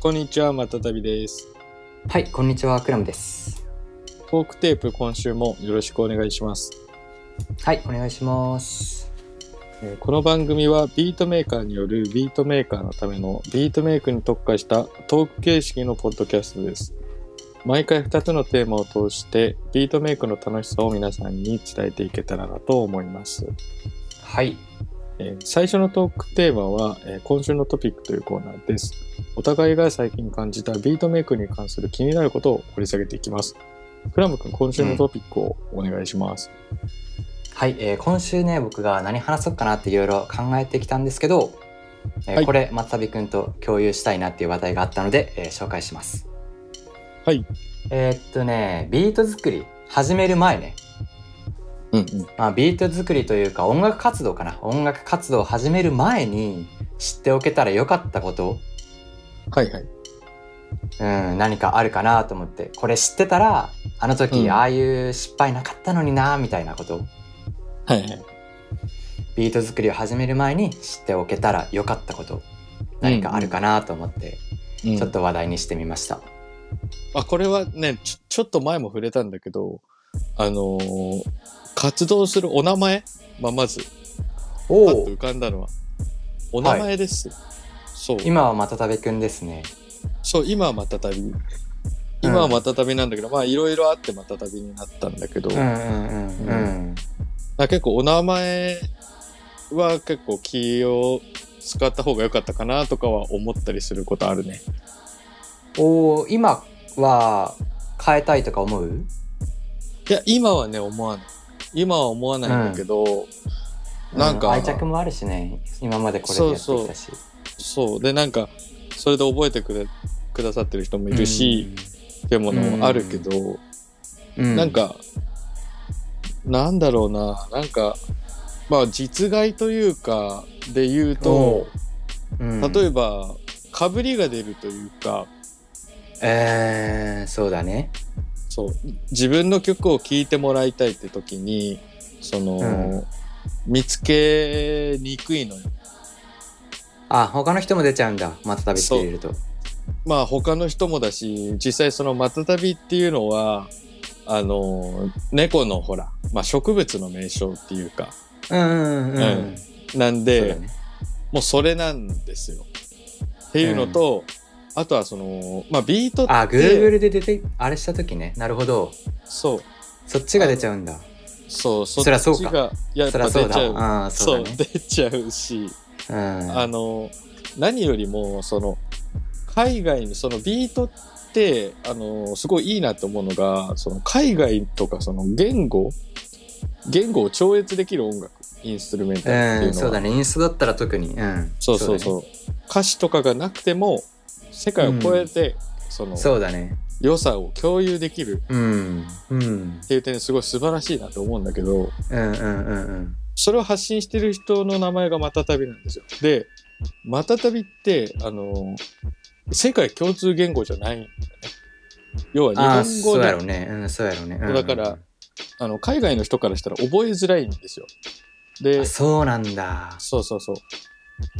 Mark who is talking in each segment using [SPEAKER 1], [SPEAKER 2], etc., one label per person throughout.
[SPEAKER 1] こんにちは、またたびです。
[SPEAKER 2] はい、こんにちは、クラムです。
[SPEAKER 1] トークテープ今週もよろしくお願いします。
[SPEAKER 2] はい、お願いします。
[SPEAKER 1] えーこの番組はビートメーカーによるビートメーカーのためのビートメイクに特化したトーク形式のポッドキャストです。毎回2つのテーマを通してビートメイクの楽しさを皆さんに伝えていけたらなと思います。
[SPEAKER 2] はい、
[SPEAKER 1] えー最初のトークテーマは、えー今週のトピックというコーナーです。お互いが最近感じたビートメイクに関する気になることを掘り下げていきます。クラム君、今週のトピックをお願いします。
[SPEAKER 2] はい、えー今週ね、僕が何話そうかなっていろいろ考えてきたんですけど、えー
[SPEAKER 1] はい
[SPEAKER 2] これ、松旅くんと共有したいなっていう話題があったので、えー紹介します。
[SPEAKER 1] はい。
[SPEAKER 2] えーっとね、ビート作り、始める前ね、
[SPEAKER 1] うんうん。
[SPEAKER 2] まあ、ビート作りというか音楽活動かな、音楽活動を始める前に知っておけたらよかったこと
[SPEAKER 1] はいはい。
[SPEAKER 2] うん、何かあるかなと思ってこれ知ってたらあの時、
[SPEAKER 1] うん
[SPEAKER 2] ああいう失敗なかったのになみたいなこと
[SPEAKER 1] はいはい。
[SPEAKER 2] ビート作りを始める前に知っておけたらよかったこと何かあるかなと思って、
[SPEAKER 1] うん
[SPEAKER 2] ちょっと話題にしてみました、
[SPEAKER 1] あ、これはねちょ、ちょっと前も触れたんだけど、あのー活動するお名前、まあ、まず、パ
[SPEAKER 2] お
[SPEAKER 1] ッと浮かんだのは、お名前です。そう。
[SPEAKER 2] 今はまたたべくんですね
[SPEAKER 1] そう、今はまたたび。今はまたたびなんだけど、まあいろいろあってまたたびになったんだけど、
[SPEAKER 2] うん
[SPEAKER 1] ま
[SPEAKER 2] うんうんう
[SPEAKER 1] うんあ結構お名前は結構気を使った方が良かったかなとかは思ったりすることあるね。
[SPEAKER 2] おー今は変えたいとか思う
[SPEAKER 1] いや、今はね、思わない。今は思わないんだけど、なんか、
[SPEAKER 2] う愛着もあるしね今までこれでやってきたし
[SPEAKER 1] そう。で、なんか、それで覚えてくれ、くださってる人もいるし、ってものもあるけど、
[SPEAKER 2] うん、う
[SPEAKER 1] なんか、なんだろうな、なんか、まあ、実害というか、で言うと、
[SPEAKER 2] う、うん
[SPEAKER 1] 例えば、かぶりが出るというか、
[SPEAKER 2] えー、そうだね
[SPEAKER 1] そう、自分の曲を聴いてもらいたいって時に、その、
[SPEAKER 2] うん
[SPEAKER 1] 見つけにくいのよ。
[SPEAKER 2] あ他の人も出ちゃうんだまた旅していると
[SPEAKER 1] まあ、他の人もだし、実際そのマタタビっていうのは、あの、猫のほら、まあ植物の名称っていうか、
[SPEAKER 2] うんうんうんう
[SPEAKER 1] うん
[SPEAKER 2] ん
[SPEAKER 1] なん
[SPEAKER 2] そう
[SPEAKER 1] で、
[SPEAKER 2] だね
[SPEAKER 1] もうそれなんですよ。っていうのと、あとはその、まあビートって、
[SPEAKER 2] あ Google で出てあれした時ねなるほど
[SPEAKER 1] そう、
[SPEAKER 2] そっちが出ちゃうんだ
[SPEAKER 1] そう、そっ
[SPEAKER 2] そりゃそう
[SPEAKER 1] ち
[SPEAKER 2] か
[SPEAKER 1] が、いややっ
[SPEAKER 2] そり
[SPEAKER 1] ぱ
[SPEAKER 2] ゃそ
[SPEAKER 1] 出
[SPEAKER 2] う
[SPEAKER 1] ちゃう。
[SPEAKER 2] だうん
[SPEAKER 1] そ
[SPEAKER 2] そううだね
[SPEAKER 1] 出ちゃうし、
[SPEAKER 2] う
[SPEAKER 1] あ
[SPEAKER 2] ん
[SPEAKER 1] の、何よりも、その、海外に、そのビートって、あの、すごいいいなって思うのが、その海外とか、その言語、言語を超越できる音楽、インストゥルメンタルって
[SPEAKER 2] う
[SPEAKER 1] いうんのは。
[SPEAKER 2] そうだねインストだったら特にうん
[SPEAKER 1] そうそうそう歌詞とかがなくても、世界を超えて、その、
[SPEAKER 2] そうだね
[SPEAKER 1] 良さを共有できる
[SPEAKER 2] うんうん
[SPEAKER 1] っていう点ですごい素晴らしいなと思うんだけど、
[SPEAKER 2] うんうんうんうん
[SPEAKER 1] それを発信してる人の名前がマタタビなんですよ。で、マタタビって、あの、世界共通言語じゃないんだよね。要は
[SPEAKER 2] ああ
[SPEAKER 1] 日本
[SPEAKER 2] そ
[SPEAKER 1] 語
[SPEAKER 2] うや
[SPEAKER 1] で
[SPEAKER 2] ろうねうんそうやろうねうん
[SPEAKER 1] だからあの海外の人からしたら覚えづらいんですよ。で
[SPEAKER 2] あ、そうなんだ
[SPEAKER 1] そうそうそう。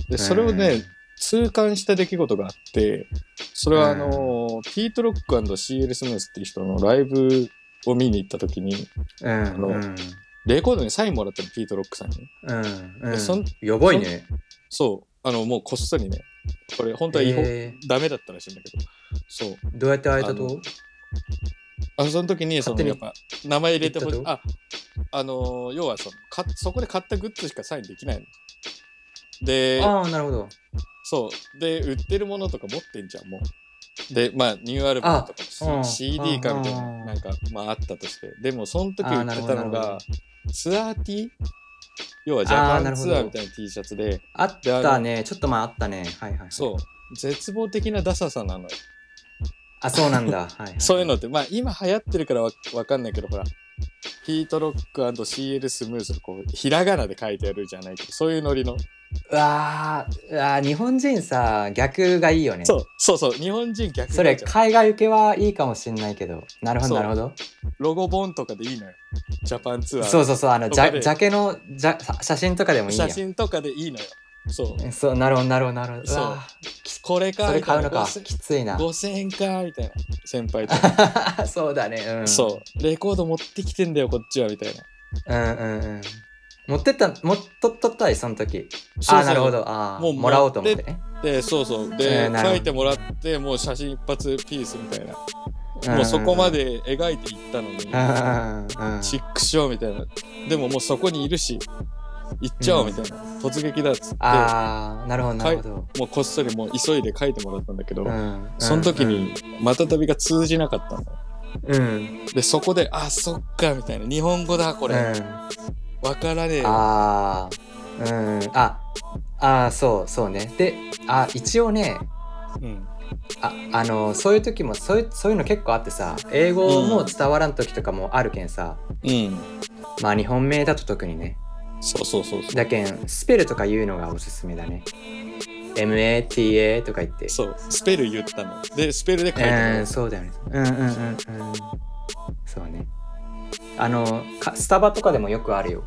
[SPEAKER 1] で、それをね、痛感した出来事があって、それはあの、ピート・ロック &CL スムースっていう人のライブを見に行った時に、
[SPEAKER 2] うんう
[SPEAKER 1] の
[SPEAKER 2] んうん
[SPEAKER 1] レコードにサインもらったの、ピート・ロックさんに。
[SPEAKER 2] うんう
[SPEAKER 1] でそん
[SPEAKER 2] んやばいね
[SPEAKER 1] そう。あの、もうこっそりね、これ本当は違法、
[SPEAKER 2] えー
[SPEAKER 1] ダメだったらしいんだけど。そう。
[SPEAKER 2] どうやって会えた
[SPEAKER 1] あの
[SPEAKER 2] と
[SPEAKER 1] あその時に、そ
[SPEAKER 2] 勝
[SPEAKER 1] の、
[SPEAKER 2] 手に
[SPEAKER 1] やっぱ、名前入れてほし
[SPEAKER 2] 言
[SPEAKER 1] い
[SPEAKER 2] っ。た
[SPEAKER 1] あ、あのー、要はそのか、そこで買ったグッズしかサインできないの。で、
[SPEAKER 2] ああなるほど
[SPEAKER 1] そう。で、売ってるものとか持ってんじゃん、もう。で、まあ、ニューアルバムとかもし、
[SPEAKER 2] あうん
[SPEAKER 1] CD かみたいな
[SPEAKER 2] う、ん
[SPEAKER 1] なんか、まあ、あったとして。でも、その時
[SPEAKER 2] あ
[SPEAKER 1] 売
[SPEAKER 2] ー
[SPEAKER 1] っ
[SPEAKER 2] なる
[SPEAKER 1] て
[SPEAKER 2] ほ
[SPEAKER 1] た
[SPEAKER 2] ど
[SPEAKER 1] の
[SPEAKER 2] なる
[SPEAKER 1] が
[SPEAKER 2] ほ、
[SPEAKER 1] ツアー T? 要は、ジ
[SPEAKER 2] あ
[SPEAKER 1] ャ
[SPEAKER 2] ー
[SPEAKER 1] パ
[SPEAKER 2] な
[SPEAKER 1] ン
[SPEAKER 2] るほ
[SPEAKER 1] ツ
[SPEAKER 2] ど
[SPEAKER 1] アーみたいな T シャツで、
[SPEAKER 2] あったね。ちょっと前あったね。はいはい。う。
[SPEAKER 1] そう。絶望的なダサさなのよ。
[SPEAKER 2] あ、そうな んだ。はい、はい。
[SPEAKER 1] そういうのって、まあ今流行ってるからわわかんないけど、ほら、ヒートロック &CL スムーズのこう、ひらがなで書いてあるじゃないけど、そういうノリの。
[SPEAKER 2] うわーうわー日本人さ、逆がいいよね。
[SPEAKER 1] そうそうそう、日本人逆に
[SPEAKER 2] それ、海外受けはいいかもしんないけど。なるほ
[SPEAKER 1] そう
[SPEAKER 2] ど、なるほど。
[SPEAKER 1] ロゴ本とかでいいのよ。ジャパンツアー。
[SPEAKER 2] そうそうそう、あの、
[SPEAKER 1] こ
[SPEAKER 2] ジ
[SPEAKER 1] こで
[SPEAKER 2] ャジャケのジャ写真とかでもいいや
[SPEAKER 1] 写真とかでいいのよ。そう
[SPEAKER 2] えそうなるほどなるほどなるほど
[SPEAKER 1] そう
[SPEAKER 2] うわ
[SPEAKER 1] これか
[SPEAKER 2] それ買う
[SPEAKER 1] み
[SPEAKER 2] のか
[SPEAKER 1] たいな
[SPEAKER 2] きついな
[SPEAKER 1] 5000円かみたいな先輩と
[SPEAKER 2] そうだねうん
[SPEAKER 1] そうレコード持ってきてんだよこっちはみたいな
[SPEAKER 2] うんうんうん持ってった持っとっとったいその時
[SPEAKER 1] そうそう
[SPEAKER 2] ああーなるほどああ
[SPEAKER 1] もう
[SPEAKER 2] もらおうと思ってね
[SPEAKER 1] でそうそう
[SPEAKER 2] え
[SPEAKER 1] で
[SPEAKER 2] ーなるほど
[SPEAKER 1] 書いてもらってもう写真一発ピースみたいな
[SPEAKER 2] うん
[SPEAKER 1] もうそこまで描いていったのに
[SPEAKER 2] うんうんうん
[SPEAKER 1] チックしようみたいなでももうそこにいるし行っちゃおうみたいな、突撃だっつって
[SPEAKER 2] ああなるほどなるほど
[SPEAKER 1] もうこっそりもう急いで書いてもらったんだけど、
[SPEAKER 2] うん
[SPEAKER 1] その時にまたたびが通じなかったの
[SPEAKER 2] うん
[SPEAKER 1] でそこで「あそっか」みたいな「日本語だこ
[SPEAKER 2] こ
[SPEAKER 1] れわ、からねえよ
[SPEAKER 2] ああうんああーそうそうねであ一応ね
[SPEAKER 1] うん
[SPEAKER 2] ああのそういう時もそういうそういうの結構あってさ英語も伝わらん時とかもあるけんさ、
[SPEAKER 1] うん
[SPEAKER 2] まあ日本名だと特にね
[SPEAKER 1] そうそうそうそう
[SPEAKER 2] だけんスペルとか言うのがおすすめだね MATA とか言って
[SPEAKER 1] そうスペル言ったのでスペルで書いても
[SPEAKER 2] う
[SPEAKER 1] ら
[SPEAKER 2] ん
[SPEAKER 1] っ
[SPEAKER 2] そうだよねうんうんうんうんそうねあのかスタバとかでもよくあるよ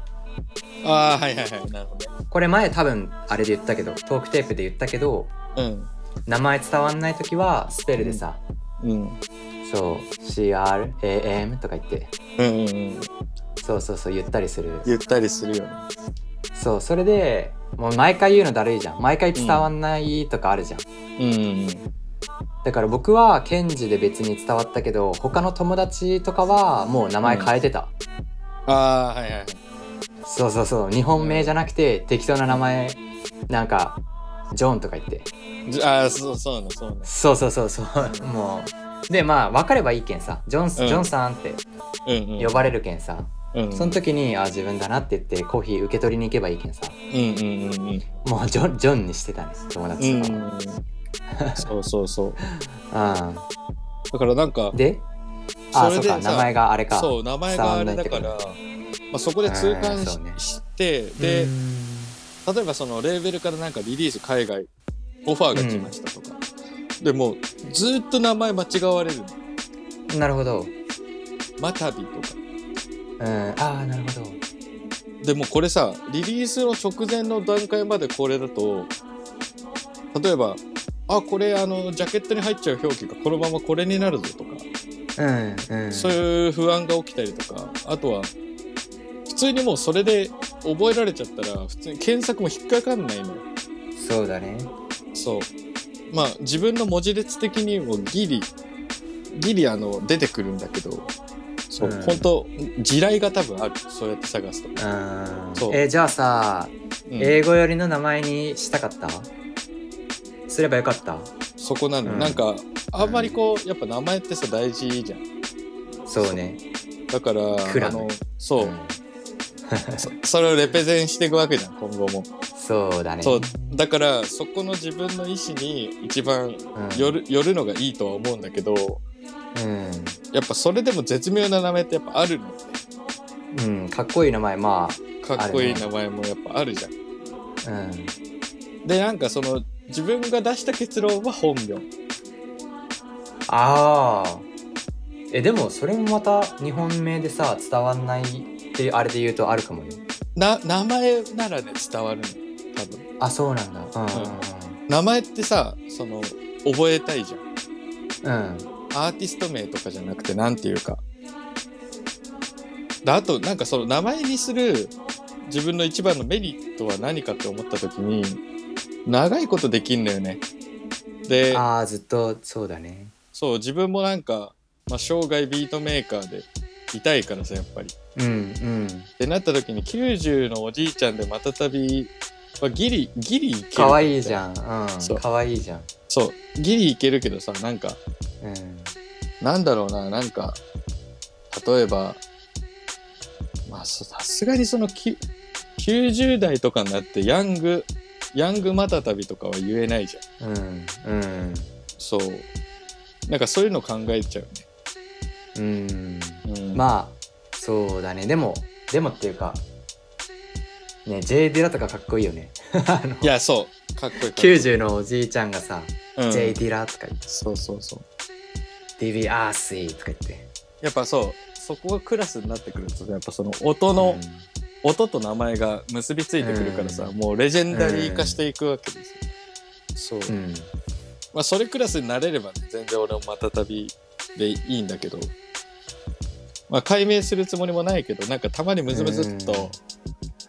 [SPEAKER 1] たああはいはいはいなるほどね
[SPEAKER 2] これ前多分あれで言ったけどトークテープで言ったけど
[SPEAKER 1] うん
[SPEAKER 2] 名前伝わんない時はスペルでさ、
[SPEAKER 1] うん
[SPEAKER 2] そう CRAM とか言って
[SPEAKER 1] うんうんうん
[SPEAKER 2] そうそうそう言ったりする
[SPEAKER 1] 言ったりするよね
[SPEAKER 2] そうそれでもう毎回言うのだるいじゃん毎回伝わんないとかあるじゃん、
[SPEAKER 1] うん
[SPEAKER 2] だから僕はケンジで別に伝わったけど他の友達とかはもう名前変えてた、
[SPEAKER 1] ああーはいはいはい
[SPEAKER 2] そうそうそう日本名じゃなくて適当な名前なんかジョンとか言って
[SPEAKER 1] じゃああそうそうねそうね
[SPEAKER 2] そうそうそうそうもうでまあ分かればいいけんさジョンス、
[SPEAKER 1] うん
[SPEAKER 2] ジョンさんって
[SPEAKER 1] うんうん
[SPEAKER 2] 呼ばれるけんさ、
[SPEAKER 1] うん
[SPEAKER 2] その時にあ自分だなって言ってコーヒー受け取りに行けばいいけんさ
[SPEAKER 1] うんうんうんうん
[SPEAKER 2] もうジョンジョンにしてたね友達とかも、
[SPEAKER 1] そうそうそう。
[SPEAKER 2] うん
[SPEAKER 1] だからなんか、
[SPEAKER 2] であ
[SPEAKER 1] そ
[SPEAKER 2] そ
[SPEAKER 1] れ
[SPEAKER 2] う
[SPEAKER 1] で
[SPEAKER 2] か
[SPEAKER 1] さ
[SPEAKER 2] 名前があれか
[SPEAKER 1] そう、名前があれだから、まあ、そこで痛感し,、
[SPEAKER 2] うんそうね
[SPEAKER 1] て、で、例えばそのレーベルからなんかリリース海外、オファーが来ましたとか。でもう、ずっと名前間違われるの。
[SPEAKER 2] うんなるほど、
[SPEAKER 1] マタビとか。
[SPEAKER 2] うん、ああなるほど
[SPEAKER 1] でもこれさ、リリースの直前の段階までこれだと、例えば、あ、これあの、ジャケットに入っちゃう表記がこのままこれになるぞとか。
[SPEAKER 2] うんうん
[SPEAKER 1] そういう不安が起きたりとかあとは普通にもうそれで覚えられちゃったら普通に検索も引っかかんないのよ
[SPEAKER 2] そうだね
[SPEAKER 1] そうまあ自分の文字列的にもギリギリあの出てくるんだけどそう、
[SPEAKER 2] うん
[SPEAKER 1] 本当地雷が多分あるそうやって探すと、
[SPEAKER 2] うん
[SPEAKER 1] そう
[SPEAKER 2] えーじゃあさ
[SPEAKER 1] うん
[SPEAKER 2] 英語寄りの名前にしたかったすればよかった
[SPEAKER 1] そこなの、
[SPEAKER 2] うん
[SPEAKER 1] なんかあんまりこうやっぱ名前ってさ大事じゃん
[SPEAKER 2] そうね
[SPEAKER 1] だから
[SPEAKER 2] クラ
[SPEAKER 1] あ
[SPEAKER 2] ブ
[SPEAKER 1] のそう、
[SPEAKER 2] ん
[SPEAKER 1] そそれをレペゼンしていくわけじゃん今後も
[SPEAKER 2] そうだね
[SPEAKER 1] そうだからそこの自分の意思に一番
[SPEAKER 2] うん
[SPEAKER 1] 寄る寄るのがいいとは思うんだけど
[SPEAKER 2] うん
[SPEAKER 1] やっぱそれでも絶妙な名前ってやっぱあるのよね
[SPEAKER 2] うん、かっこいい名前ま
[SPEAKER 1] かっこいい名前もやっぱあるじゃん、
[SPEAKER 2] あうん
[SPEAKER 1] でなんかその自分が出した結論は本名
[SPEAKER 2] ああえでもそれもまた日本名でさ伝わんないってあれで言うとあるかもよ
[SPEAKER 1] な名前ならね伝わるの多分
[SPEAKER 2] あそうなんだうん
[SPEAKER 1] 名前ってさその覚えたいじゃん
[SPEAKER 2] うんうん
[SPEAKER 1] アーティスト名とかじゃなくてなんていうかであとなんかその名前にする自分の一番のメリットは何かって思った時に長いことできんだよねで
[SPEAKER 2] ああずっとそうだね
[SPEAKER 1] そう自分もなんか、まあ、生涯ビートメーカーでいたいからさやっぱり。っ
[SPEAKER 2] うんうん
[SPEAKER 1] てなった時に90のおじいちゃんでまたたびはギリギリいける
[SPEAKER 2] かわいいじ
[SPEAKER 1] ん
[SPEAKER 2] ゃん
[SPEAKER 1] そ
[SPEAKER 2] うん
[SPEAKER 1] う
[SPEAKER 2] かわいいじゃん
[SPEAKER 1] そうギリいけるけどさなんか
[SPEAKER 2] うん
[SPEAKER 1] なんだろうななんか例えばまあそさすがにそのき90代とかになってヤングヤングマタタビとかは言えないじゃん
[SPEAKER 2] うんうん
[SPEAKER 1] そうなんかそういうの考えちゃう
[SPEAKER 2] うん
[SPEAKER 1] ね、うん、あ
[SPEAKER 2] まあそうだねでもでもっていうかね J ・ディラとかかっこいいよねあの
[SPEAKER 1] いやそうかっこいいかっ
[SPEAKER 2] 90のおじいちゃんがさ
[SPEAKER 1] こいい、
[SPEAKER 2] 「
[SPEAKER 1] うん
[SPEAKER 2] J ・ディラ」とか言って
[SPEAKER 1] そうそうそう
[SPEAKER 2] 「ディビ・アースイ」とか言って
[SPEAKER 1] やっぱそうそこがクラスになってくるとやっぱその音の
[SPEAKER 2] うん
[SPEAKER 1] 音と名前が結びついてくるからさ、
[SPEAKER 2] うん
[SPEAKER 1] もうレジェンダリー化していくわけですよ。そう。
[SPEAKER 2] うん
[SPEAKER 1] まあ、それクラスになれればね、全然俺もまた旅でいいんだけど、まあ、解明するつもりもないけど、なんかたまにムズムズっと、
[SPEAKER 2] うん
[SPEAKER 1] も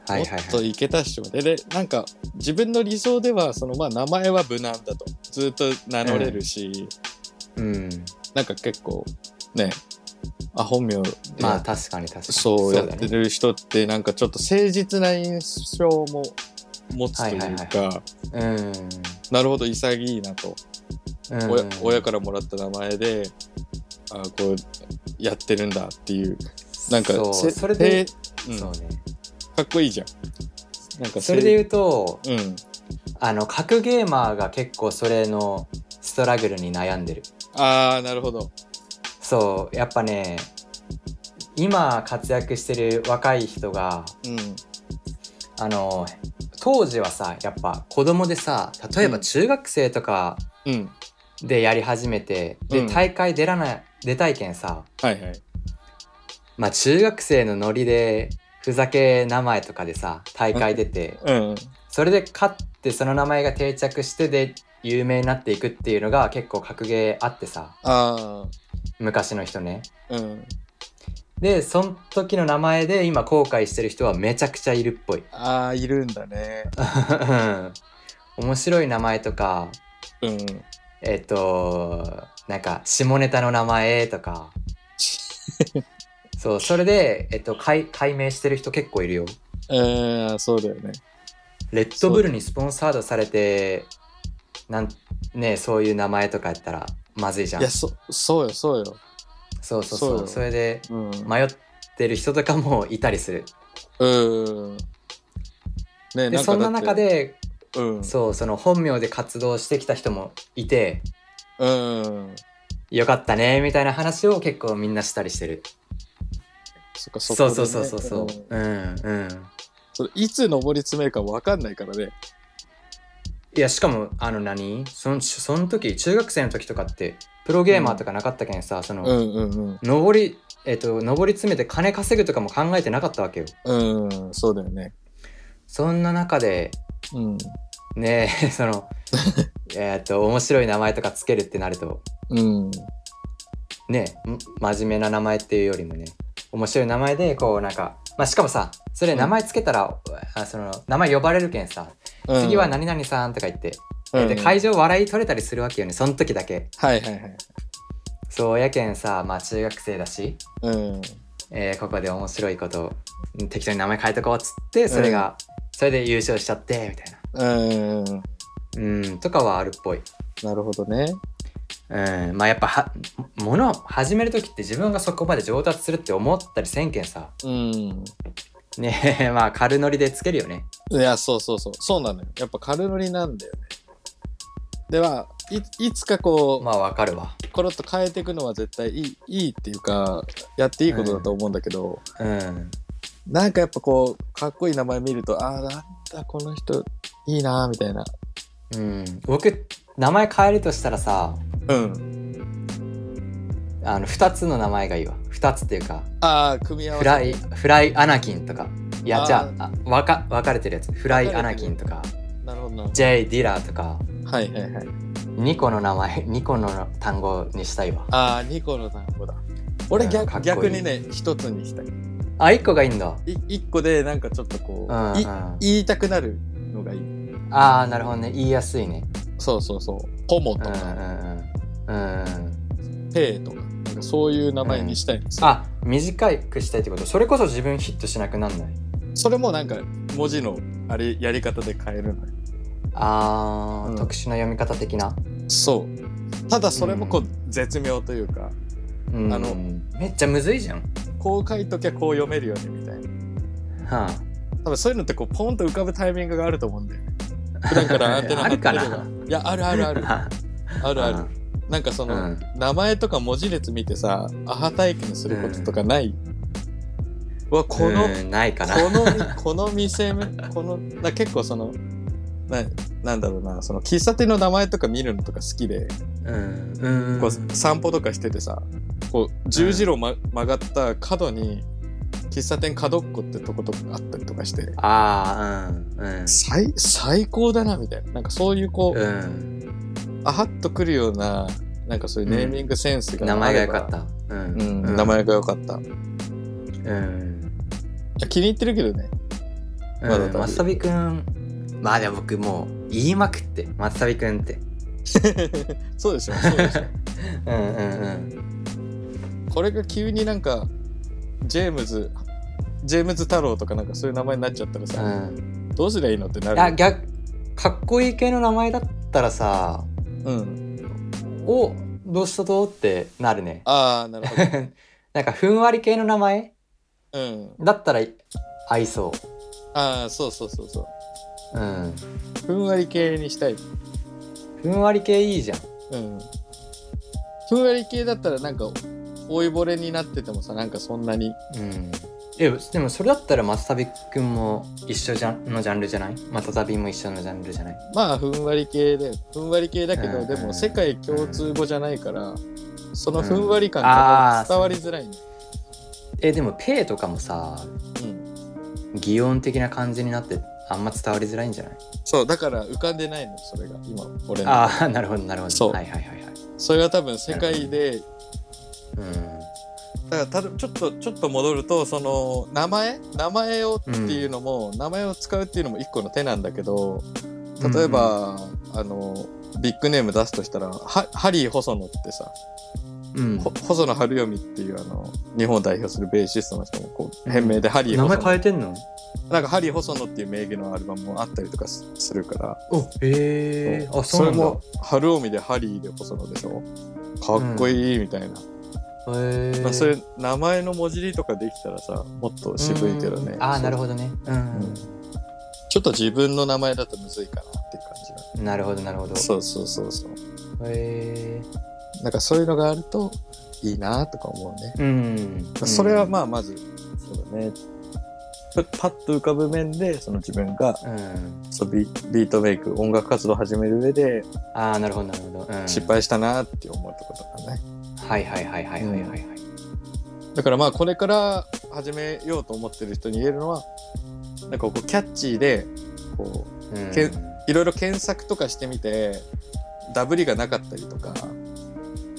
[SPEAKER 2] はいはいは
[SPEAKER 1] っ
[SPEAKER 2] い
[SPEAKER 1] といけたっしょ。で、で、なんか自分の理想では、そのまあ名前は無難だと。ずっと名乗れるし、
[SPEAKER 2] うん
[SPEAKER 1] なんか結構、ね、あ、本名で
[SPEAKER 2] まあ確かに確かに
[SPEAKER 1] そうや
[SPEAKER 2] だ
[SPEAKER 1] って
[SPEAKER 2] ね
[SPEAKER 1] る人ってなんかちょっと誠実な印象も持つというか、
[SPEAKER 2] はいはいうん
[SPEAKER 1] なるほど潔いなと、
[SPEAKER 2] うん
[SPEAKER 1] 親親からもらった名前であこうやってるんだっていうなんか
[SPEAKER 2] そう
[SPEAKER 1] せ
[SPEAKER 2] それで、
[SPEAKER 1] せうん
[SPEAKER 2] そうね
[SPEAKER 1] かっこいいじゃんなんかせ
[SPEAKER 2] それで言うと
[SPEAKER 1] うん
[SPEAKER 2] あの格ゲーマーが結構それのストラグルに悩んでる
[SPEAKER 1] ああなるほど
[SPEAKER 2] そうやっぱね今活躍してる若い人が
[SPEAKER 1] うん
[SPEAKER 2] あの当時はさやっぱ子供でさ例えば中学生とか
[SPEAKER 1] うん
[SPEAKER 2] でやり始めて、
[SPEAKER 1] うん
[SPEAKER 2] で大会出らない出たいけんさ
[SPEAKER 1] はいはい
[SPEAKER 2] まあ中学生のノリでふざけ名前とかでさ大会出て、
[SPEAKER 1] うん
[SPEAKER 2] それで勝ってその名前が定着してで有名になっていくっていうのが結構格ゲーあってさ
[SPEAKER 1] あ
[SPEAKER 2] 昔の人ね
[SPEAKER 1] あうん
[SPEAKER 2] でその時の名前で今後悔してる人はめちゃくちゃいるっ ぽい
[SPEAKER 1] ああいるんだね
[SPEAKER 2] 面白い名前とか
[SPEAKER 1] うん
[SPEAKER 2] えっとなんか下ネタの名前 とかそうそれで、えっと、解解明してる人結構いるよ
[SPEAKER 1] えー、そうだよね
[SPEAKER 2] レッドブルにスポンサードされてなんねそういう名前とかやったらまずいじゃん
[SPEAKER 1] いやそそうよそうよ
[SPEAKER 2] そうそうそう
[SPEAKER 1] そうよ
[SPEAKER 2] それで
[SPEAKER 1] うん
[SPEAKER 2] 迷ってる人とかもいたりする
[SPEAKER 1] うん。ね
[SPEAKER 2] でそんな中、で
[SPEAKER 1] だってうん、
[SPEAKER 2] そうその本名で活動してきた人もいて
[SPEAKER 1] うん、
[SPEAKER 2] よかったねみたいな話を結構みんなしたりしてる
[SPEAKER 1] そっか
[SPEAKER 2] そ
[SPEAKER 1] こでね
[SPEAKER 2] うそうそうそうそうんうんうん
[SPEAKER 1] それいつ上り詰めるかわかんないからね。
[SPEAKER 2] いやしかもあの何そのその時中学生の時とかってプロゲーマーとかなかったけんさ、その、
[SPEAKER 1] うんうん
[SPEAKER 2] 上りえっと上り詰めて金稼ぐとかも考えてなかったわけよ
[SPEAKER 1] うん。うん、そうだよね。
[SPEAKER 2] そんな中で
[SPEAKER 1] うん。
[SPEAKER 2] ねえ そのえっと面白い名前とかつけるってなると
[SPEAKER 1] うん。
[SPEAKER 2] ねえん真面目な名前っていうよりもね面白い名前でこうなんか、まあ、しかもさそれ名前つけたら、あその名前呼ばれるけんさ次は
[SPEAKER 1] 何、
[SPEAKER 2] 何々さんとか言っ
[SPEAKER 1] う
[SPEAKER 2] て、
[SPEAKER 1] ん
[SPEAKER 2] で会場笑い取れたりするわけよねその時だけ
[SPEAKER 1] はいはいはい。
[SPEAKER 2] そうやけんさまあ中学生だし、
[SPEAKER 1] うん。
[SPEAKER 2] えーここで面白いことを適当に名前変えとこうっつってそれが、それで優勝しちゃってみたいな
[SPEAKER 1] うん。
[SPEAKER 2] うんとかはあるっぽい
[SPEAKER 1] なるほどね。
[SPEAKER 2] うんまあやっぱはものを始める時って自分がそこまで上達するって思ったりせんけんさ
[SPEAKER 1] うん。
[SPEAKER 2] ね えまあ軽乗りでつけるよね
[SPEAKER 1] いや、そうそうそう。そうなのよ。やっぱ軽乗りなんだよね。では、いいつかこう、
[SPEAKER 2] まあわかるわ
[SPEAKER 1] コロッと変えていくのは絶対いいいいっていうか、やっていいことだと思うんだけど、
[SPEAKER 2] うん
[SPEAKER 1] なんかやっぱこう、かっこいい名前見ると、ああ、なんだこの人、いいなーみたいな。
[SPEAKER 2] うん僕名前変えるとしたらさ
[SPEAKER 1] うん。
[SPEAKER 2] あの2つの名前がいいわ2つっていうか
[SPEAKER 1] ああ、組み合わ
[SPEAKER 2] フ
[SPEAKER 1] せ。
[SPEAKER 2] ライフライアナキンとかいや
[SPEAKER 1] あー
[SPEAKER 2] じゃああわか分かれてるやつフライアナキンとか
[SPEAKER 1] なるほどな。
[SPEAKER 2] J ディラーとか
[SPEAKER 1] はいはいはい。
[SPEAKER 2] 2個の名前2個 の単語にしたいわ
[SPEAKER 1] ああ、2個の単語だ。俺
[SPEAKER 2] うん
[SPEAKER 1] 逆,、
[SPEAKER 2] かっこいい
[SPEAKER 1] 逆にね、1つにしたい。
[SPEAKER 2] あ1個がいいんだ
[SPEAKER 1] い1個でなんかちょっとこう、
[SPEAKER 2] うん、うん、
[SPEAKER 1] い言いたくなるのがいい。
[SPEAKER 2] ああなるほどね言いやすいね
[SPEAKER 1] そうそうそう。ポモ
[SPEAKER 2] う
[SPEAKER 1] と
[SPEAKER 2] ん
[SPEAKER 1] か、
[SPEAKER 2] うんうんうんうん
[SPEAKER 1] ペイとか、なんかそういう名前にしたいんですよ。
[SPEAKER 2] あ短くしたいってことそれこそ自分ヒットしなくなんない
[SPEAKER 1] それもなんか文字のあれやり方で変えるのよ。
[SPEAKER 2] あー、
[SPEAKER 1] うん
[SPEAKER 2] 特殊な読み方的な、
[SPEAKER 1] そう。ただそれもこう、
[SPEAKER 2] う
[SPEAKER 1] 絶妙というか、
[SPEAKER 2] うん、
[SPEAKER 1] あの
[SPEAKER 2] めっちゃむずいじゃん
[SPEAKER 1] こう書いときゃこう読めるよねみたいな。
[SPEAKER 2] は
[SPEAKER 1] 多分そういうのってこうポンと浮かぶタイミングがあると思うんだよね。普段からアンテナ張ってれば
[SPEAKER 2] あるかない
[SPEAKER 1] やあるあ るある
[SPEAKER 2] あ
[SPEAKER 1] あるある。なんかその、
[SPEAKER 2] うん
[SPEAKER 1] 名前とか文字列見てさアハ体験することとかない、うわこの、
[SPEAKER 2] うんないかな
[SPEAKER 1] このこの店このな結構そのななんだろうなその喫茶店の名前とか見るのとか好きで
[SPEAKER 2] うんうん
[SPEAKER 1] こう散歩とかしててさこう十字路、ま曲がった角に喫茶店角っこってとことかがあったりとかして
[SPEAKER 2] ああうんうん
[SPEAKER 1] 最最高だなみたいななんかそういうこう、
[SPEAKER 2] うん
[SPEAKER 1] あはっとくるようななんかそういうネーミングセンスが
[SPEAKER 2] 名前が良
[SPEAKER 1] あれば
[SPEAKER 2] かったうん、
[SPEAKER 1] うん、名前が良かったい
[SPEAKER 2] うん、
[SPEAKER 1] や気に入ってるけどね
[SPEAKER 2] う
[SPEAKER 1] まだ
[SPEAKER 2] ん
[SPEAKER 1] 多分
[SPEAKER 2] まさびくんまあでも僕もう言いまくってまさびくんって
[SPEAKER 1] そうでしょそうで しょ
[SPEAKER 2] うんうんうん
[SPEAKER 1] これが急になんかジェームズジェームズ太郎とかなんかそういう名前になっちゃったら
[SPEAKER 2] う
[SPEAKER 1] さ、
[SPEAKER 2] ん
[SPEAKER 1] どうすりゃいいのってな
[SPEAKER 2] あ
[SPEAKER 1] る
[SPEAKER 2] 逆かっこいい系の名前だったらさ
[SPEAKER 1] うん
[SPEAKER 2] おどうしたとってなるね
[SPEAKER 1] ああなるほど
[SPEAKER 2] なんかふんわり系の名前
[SPEAKER 1] うん
[SPEAKER 2] だったら合いそ
[SPEAKER 1] ああそうそうそうそう
[SPEAKER 2] ううん
[SPEAKER 1] ふんわり系にしたい
[SPEAKER 2] ふんわり系いいじゃん
[SPEAKER 1] うんふんわり系だったらなんか老いぼれになっててもさなんかそんなに
[SPEAKER 2] うんえでもそれだったらマサビくんも一緒じゃんのジャンルじゃないマサビも一緒のジャンルじゃない
[SPEAKER 1] まあふんわり系でふんわり系だけ
[SPEAKER 2] う
[SPEAKER 1] ど
[SPEAKER 2] ん
[SPEAKER 1] でも世界共通語じゃないからその
[SPEAKER 2] うん
[SPEAKER 1] ふんわり感が
[SPEAKER 2] あ
[SPEAKER 1] ね
[SPEAKER 2] ー
[SPEAKER 1] 伝わりづらいね
[SPEAKER 2] えでもペイとかもさ
[SPEAKER 1] うん
[SPEAKER 2] 擬音的な感じになってあんま伝わりづらいんじゃない
[SPEAKER 1] そうだから浮かんでないのそれが今俺の
[SPEAKER 2] ああなるほどなるほど
[SPEAKER 1] そう
[SPEAKER 2] はいはいはいはい
[SPEAKER 1] それは多分世界で
[SPEAKER 2] う
[SPEAKER 1] だからただちょっとちょっと戻るとその名前名前をっていうのも、名前を使うっていうのも一個の手なんだけど例えば、あのビッグネーム出すとしたらハハリー細野ってさ、
[SPEAKER 2] ん、
[SPEAKER 1] ほ細野晴臣っていうあの日本を代表するベーシストの人もこう変名でハリー
[SPEAKER 2] 名
[SPEAKER 1] 細
[SPEAKER 2] 前
[SPEAKER 1] 野、
[SPEAKER 2] 変えてんの
[SPEAKER 1] なんかハリー細野っていう名義のアルバムもあったりとかすするから、
[SPEAKER 2] おへえあそうなん
[SPEAKER 1] れ
[SPEAKER 2] だ
[SPEAKER 1] も春臣でハリーで細野でしょかっこいいみたいな、
[SPEAKER 2] へえ
[SPEAKER 1] まあ、そういう名前の文字りとかできたらさもっと渋いけどね
[SPEAKER 2] うんああなる
[SPEAKER 1] ど
[SPEAKER 2] ほどねうん、
[SPEAKER 1] ちょっと自分の名前だとむずいかなっていう感じが
[SPEAKER 2] なるほどなるほど
[SPEAKER 1] そうそうそうそう
[SPEAKER 2] へえ
[SPEAKER 1] なんかそういうのがあるといいなとか思うね、
[SPEAKER 2] うん
[SPEAKER 1] それはま
[SPEAKER 2] あ
[SPEAKER 1] あまずそうだねパッと浮かぶ面でその自分が
[SPEAKER 2] うん
[SPEAKER 1] そうビビートメイク音楽活動を始める上で
[SPEAKER 2] ああなるほどなるほど、うん、
[SPEAKER 1] 失敗したなって思うとことかね、
[SPEAKER 2] はいはいはいはいはいはいはい
[SPEAKER 1] だからまあこれから始めようと思ってる人に言えるのはなんかこうキャッチーでこう
[SPEAKER 2] うん
[SPEAKER 1] けいろいろ検索とかしてみてダブりがなかったりとか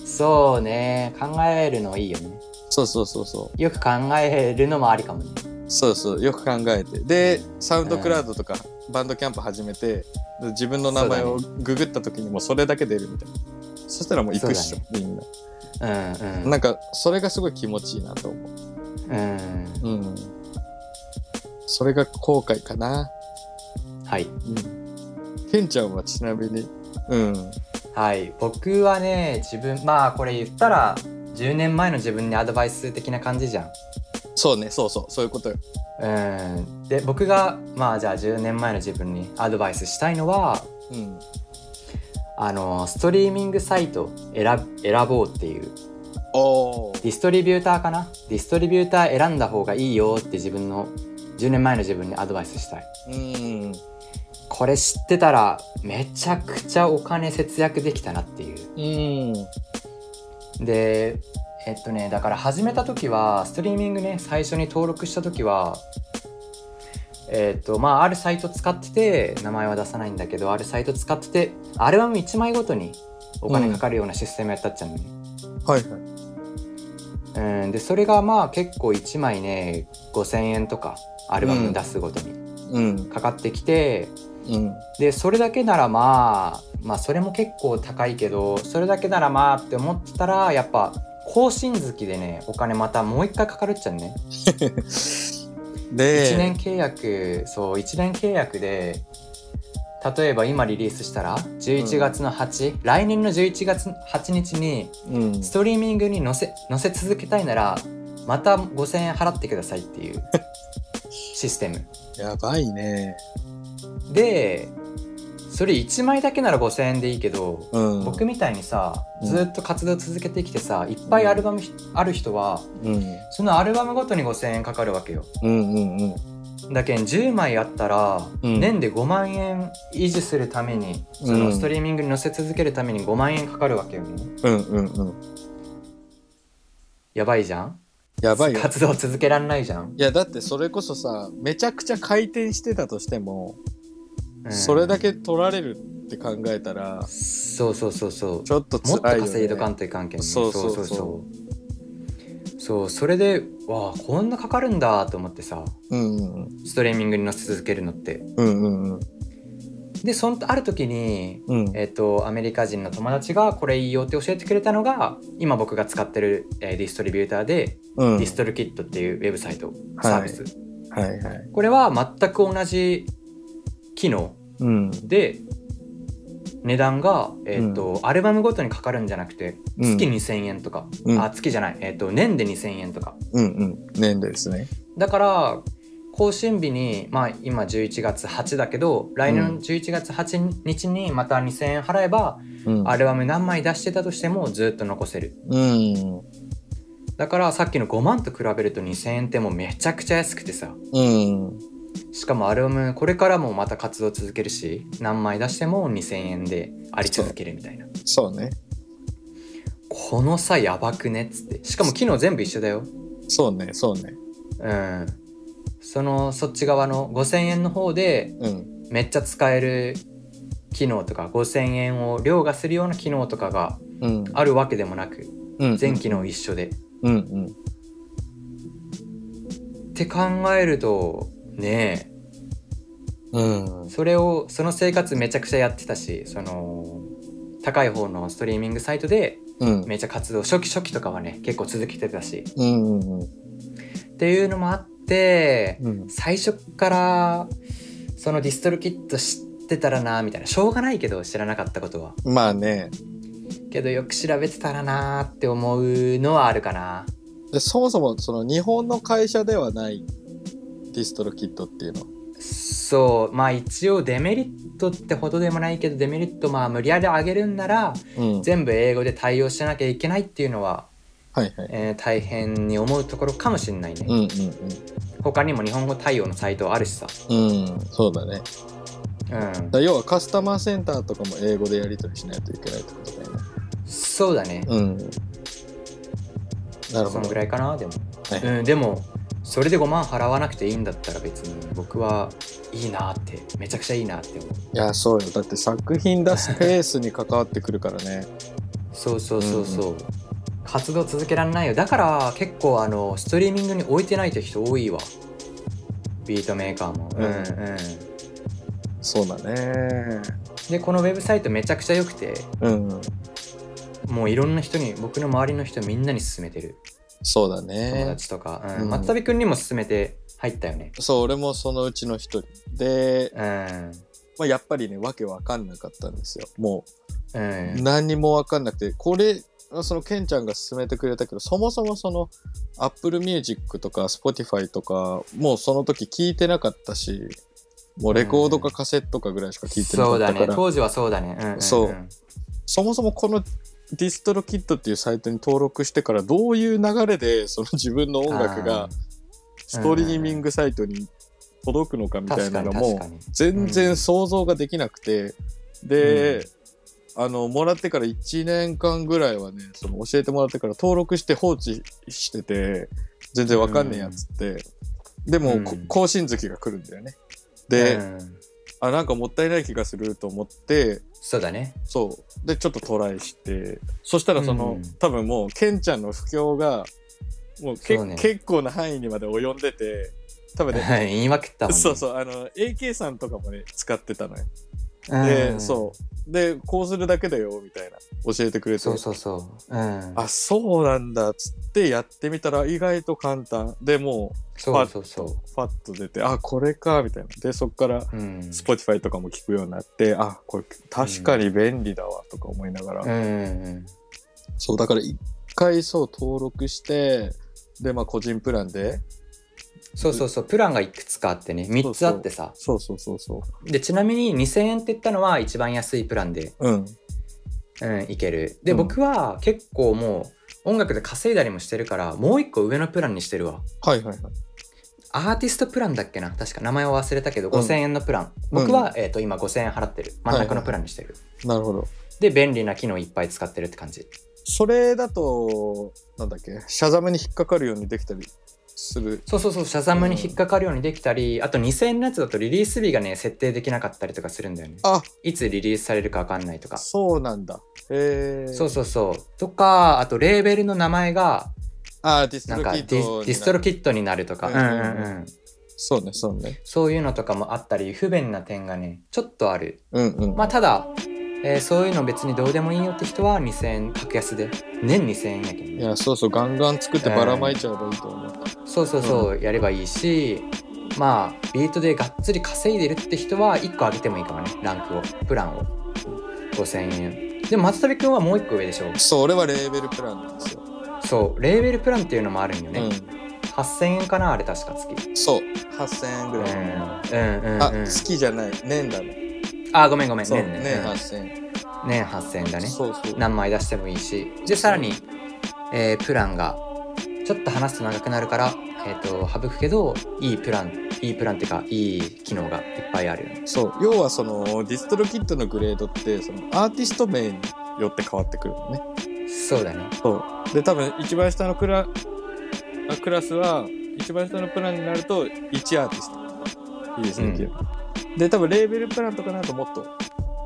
[SPEAKER 2] そうね考えるのいいよね
[SPEAKER 1] そうそうそうそ
[SPEAKER 2] よく考えるのもありかもね
[SPEAKER 1] うそうそうよく考えてでサウンドクラウドとかバンドキャンプ始めて自分の名前をググった時にもうそれだけ出るみたいなそしたらもう行くっしょ、みんな
[SPEAKER 2] うんうん
[SPEAKER 1] なんかそれがすごい気持ちいいなと思
[SPEAKER 2] うん
[SPEAKER 1] ううんそれが後悔かな
[SPEAKER 2] はい
[SPEAKER 1] うんケンちゃんはちなみにうん
[SPEAKER 2] はい僕はね自分まあこれ言ったら10年前の自分にアドバイス的な感じじゃん
[SPEAKER 1] そうねそうそうそういうことよ
[SPEAKER 2] うんで僕がまあじゃあ10年前の自分にアドバイスしたいのは
[SPEAKER 1] うん
[SPEAKER 2] あのストリーミングサイト選ぶ選ぼうっていう
[SPEAKER 1] おお
[SPEAKER 2] ディストリビューターかなディストリビューター選んだ方がいいよって自分の10年前の自分にアドバイスしたい
[SPEAKER 1] うん
[SPEAKER 2] これ知ってたらめちゃくちゃお金節約できたなっていう
[SPEAKER 1] うん
[SPEAKER 2] でえっとねだから始めた時はストリーミングね最初に登録した時はえっとまああるサイト使ってて名前は出さないんだけどあるサイト使っててアルバム1枚ごとにお金かかるようなシステムやったっちゃうのね、
[SPEAKER 1] はいはい
[SPEAKER 2] うん、でそれがまあ結構1枚ね5,000円とかアルバム出すごとに
[SPEAKER 1] うん
[SPEAKER 2] かかってきて、
[SPEAKER 1] うん
[SPEAKER 2] でそれだけならまあまあそれも結構高いけどそれだけならまあって思ってたらやっぱ更新月でねお金またもう一回かかるっちゃうね、
[SPEAKER 1] で
[SPEAKER 2] 1年契約そう1年契約で例えば今リリースしたら11月の8、来年の11月8日に
[SPEAKER 1] うん
[SPEAKER 2] ストリーミングに載せ載せ続けたいならまた5,000円払ってくださいっていうシステム
[SPEAKER 1] やばいね。
[SPEAKER 2] でそれ1枚だけなら5,000円でいいけど、
[SPEAKER 1] うん
[SPEAKER 2] 僕みたいにさ
[SPEAKER 1] うん
[SPEAKER 2] ずっと活動続けてきてさいっぱいアルバムひある人は
[SPEAKER 1] うん。
[SPEAKER 2] そのアルバムごとに5,000円かかるわけよ
[SPEAKER 1] うんうんうん。
[SPEAKER 2] だけん10枚あったら
[SPEAKER 1] うん
[SPEAKER 2] 年で5万円維持するために、そうの
[SPEAKER 1] ん
[SPEAKER 2] ストリーミングに載せ続けるために5万円かかるわけよね
[SPEAKER 1] うんうんうん。
[SPEAKER 2] やばいじゃん
[SPEAKER 1] やばいよ。
[SPEAKER 2] 活動続けられないじゃん、
[SPEAKER 1] いや、だってそれこそさ、めちゃくちゃ回転してたとしても、
[SPEAKER 2] うん
[SPEAKER 1] それだけ取られるって考えたら、
[SPEAKER 2] そうそうそうそう
[SPEAKER 1] ちょっと辛
[SPEAKER 2] もっ
[SPEAKER 1] い
[SPEAKER 2] と
[SPEAKER 1] よ、ね。
[SPEAKER 2] 稼いとかんといかんけんね
[SPEAKER 1] そうそうそう
[SPEAKER 2] そうそうそれでわあこんなかかるんだと思ってさ
[SPEAKER 1] うんうん
[SPEAKER 2] ストリーミングに載せ続けるのって
[SPEAKER 1] うんうん
[SPEAKER 2] でそんある時に
[SPEAKER 1] うんうん
[SPEAKER 2] えっとアメリカ人の友達がこれいいよって教えてくれたのが今僕が使ってる、えーディストリビューターで、
[SPEAKER 1] うん
[SPEAKER 2] ディストルキットっていうウェブサイトサービス、
[SPEAKER 1] はいはい
[SPEAKER 2] これは全く同じ機能
[SPEAKER 1] うん
[SPEAKER 2] で値段が、えっとアルバムごとにかかるんじゃなくて
[SPEAKER 1] うん
[SPEAKER 2] 月2000円とか、
[SPEAKER 1] うん
[SPEAKER 2] あ月じゃない、えっと年で2000円とか
[SPEAKER 1] うんうん年齢ですね
[SPEAKER 2] だから更新日に、まあ、今11月8だけど来
[SPEAKER 1] うん
[SPEAKER 2] 年11月8日にまた2000円払えば、
[SPEAKER 1] うん
[SPEAKER 2] アルバム何枚出してたとしてもずっと残せる
[SPEAKER 1] うん
[SPEAKER 2] だからさっきの5万と比べると2000円ってもうめちゃくちゃ安くてさ
[SPEAKER 1] うん
[SPEAKER 2] しかもアルバムこれからもまた活動続けるし何枚出しても2000円であり続けるみたいな
[SPEAKER 1] そうね
[SPEAKER 2] この差やばくねっつってしかも機能全部一緒だよ
[SPEAKER 1] そうねそうね
[SPEAKER 2] うんそのそっち側の5000円の方で
[SPEAKER 1] うん
[SPEAKER 2] めっちゃ使える機能とか5,000円を凌駕するような機能とかが
[SPEAKER 1] うん
[SPEAKER 2] あるわけでもなく
[SPEAKER 1] うん
[SPEAKER 2] 全機能一緒で。っ
[SPEAKER 1] うんうん
[SPEAKER 2] て考えるとね
[SPEAKER 1] うん
[SPEAKER 2] えそれをその生活めちゃくちゃやってたしその高い方のストリーミングサイトで
[SPEAKER 1] うん
[SPEAKER 2] めっちゃ活動初期初期とかはね結構続けてたし
[SPEAKER 1] うんうん
[SPEAKER 2] っていうのもあって
[SPEAKER 1] うん
[SPEAKER 2] 最初からそのディストルキット知ってたらなみたいなしょうがないけど知らなかったことは
[SPEAKER 1] まあね
[SPEAKER 2] けどよく調べてたらなーって思うのはあるかな
[SPEAKER 1] でそもそもその日本の会社ではないディストロキットっていうの
[SPEAKER 2] そうまあ一応デメリットってほどでもないけどデメリットまあ無理やり上げるんなら
[SPEAKER 1] うん
[SPEAKER 2] 全部英語で対応しなきゃいけないっていうのは、
[SPEAKER 1] はいはい
[SPEAKER 2] えー大変に思うところかもしれないね、
[SPEAKER 1] うん
[SPEAKER 2] 他にも日本語対応のサイトあるしさ
[SPEAKER 1] うんうんうんそうだね
[SPEAKER 2] うん
[SPEAKER 1] だから要はカスタマーセンターとかも英語でやり取りしないといけないってことだよね
[SPEAKER 2] そうだね、
[SPEAKER 1] うんなる
[SPEAKER 2] そ
[SPEAKER 1] ほ
[SPEAKER 2] の
[SPEAKER 1] ど
[SPEAKER 2] ぐらいかなでも、
[SPEAKER 1] はい
[SPEAKER 2] うんでもそれで5万払わなくていいんだったら別に僕はいいなってめちゃくちゃいいなって思う
[SPEAKER 1] いやそうよだって作品出すペースに関わってくるからね
[SPEAKER 2] そうそうそうそう、活動続けられないよだから結構あのストリーミングに置いてないって人多いわビートメーカーも、
[SPEAKER 1] うん
[SPEAKER 2] うんうん
[SPEAKER 1] そうだね
[SPEAKER 2] でこのウェブサイトめちゃくちゃ良くて
[SPEAKER 1] うん
[SPEAKER 2] もういろんな人に僕の周りの人みんなに勧めてる
[SPEAKER 1] そうだ
[SPEAKER 2] 友
[SPEAKER 1] ね
[SPEAKER 2] 達とか、
[SPEAKER 1] う
[SPEAKER 2] うんん、松旅君にも勧めて入ったよね
[SPEAKER 1] そう俺もそのうちの一人で、
[SPEAKER 2] うん
[SPEAKER 1] まあ、やっぱりねわけわかんなかったんですよも
[SPEAKER 2] う
[SPEAKER 1] うん何にもわかんなくてこれそのケンちゃんが勧めてくれたけどそもそもその Apple Music とか Spotify とかもうその時聞いてなかったしもうレコードかカセットかぐらいしか聞いてな
[SPEAKER 2] そ
[SPEAKER 1] かっ
[SPEAKER 2] うだ
[SPEAKER 1] たか
[SPEAKER 2] ね
[SPEAKER 1] ら、
[SPEAKER 2] 当時はそうだね、うんうんん
[SPEAKER 1] そうそもそもこのディストロキットっていうサイトに登録してからどういう流れでその自分の音楽
[SPEAKER 2] あ
[SPEAKER 1] がストリーミングサイトに届くのかみたい
[SPEAKER 2] 確
[SPEAKER 1] な
[SPEAKER 2] かに
[SPEAKER 1] の
[SPEAKER 2] 確
[SPEAKER 1] も
[SPEAKER 2] かに
[SPEAKER 1] 全然想像ができなくて、で、あのもらってから1年間ぐらいはねその教えてもらってから登録して放置してて全然わかんねえやつって、でも、こ
[SPEAKER 2] うん
[SPEAKER 1] 更新月が来るんだよね。で、
[SPEAKER 2] うん
[SPEAKER 1] あなんかもったいない気がすると思って
[SPEAKER 2] そうだね
[SPEAKER 1] そう。で、ちょっとトライして、そしたらその、
[SPEAKER 2] うん
[SPEAKER 1] 多分もう、ケンちゃんの不況が、もうけ
[SPEAKER 2] そうね
[SPEAKER 1] 結構な範囲にまで及んでて、多分 ね、
[SPEAKER 2] 言いまくったもんね
[SPEAKER 1] そうそう、あの、AK さんとかもね、使ってたのよ。
[SPEAKER 2] うん
[SPEAKER 1] で、そう。で、こうするだけだよ、みたいな、教えてくれて。
[SPEAKER 2] そうそうそう。うん。
[SPEAKER 1] あ、そうなんだ、つってやってみたら、意外と簡単。で、もう、
[SPEAKER 2] そうそうそ
[SPEAKER 1] ファッと出て、あ、これか、みたいな。で、そっから、
[SPEAKER 2] う。うん。
[SPEAKER 1] Spotify とかも聞くようになって、あ、これ確かに便利だわ、とか思いながら。
[SPEAKER 2] うんうん
[SPEAKER 1] そうだから一回そう登録してでまあ個人プランで
[SPEAKER 2] そうそうそう。プランがいくつかあってね、3つあってさ。
[SPEAKER 1] そうそうそうそ
[SPEAKER 2] で、ちなみに2000円って言ったのは一番安いプランで、
[SPEAKER 1] ううん
[SPEAKER 2] うん、いける。で、
[SPEAKER 1] うん
[SPEAKER 2] 僕は結構もう音楽で稼いだりもしてるから、もう一個上のプランにしてるわ。
[SPEAKER 1] はいはいはい
[SPEAKER 2] アーティストプランだっけな確か名前を忘れたけど、
[SPEAKER 1] うん
[SPEAKER 2] 5000円のプラン。僕は、えっ、と、今5000円払ってる。真ん中のプランにしてる。
[SPEAKER 1] なるほど
[SPEAKER 2] で、便利な機能いっぱい使ってるって感じ。
[SPEAKER 1] それだと、なんだっけ、シャザムに引っかかるようにできたりする。
[SPEAKER 2] そうそうそうシャザムに引っかかるようにできたり、あと2000円のやつだとリリース日がね設定できなかったりとかするんだよね
[SPEAKER 1] あ、
[SPEAKER 2] いつリリースされるか分かんないとか
[SPEAKER 1] そうなんだ。えー、
[SPEAKER 2] そうそうそうとかあとレーベルの名前が
[SPEAKER 1] あー、ディス
[SPEAKER 2] な
[SPEAKER 1] ト
[SPEAKER 2] ん
[SPEAKER 1] ロ
[SPEAKER 2] か
[SPEAKER 1] キ
[SPEAKER 2] デ
[SPEAKER 1] ット
[SPEAKER 2] ィデ
[SPEAKER 1] になる。
[SPEAKER 2] ィストロキットになるとか、
[SPEAKER 1] う
[SPEAKER 2] うん
[SPEAKER 1] うん
[SPEAKER 2] ん
[SPEAKER 1] うん
[SPEAKER 2] うんうん、
[SPEAKER 1] そうね、そうね。
[SPEAKER 2] そういうのとかもあったり不便な点がねちょっとある
[SPEAKER 1] うんうん。
[SPEAKER 2] まあただ、えーそういうの別にどうでもいいよって人は2000円格安で年2000円やけど
[SPEAKER 1] い
[SPEAKER 2] ね
[SPEAKER 1] や、そうそう、ガンガン作ってばらまいちゃえばいいと思う。
[SPEAKER 2] そうそうそうやればいいしまあビートでがっつり稼いでるって人は1個上げてもいいかもねランクをプランを5000円でも松飛君はもう1個上でしょ
[SPEAKER 1] そう、俺はレーベルプランなんですよ。
[SPEAKER 2] そうレーベルプランっていうのもあるんよね、
[SPEAKER 1] う
[SPEAKER 2] 8000円かなあれ確か月
[SPEAKER 1] ん。そう、8000円ぐ
[SPEAKER 2] うん
[SPEAKER 1] らい。
[SPEAKER 2] うんうん
[SPEAKER 1] あ、
[SPEAKER 2] うん
[SPEAKER 1] 好きじゃない。年だね。
[SPEAKER 2] あごめんごめん
[SPEAKER 1] そう、
[SPEAKER 2] 年
[SPEAKER 1] 年
[SPEAKER 2] ね
[SPEAKER 1] 8000
[SPEAKER 2] うん年8000円だね
[SPEAKER 1] 円。そうそう。
[SPEAKER 2] 何枚出してもいいしでさらに、えープランがちょっと話すと長くなるから、えー、と省くけどいいプランいいプランっていうかいい機能がいっぱいあるよね
[SPEAKER 1] そう要はそのディストロキットのグレードってそのアーティスト名によって変わってくるのね
[SPEAKER 2] そうだね
[SPEAKER 1] そうで多分一番下のクラあクラスは一番下のプランになると1アーティストいいですね、
[SPEAKER 2] うん
[SPEAKER 1] きれいで多分レーベルプランとかなるともっと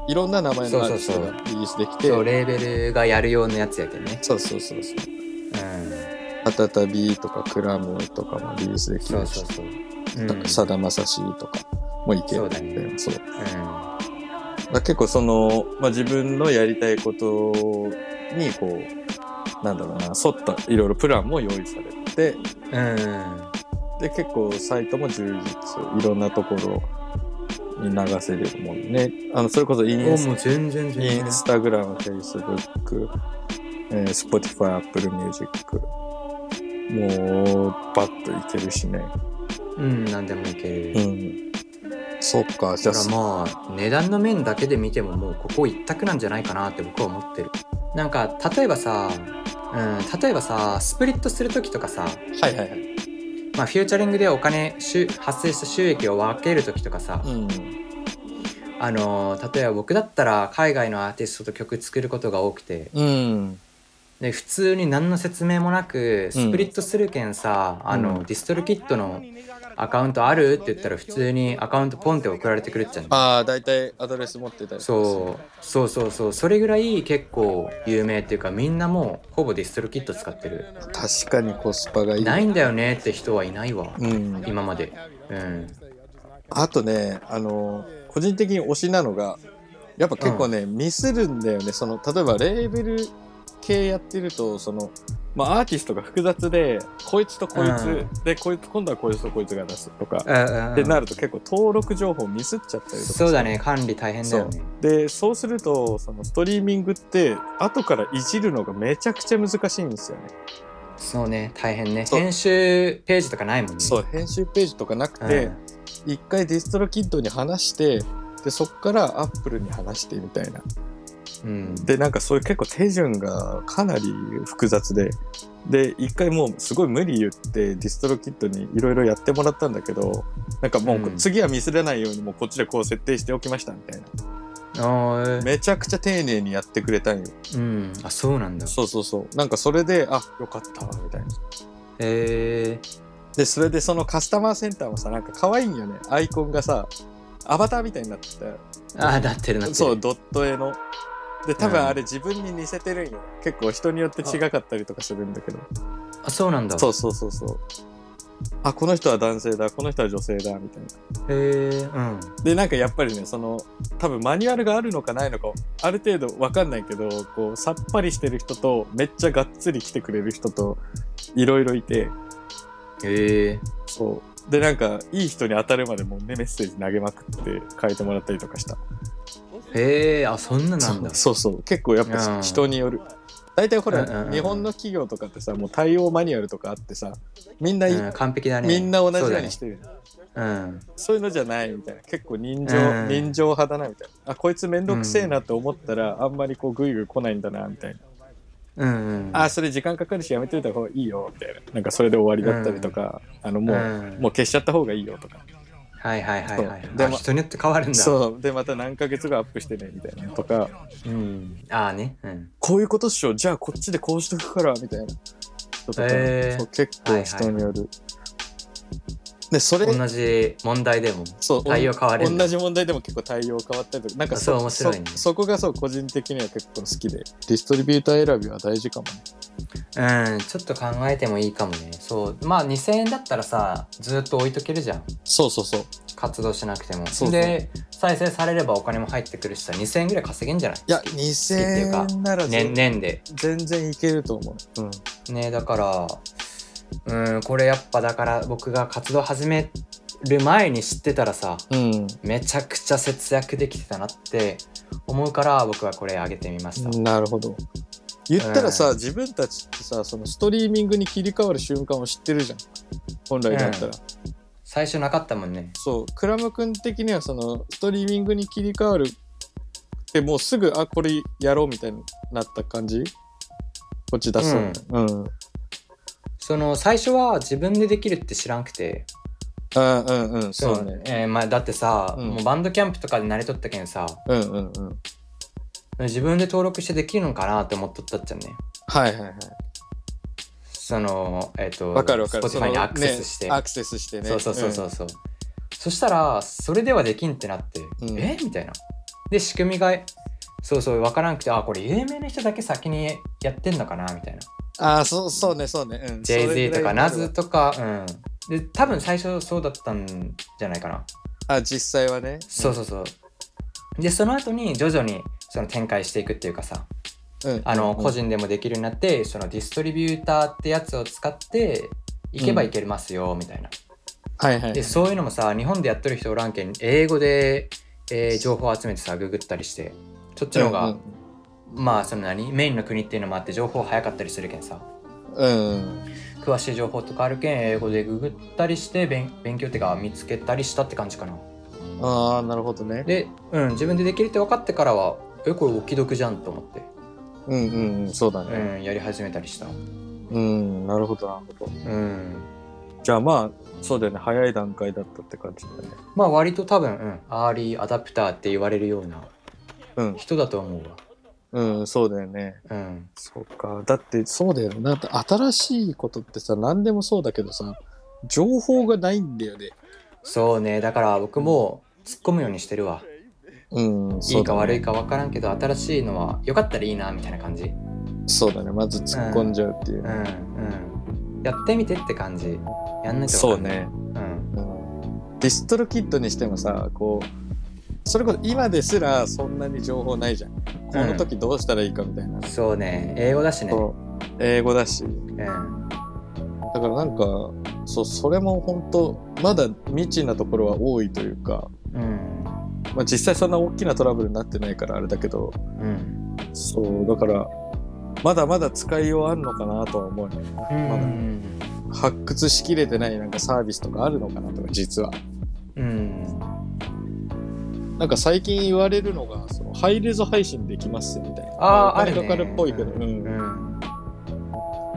[SPEAKER 1] いろんな名前のアーティスト
[SPEAKER 2] そう
[SPEAKER 1] が
[SPEAKER 2] そ
[SPEAKER 1] リリースできて
[SPEAKER 2] そうレーベルがやる用のやつやけんね
[SPEAKER 1] そうそうそうそう
[SPEAKER 2] うん
[SPEAKER 1] あたたびとかクラムとかもリリースでき
[SPEAKER 2] そ
[SPEAKER 1] る
[SPEAKER 2] う
[SPEAKER 1] し
[SPEAKER 2] そうそう、うん、
[SPEAKER 1] さだまさしとかもいける
[SPEAKER 2] そうだね
[SPEAKER 1] そう
[SPEAKER 2] うん
[SPEAKER 1] まあ、結構その、まあ、自分のやりたいことにこうなんだろうな沿ったいろいろプランも用意されて
[SPEAKER 2] うん
[SPEAKER 1] で結構サイトも充実いろんなところに流せるもんねあのそれこそイン
[SPEAKER 2] お
[SPEAKER 1] ス
[SPEAKER 2] もう全然全
[SPEAKER 1] イ
[SPEAKER 2] 然
[SPEAKER 1] ンスタグラム、フェイスブック、えー、Spotify、Apple Music もうバッといけるしね
[SPEAKER 2] うん何でもいける、
[SPEAKER 1] うんそっかじゃ
[SPEAKER 2] だ
[SPEAKER 1] あ
[SPEAKER 2] からまあ値段の面だけで見てももうここ一択なんじゃないかなって僕は思ってるなんか例えばさ、うん、例えばさスプリットする時とかさ、
[SPEAKER 1] はいはいはい
[SPEAKER 2] まあ、フューチャリングでお金収発生した収益を分ける時とかさ、
[SPEAKER 1] うん
[SPEAKER 2] あのー例えば僕だったら海外のアーティストと曲作ることが多くて
[SPEAKER 1] うん
[SPEAKER 2] で普通に何の説明もなくスプリットするけんさ、あのディストルキットのアカウントあるって言ったら普通にアカウントポンって送られてくるっちゃう
[SPEAKER 1] ああ大体アドレス持ってたり
[SPEAKER 2] そうそうそうそうそれぐらい結構有名っていうかみんなもうほぼディストルキット使ってる
[SPEAKER 1] 確かにコスパがいい
[SPEAKER 2] ないんだよねって人はいないわ
[SPEAKER 1] うん、
[SPEAKER 2] 今までうん
[SPEAKER 1] あとねあの個人的に推しなのがやっぱ結構ね、ミスるんだよねその例えばレーベル系やってるとそのまあアーティストが複雑でこいつとこいつ、
[SPEAKER 2] う
[SPEAKER 1] でこいつ今度はこいつとこいつが出すとか、
[SPEAKER 2] っ
[SPEAKER 1] ってなると結構登録情報ミスっちゃったりとか
[SPEAKER 2] そうだね管理大変だよね
[SPEAKER 1] でそうするとそのストリーミングって後からいじるのがめちゃくちゃ難しいんですよね、
[SPEAKER 2] そうね大変ね
[SPEAKER 1] そう
[SPEAKER 2] 編集ページとかないもんね
[SPEAKER 1] そう編集ページとかなくて、
[SPEAKER 2] うん
[SPEAKER 1] 一回ディストロキッドに話してでそっからアップルに話してみたいな
[SPEAKER 2] うん
[SPEAKER 1] でなんかそういう結構手順がかなり複雑でで一回もうすごい無理言ってディストロキッドにいろいろやってもらったんだけどなんかも
[SPEAKER 2] う
[SPEAKER 1] うん次はミスれないようにもうこっちでこう設定しておきましたみたいな、
[SPEAKER 2] あー
[SPEAKER 1] めちゃくちゃ丁寧にやってくれたんよ
[SPEAKER 2] うんあそうなんだ
[SPEAKER 1] そうそうそうなんかそれであよかったみたいな
[SPEAKER 2] え
[SPEAKER 1] でそれでそのカスタマーセンターもさなんか可愛いんよねアイコンがさアバターみたいになってたよ
[SPEAKER 2] ー、ああなってるなってる
[SPEAKER 1] そうドット絵ので多
[SPEAKER 2] う
[SPEAKER 1] 分
[SPEAKER 2] ん
[SPEAKER 1] あれ自分に似せてるんよ、結構人によって違かったりとかするんだけど
[SPEAKER 2] あそうなんだ
[SPEAKER 1] そうそうそうそうあこの人は男性だこの人は女性だみたいな
[SPEAKER 2] へえうん
[SPEAKER 1] でなんかやっぱりねその多分マニュアルがあるのかないのかある程度わかんないけどこうさっぱりしてる人とめっちゃがっつり来てくれる人といろいろいて
[SPEAKER 2] へえ
[SPEAKER 1] そうでなんかいい人に当たるまでもうねメッセージ投げまくって書いてもらったりとかした
[SPEAKER 2] へえあそんななんだ
[SPEAKER 1] そうそうそう結構やっ
[SPEAKER 2] う
[SPEAKER 1] ぱ
[SPEAKER 2] ん
[SPEAKER 1] 人による大体ほら、
[SPEAKER 2] うんうんうん
[SPEAKER 1] 日本の企業とかってさもう対応マニュアルとかあってさみんな、
[SPEAKER 2] うん、完璧だね
[SPEAKER 1] みんな同じよ
[SPEAKER 2] そうだ
[SPEAKER 1] に
[SPEAKER 2] ね
[SPEAKER 1] してるそう,、
[SPEAKER 2] うん
[SPEAKER 1] いうのじゃないみたいな結構人情、
[SPEAKER 2] うん
[SPEAKER 1] 人情派だなみたいなあこいつめんどくせえなって思ったら、あんまりこうグイグイ来ないんだなみたいな、
[SPEAKER 2] うんうん
[SPEAKER 1] あそれ時間かかるしやめといた方がいいよみたいななんかそれで終わりだったりとか、あのもう、
[SPEAKER 2] うん
[SPEAKER 1] もう消しちゃった方がいいよとか
[SPEAKER 2] はいはいはいはい
[SPEAKER 1] そうで
[SPEAKER 2] で
[SPEAKER 1] も
[SPEAKER 2] も人によって変わるんだ
[SPEAKER 1] そうでまた何ヶ月後アップしてねみたいなのとか
[SPEAKER 2] うんああねうん
[SPEAKER 1] こういうことっしょじゃあこっちでこうしとくからみたいな人とか、
[SPEAKER 2] へー
[SPEAKER 1] そう結構人による、でそれ
[SPEAKER 2] 同じ問題でも
[SPEAKER 1] そう
[SPEAKER 2] 対応変わるんだ
[SPEAKER 1] 同じ問題でも結構対応変わったりとかなんか
[SPEAKER 2] あそう面白いね
[SPEAKER 1] そそこがそう個人的には結構好きでディストリビューター選びは大事かもね
[SPEAKER 2] うんちょっと考えてもいいかもねそうまあ2000円だったらさずっと置いとけるじゃん
[SPEAKER 1] そうそうそう
[SPEAKER 2] 活動しなくても
[SPEAKER 1] そうそう
[SPEAKER 2] で再生されればお金も入ってくるしさ2000円ぐらい稼げんじゃない
[SPEAKER 1] いや2000円なら
[SPEAKER 2] 年年で
[SPEAKER 1] 全然いけると思う、うん、
[SPEAKER 2] ねだからうんこれやっぱだから僕が活動始める前に知ってたらさ
[SPEAKER 1] うん、
[SPEAKER 2] めちゃくちゃ節約できてたなって思うから僕はこれ上げてみました、
[SPEAKER 1] なるほど言ったらさ、
[SPEAKER 2] うん
[SPEAKER 1] 自分たちってさそのストリーミングに切り替わる瞬間を知ってるじゃん本来だったら、
[SPEAKER 2] うん最初なかったもんね
[SPEAKER 1] そうクラム君的にはそのストリーミングに切り替わるってもうすぐあこれやろうみたいになった感じこっち出そう、うんうん、
[SPEAKER 2] その最初は自分でできるって知らんくて
[SPEAKER 1] あうんうんそうね
[SPEAKER 2] えーまあ、だってさ、
[SPEAKER 1] うん
[SPEAKER 2] もうバンドキャンプとかで慣れとったけんさ
[SPEAKER 1] うんうんうん
[SPEAKER 2] 自分で登録してできるのかなって思っとったっちゃね
[SPEAKER 1] はいはいはい
[SPEAKER 2] そのえっ、と
[SPEAKER 1] わかるわかる
[SPEAKER 2] Spotify にアクセスし
[SPEAKER 1] そ
[SPEAKER 2] て
[SPEAKER 1] のねアクセスしてね
[SPEAKER 2] そうそうそうそうそう、そしたらそれではできんってなって、
[SPEAKER 1] うん
[SPEAKER 2] えみたいなで仕組みがそうそう分からんくてあこれ有名な人だけ先にやってんのかなみたいな
[SPEAKER 1] うんあそうそうねそうね、うん、
[SPEAKER 2] JZ とか
[SPEAKER 1] な
[SPEAKER 2] NAZ とかうんで多分最初そうだったんじゃないかな、
[SPEAKER 1] あ実際はね
[SPEAKER 2] そうそうそうでその後に徐々にその展開していくっていうかさ
[SPEAKER 1] うん、うん、
[SPEAKER 2] あの
[SPEAKER 1] うん
[SPEAKER 2] 個人でもできるようになってそのディストリビューターってやつを使っていけばいけますよみたいな
[SPEAKER 1] はいはい
[SPEAKER 2] でそういうのもさ日本でやってる人おらんけん英語で、えー情報を集めてさググったりしてそっちの方が、
[SPEAKER 1] うん
[SPEAKER 2] まあその何メインの国っていうのもあって情報早かったりするけんさ
[SPEAKER 1] うん、うん
[SPEAKER 2] 詳しい情報とかあるけん英語でググったりして勉勉強っていうか見つけたりしたって感じかな
[SPEAKER 1] ああなるほどね
[SPEAKER 2] で、うん、自分でできるって分かってからはえこれお気読じゃんと思って、
[SPEAKER 1] うんうんうんそうだね
[SPEAKER 2] うん、やり始めたりした
[SPEAKER 1] うん、なるほどなるほど
[SPEAKER 2] うん
[SPEAKER 1] じゃあまあそうだよね早い段階だったって感じだね
[SPEAKER 2] まあ割と多分、うん、アーリーアダプターって言われるような
[SPEAKER 1] うん
[SPEAKER 2] 人だと思うわ
[SPEAKER 1] うんそうだよね
[SPEAKER 2] うん
[SPEAKER 1] そうかだってそうだよねなんか新しいことってさ何でもそうだけどさ情報がないんだよね
[SPEAKER 2] そうねだから僕も突っ込むようにしてるわ
[SPEAKER 1] うん
[SPEAKER 2] い
[SPEAKER 1] そ
[SPEAKER 2] いう
[SPEAKER 1] だ
[SPEAKER 2] か
[SPEAKER 1] ね
[SPEAKER 2] 悪いか分からんけど新しいのはよかったらいいなみたいな感じうん
[SPEAKER 1] そうだねまず突っ込んじゃうっていう、
[SPEAKER 2] うんやってみてって感じやんないと
[SPEAKER 1] そ
[SPEAKER 2] わ
[SPEAKER 1] う
[SPEAKER 2] かんない
[SPEAKER 1] ね、
[SPEAKER 2] うん
[SPEAKER 1] うん、ディストロキットにしてもさこうそれこそ今ですらそんなに情報ないじゃんこの時どうしたらいいかみたいな、
[SPEAKER 2] そうね英語だしね
[SPEAKER 1] そう英語だし
[SPEAKER 2] うん
[SPEAKER 1] だからなんかそうそれも本当まだ未知なところは多いというか、
[SPEAKER 2] うん
[SPEAKER 1] まあ、実際そんな大きなトラブルになってないからあれだけど
[SPEAKER 2] うん
[SPEAKER 1] そうだからまだまだ使いようあるのかなとは思うよね
[SPEAKER 2] うん
[SPEAKER 1] まだ発掘しきれてないなんかサービスとかあるのかなとか実は
[SPEAKER 2] うん
[SPEAKER 1] なんか最近言われるのがそのハイレゾ配信できますよみたいな
[SPEAKER 2] あー
[SPEAKER 1] ま
[SPEAKER 2] あ
[SPEAKER 1] お金
[SPEAKER 2] るね
[SPEAKER 1] かかるっぽいけど、
[SPEAKER 2] うん
[SPEAKER 1] うん
[SPEAKER 2] うん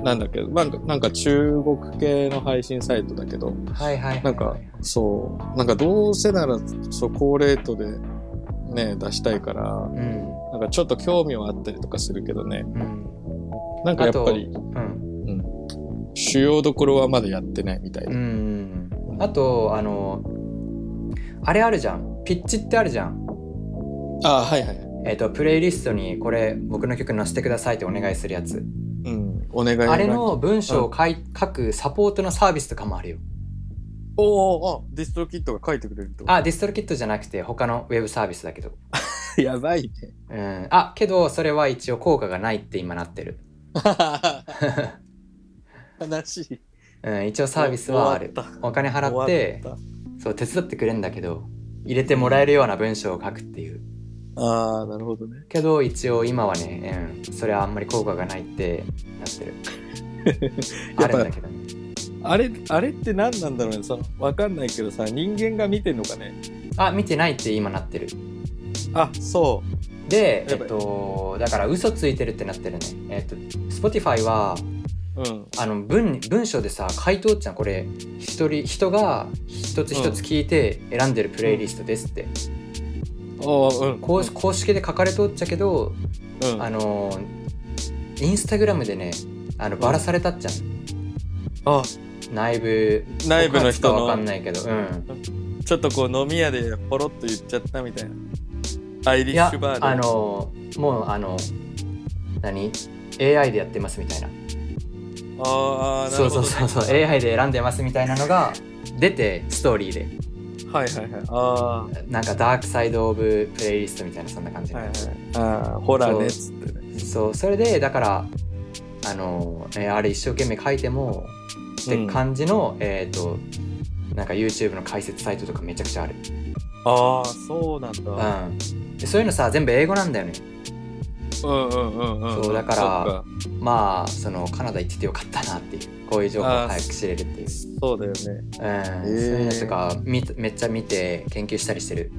[SPEAKER 1] なんだけど、まあ、なんか中国系の配信サイトだけど
[SPEAKER 2] はいはいはいはい
[SPEAKER 1] なんかそうなんかどうせならそう高レートでね出したいから
[SPEAKER 2] うん
[SPEAKER 1] なんかちょっと興味はあったりとかするけどね
[SPEAKER 2] うん
[SPEAKER 1] なんかやっぱり、
[SPEAKER 2] うん
[SPEAKER 1] うん、主要どころはまだやってないみたいな、
[SPEAKER 2] うんあとあのあれあるじゃんピッチってあるじゃん
[SPEAKER 1] ああはいはいはい、
[SPEAKER 2] えっ、とプレイリストにこれ僕の曲載せてくださいってお願いするやつ
[SPEAKER 1] うん、お願い
[SPEAKER 2] あれの文章を書い書くサポートのサービスとかもあるよ
[SPEAKER 1] おーおーあディストロキットが書いてくれるってこと
[SPEAKER 2] あディストロキットじゃなくて他のウェブサービスだけど
[SPEAKER 1] やばいね
[SPEAKER 2] うんあけどそれは一応効果がないって今なってる
[SPEAKER 1] 悲しい
[SPEAKER 2] うん一応サービスはある
[SPEAKER 1] 終わっ
[SPEAKER 2] お金払っ
[SPEAKER 1] 終
[SPEAKER 2] て
[SPEAKER 1] わっ
[SPEAKER 2] そう手伝ってくれるんだけど入れてもらえるような文章を書くっていう
[SPEAKER 1] たああなるほどね
[SPEAKER 2] けど一応今はね、うん、それはあんまり効果がないってなってる
[SPEAKER 1] や
[SPEAKER 2] あ
[SPEAKER 1] っぱ
[SPEAKER 2] るんだけどね
[SPEAKER 1] あれあれって何なんだろうねそのわかんないけどさ人間が見てんのかね
[SPEAKER 2] あ見てないって今なってる
[SPEAKER 1] あそ
[SPEAKER 2] でえ
[SPEAKER 1] やばい
[SPEAKER 2] っとだから嘘ついてるってなってるねえっと Spotify は
[SPEAKER 1] うん。
[SPEAKER 2] あの文文章でさ回答ってのはこれ一人人が一つ一つ聞いて選んでるプレイリストですって、
[SPEAKER 1] ああ、うん。
[SPEAKER 2] 公公式で書かれとっちゃけど、
[SPEAKER 1] うん。
[SPEAKER 2] あ
[SPEAKER 1] あ
[SPEAKER 2] のインスタグラムでねあのバラされたっちゃん、内部
[SPEAKER 1] 内部の人
[SPEAKER 2] わか
[SPEAKER 1] の
[SPEAKER 2] ん、ないけど、うん、
[SPEAKER 1] ちょっとこう飲み屋でポロッと言っちゃったみたいな。アイリ
[SPEAKER 2] い
[SPEAKER 1] ッ
[SPEAKER 2] や
[SPEAKER 1] シュバーで。
[SPEAKER 2] あのもうあの何 AI でやってますみたいな
[SPEAKER 1] ああ、な
[SPEAKER 2] そ
[SPEAKER 1] る
[SPEAKER 2] う
[SPEAKER 1] ほど、
[SPEAKER 2] そう
[SPEAKER 1] ね。
[SPEAKER 2] そうそう AI で選んでますみたいなのが出てストーリーで
[SPEAKER 1] はいはいはい。あ
[SPEAKER 2] なんかダークサイドオブプレイリストみたいなそんな感じ
[SPEAKER 1] あ、
[SPEAKER 2] の、
[SPEAKER 1] はいはい。ああ、ほらね、つってね。
[SPEAKER 2] そうそれでだからあの、えーあれ一生懸命書いてもって感じの、えっ、となんか YouTube の解説サイトとかめちゃくちゃある、
[SPEAKER 1] ああ、そうなんだ。
[SPEAKER 2] うん、でそういうのさ全部英語なんだよね
[SPEAKER 1] うんうんうんうん。
[SPEAKER 2] そうだから
[SPEAKER 1] そっか
[SPEAKER 2] まあそのカナダ行っててよかったなっていうこういう情報を
[SPEAKER 1] あー
[SPEAKER 2] 早く知れるっていう、
[SPEAKER 1] そうだよね。ー
[SPEAKER 2] うんそういうのとかみめっちゃ見て研究したりしてる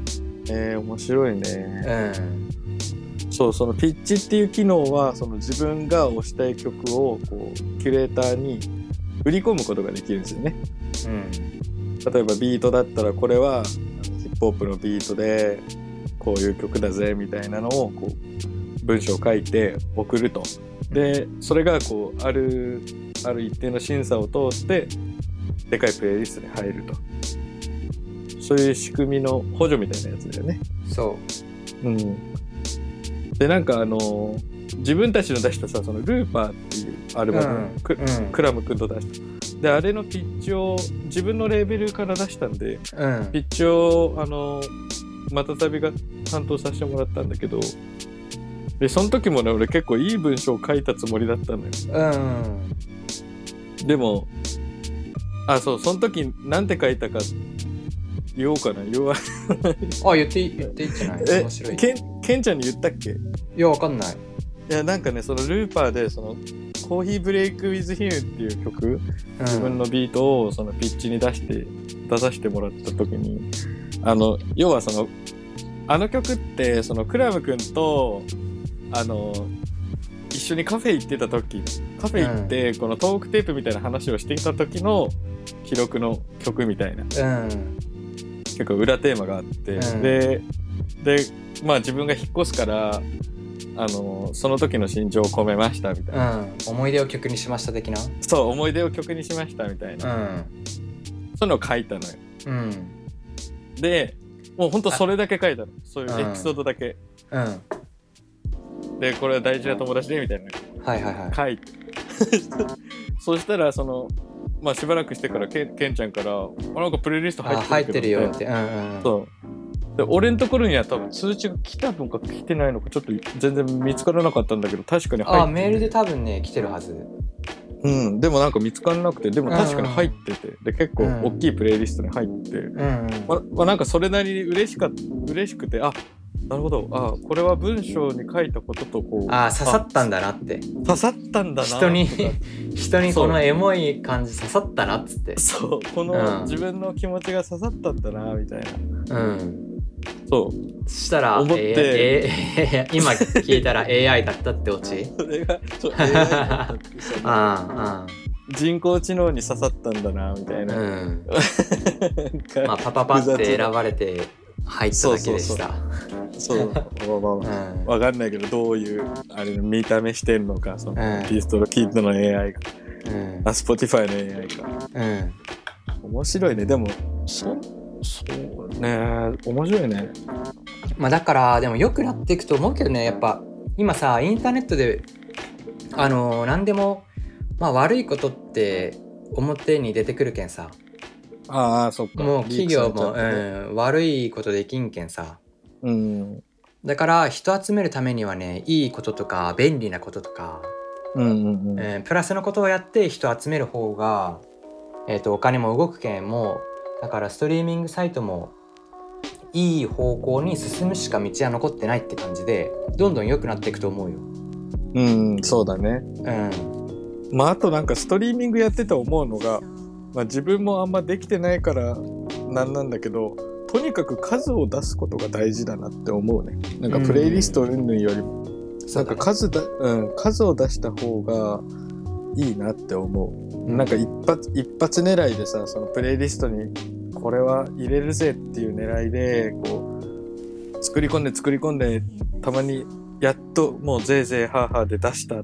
[SPEAKER 1] えー、面白いうね。
[SPEAKER 2] ん
[SPEAKER 1] そう、そのピッチっていう機能は、その自分が推したい曲を、こう、キュレーターに売り込むことができるんですよね。
[SPEAKER 2] うん
[SPEAKER 1] 例えばビートだったら、これはあのヒップホップのビートで、こういう曲だぜ、みたいなのを、こう、文章を書いて送ると。で、それが、こう、ある、ある一定の審査を通って、でかいプレイリストに入ると。そういう仕組みの補助みたいなやつだよね。
[SPEAKER 2] そ
[SPEAKER 1] うん、でなんかあのー自分たちの出したさそのルーパーっていうア
[SPEAKER 2] う
[SPEAKER 1] ルバム、ク
[SPEAKER 2] うん
[SPEAKER 1] クラム君と出したであれのピッチを自分のレーベルから出したんで
[SPEAKER 2] うん
[SPEAKER 1] ピッチをあのーまたたびが担当させてもらったんだけどでその時もね俺結構いい文章を書いたつもりだったのよ
[SPEAKER 2] うん
[SPEAKER 1] でもあそうその時なんて書いたか言おうかな言わ
[SPEAKER 2] あ言っていい言っていいんじゃない
[SPEAKER 1] え
[SPEAKER 2] 面白い
[SPEAKER 1] けんけんちゃんに言ったっけ
[SPEAKER 2] いやわかんない
[SPEAKER 1] いやなんかねそのルーパーでその「コーヒーブレイク・ウィズ・ヒム」っていう曲自分のビートをそのピッチに出して出させてもらった時にあの要はそのあの曲ってそのクラム君とあの一緒にカフェ行ってた時カフェ行ってこのトークテープみたいな話をしていた時の記録の曲みたいな
[SPEAKER 2] うん
[SPEAKER 1] 結構裏テーマがあって、
[SPEAKER 2] うん
[SPEAKER 1] ででまあ自分が引っ越すからあのその時の心情を込めましたみたいな
[SPEAKER 2] う。ん思い出を曲にしました的な
[SPEAKER 1] そう思い出を曲にしましたみたいな、
[SPEAKER 2] うん
[SPEAKER 1] そういうのを書いたのよ
[SPEAKER 2] うん
[SPEAKER 1] でもうほんとそれだけ書いたのそういう
[SPEAKER 2] あ
[SPEAKER 1] エピソードだけ、
[SPEAKER 2] うんは
[SPEAKER 1] でこれは大事な友達でみたいない
[SPEAKER 2] はいはい
[SPEAKER 1] 書いて そしたらそのまあしばらくしてからけけんちゃんからあ「なんかプレイリスト
[SPEAKER 2] あ
[SPEAKER 1] 入
[SPEAKER 2] 入っ
[SPEAKER 1] って
[SPEAKER 2] て
[SPEAKER 1] るけ
[SPEAKER 2] る
[SPEAKER 1] ど
[SPEAKER 2] よってうんうん
[SPEAKER 1] そうで俺のところには多分通知が来たのか来てないのかちょっと全然見つからなかったんだけど確かに入って
[SPEAKER 2] あメールで多分ね来てるはず
[SPEAKER 1] うんでもなんか見つからなくてでも確かに入っててで結構大きいプレイリストに入って、
[SPEAKER 2] うん
[SPEAKER 1] ままあ、なんかそれなりに嬉しかっ嬉しくてあなるほどあこれは文章に書いたこととこう
[SPEAKER 2] あ刺さったんだなって
[SPEAKER 1] あ刺さったんだな
[SPEAKER 2] 人 に
[SPEAKER 1] とか
[SPEAKER 2] 人にこのエモい感じ刺さったなっつって
[SPEAKER 1] そうこ
[SPEAKER 2] うん
[SPEAKER 1] の自分の気持ちが刺さったんだなみたいな
[SPEAKER 2] うん
[SPEAKER 1] そう
[SPEAKER 2] そしたら
[SPEAKER 1] 思って
[SPEAKER 2] えーえーえー今聞いたら AI だったってオチ
[SPEAKER 1] それがそう AI だったってその
[SPEAKER 2] あ
[SPEAKER 1] 人工知能に刺さったんだなみたい
[SPEAKER 2] あ
[SPEAKER 1] な,、
[SPEAKER 2] うん
[SPEAKER 1] なんか
[SPEAKER 2] まあパパパって選ばれて入っただけでした
[SPEAKER 1] そうまあまあまあ
[SPEAKER 2] うん
[SPEAKER 1] わかんないけどどういうあれの見た目してんのかその
[SPEAKER 2] うん
[SPEAKER 1] ピーストロキッドの AI か
[SPEAKER 2] うん
[SPEAKER 1] あ Spotify の AI か
[SPEAKER 2] うん
[SPEAKER 1] 面白いねでもそそうね面白いね
[SPEAKER 2] まあだからでも良くなっていくと思うけどねやっぱ今さインターネットであのー何でも、まあ、悪いことって表に出てくるけんさ
[SPEAKER 1] ああそっか
[SPEAKER 2] もう企業も、う
[SPEAKER 1] リー
[SPEAKER 2] ん、悪いことできんけんさ
[SPEAKER 1] クされちゃってうん
[SPEAKER 2] だから人集めるためにはねいいこととか便利なこととか、
[SPEAKER 1] うんうんうん
[SPEAKER 2] うんプラスのことをやって人集める方が、えー、とお金も動くけんもうだからストリーミングサイトもいい方向に進むしか道は残ってないって感じでどんどん良くなっていくと思うよ。
[SPEAKER 1] うん、そうだね
[SPEAKER 2] うん、
[SPEAKER 1] まああとなんかストリーミングやってて思うのが、まあ、自分もあんまできてないからなんなんだけどとにかく数を出すことが大事だなって思うねなんかプレイリスト云々よりも、
[SPEAKER 2] そ
[SPEAKER 1] な
[SPEAKER 2] うん
[SPEAKER 1] か
[SPEAKER 2] だね
[SPEAKER 1] 数だ、うん、数を出した方がいいなって思うなんか一発一発狙いでさそのプレイリストにこれは入れるぜっていう狙いでこう作り込んで作り込んでたまにやっともうぜいぜいハーハーで出した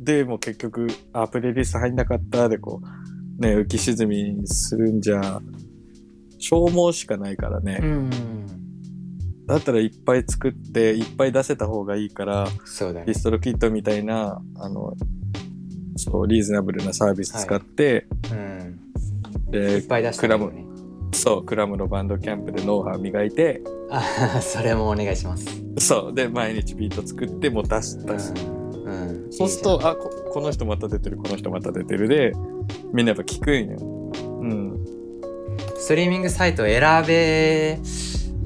[SPEAKER 1] でもう結局あプレイリスト入んなかったでこうね浮き沈みするんじゃ消耗しかないからね、
[SPEAKER 2] うん
[SPEAKER 1] だったらいっぱい作っていっぱい出せた方がいいから
[SPEAKER 2] そうだね
[SPEAKER 1] リストロキットみたいなあのそうリーズナブルなサービス使って、
[SPEAKER 2] うんい
[SPEAKER 1] で
[SPEAKER 2] っぱい出してもいいよね
[SPEAKER 1] そう、クラムのバンドキャンプでノウハウ磨いて、
[SPEAKER 2] あ それもお願いします
[SPEAKER 1] そう、で、毎日ビート作って、もう出す、出す。
[SPEAKER 2] うんうん
[SPEAKER 1] そうすると、あこ、この人また出てる、この人また出てるで、みんなやっぱ聞くんよ。うん。
[SPEAKER 2] ストリーミングサイト選べ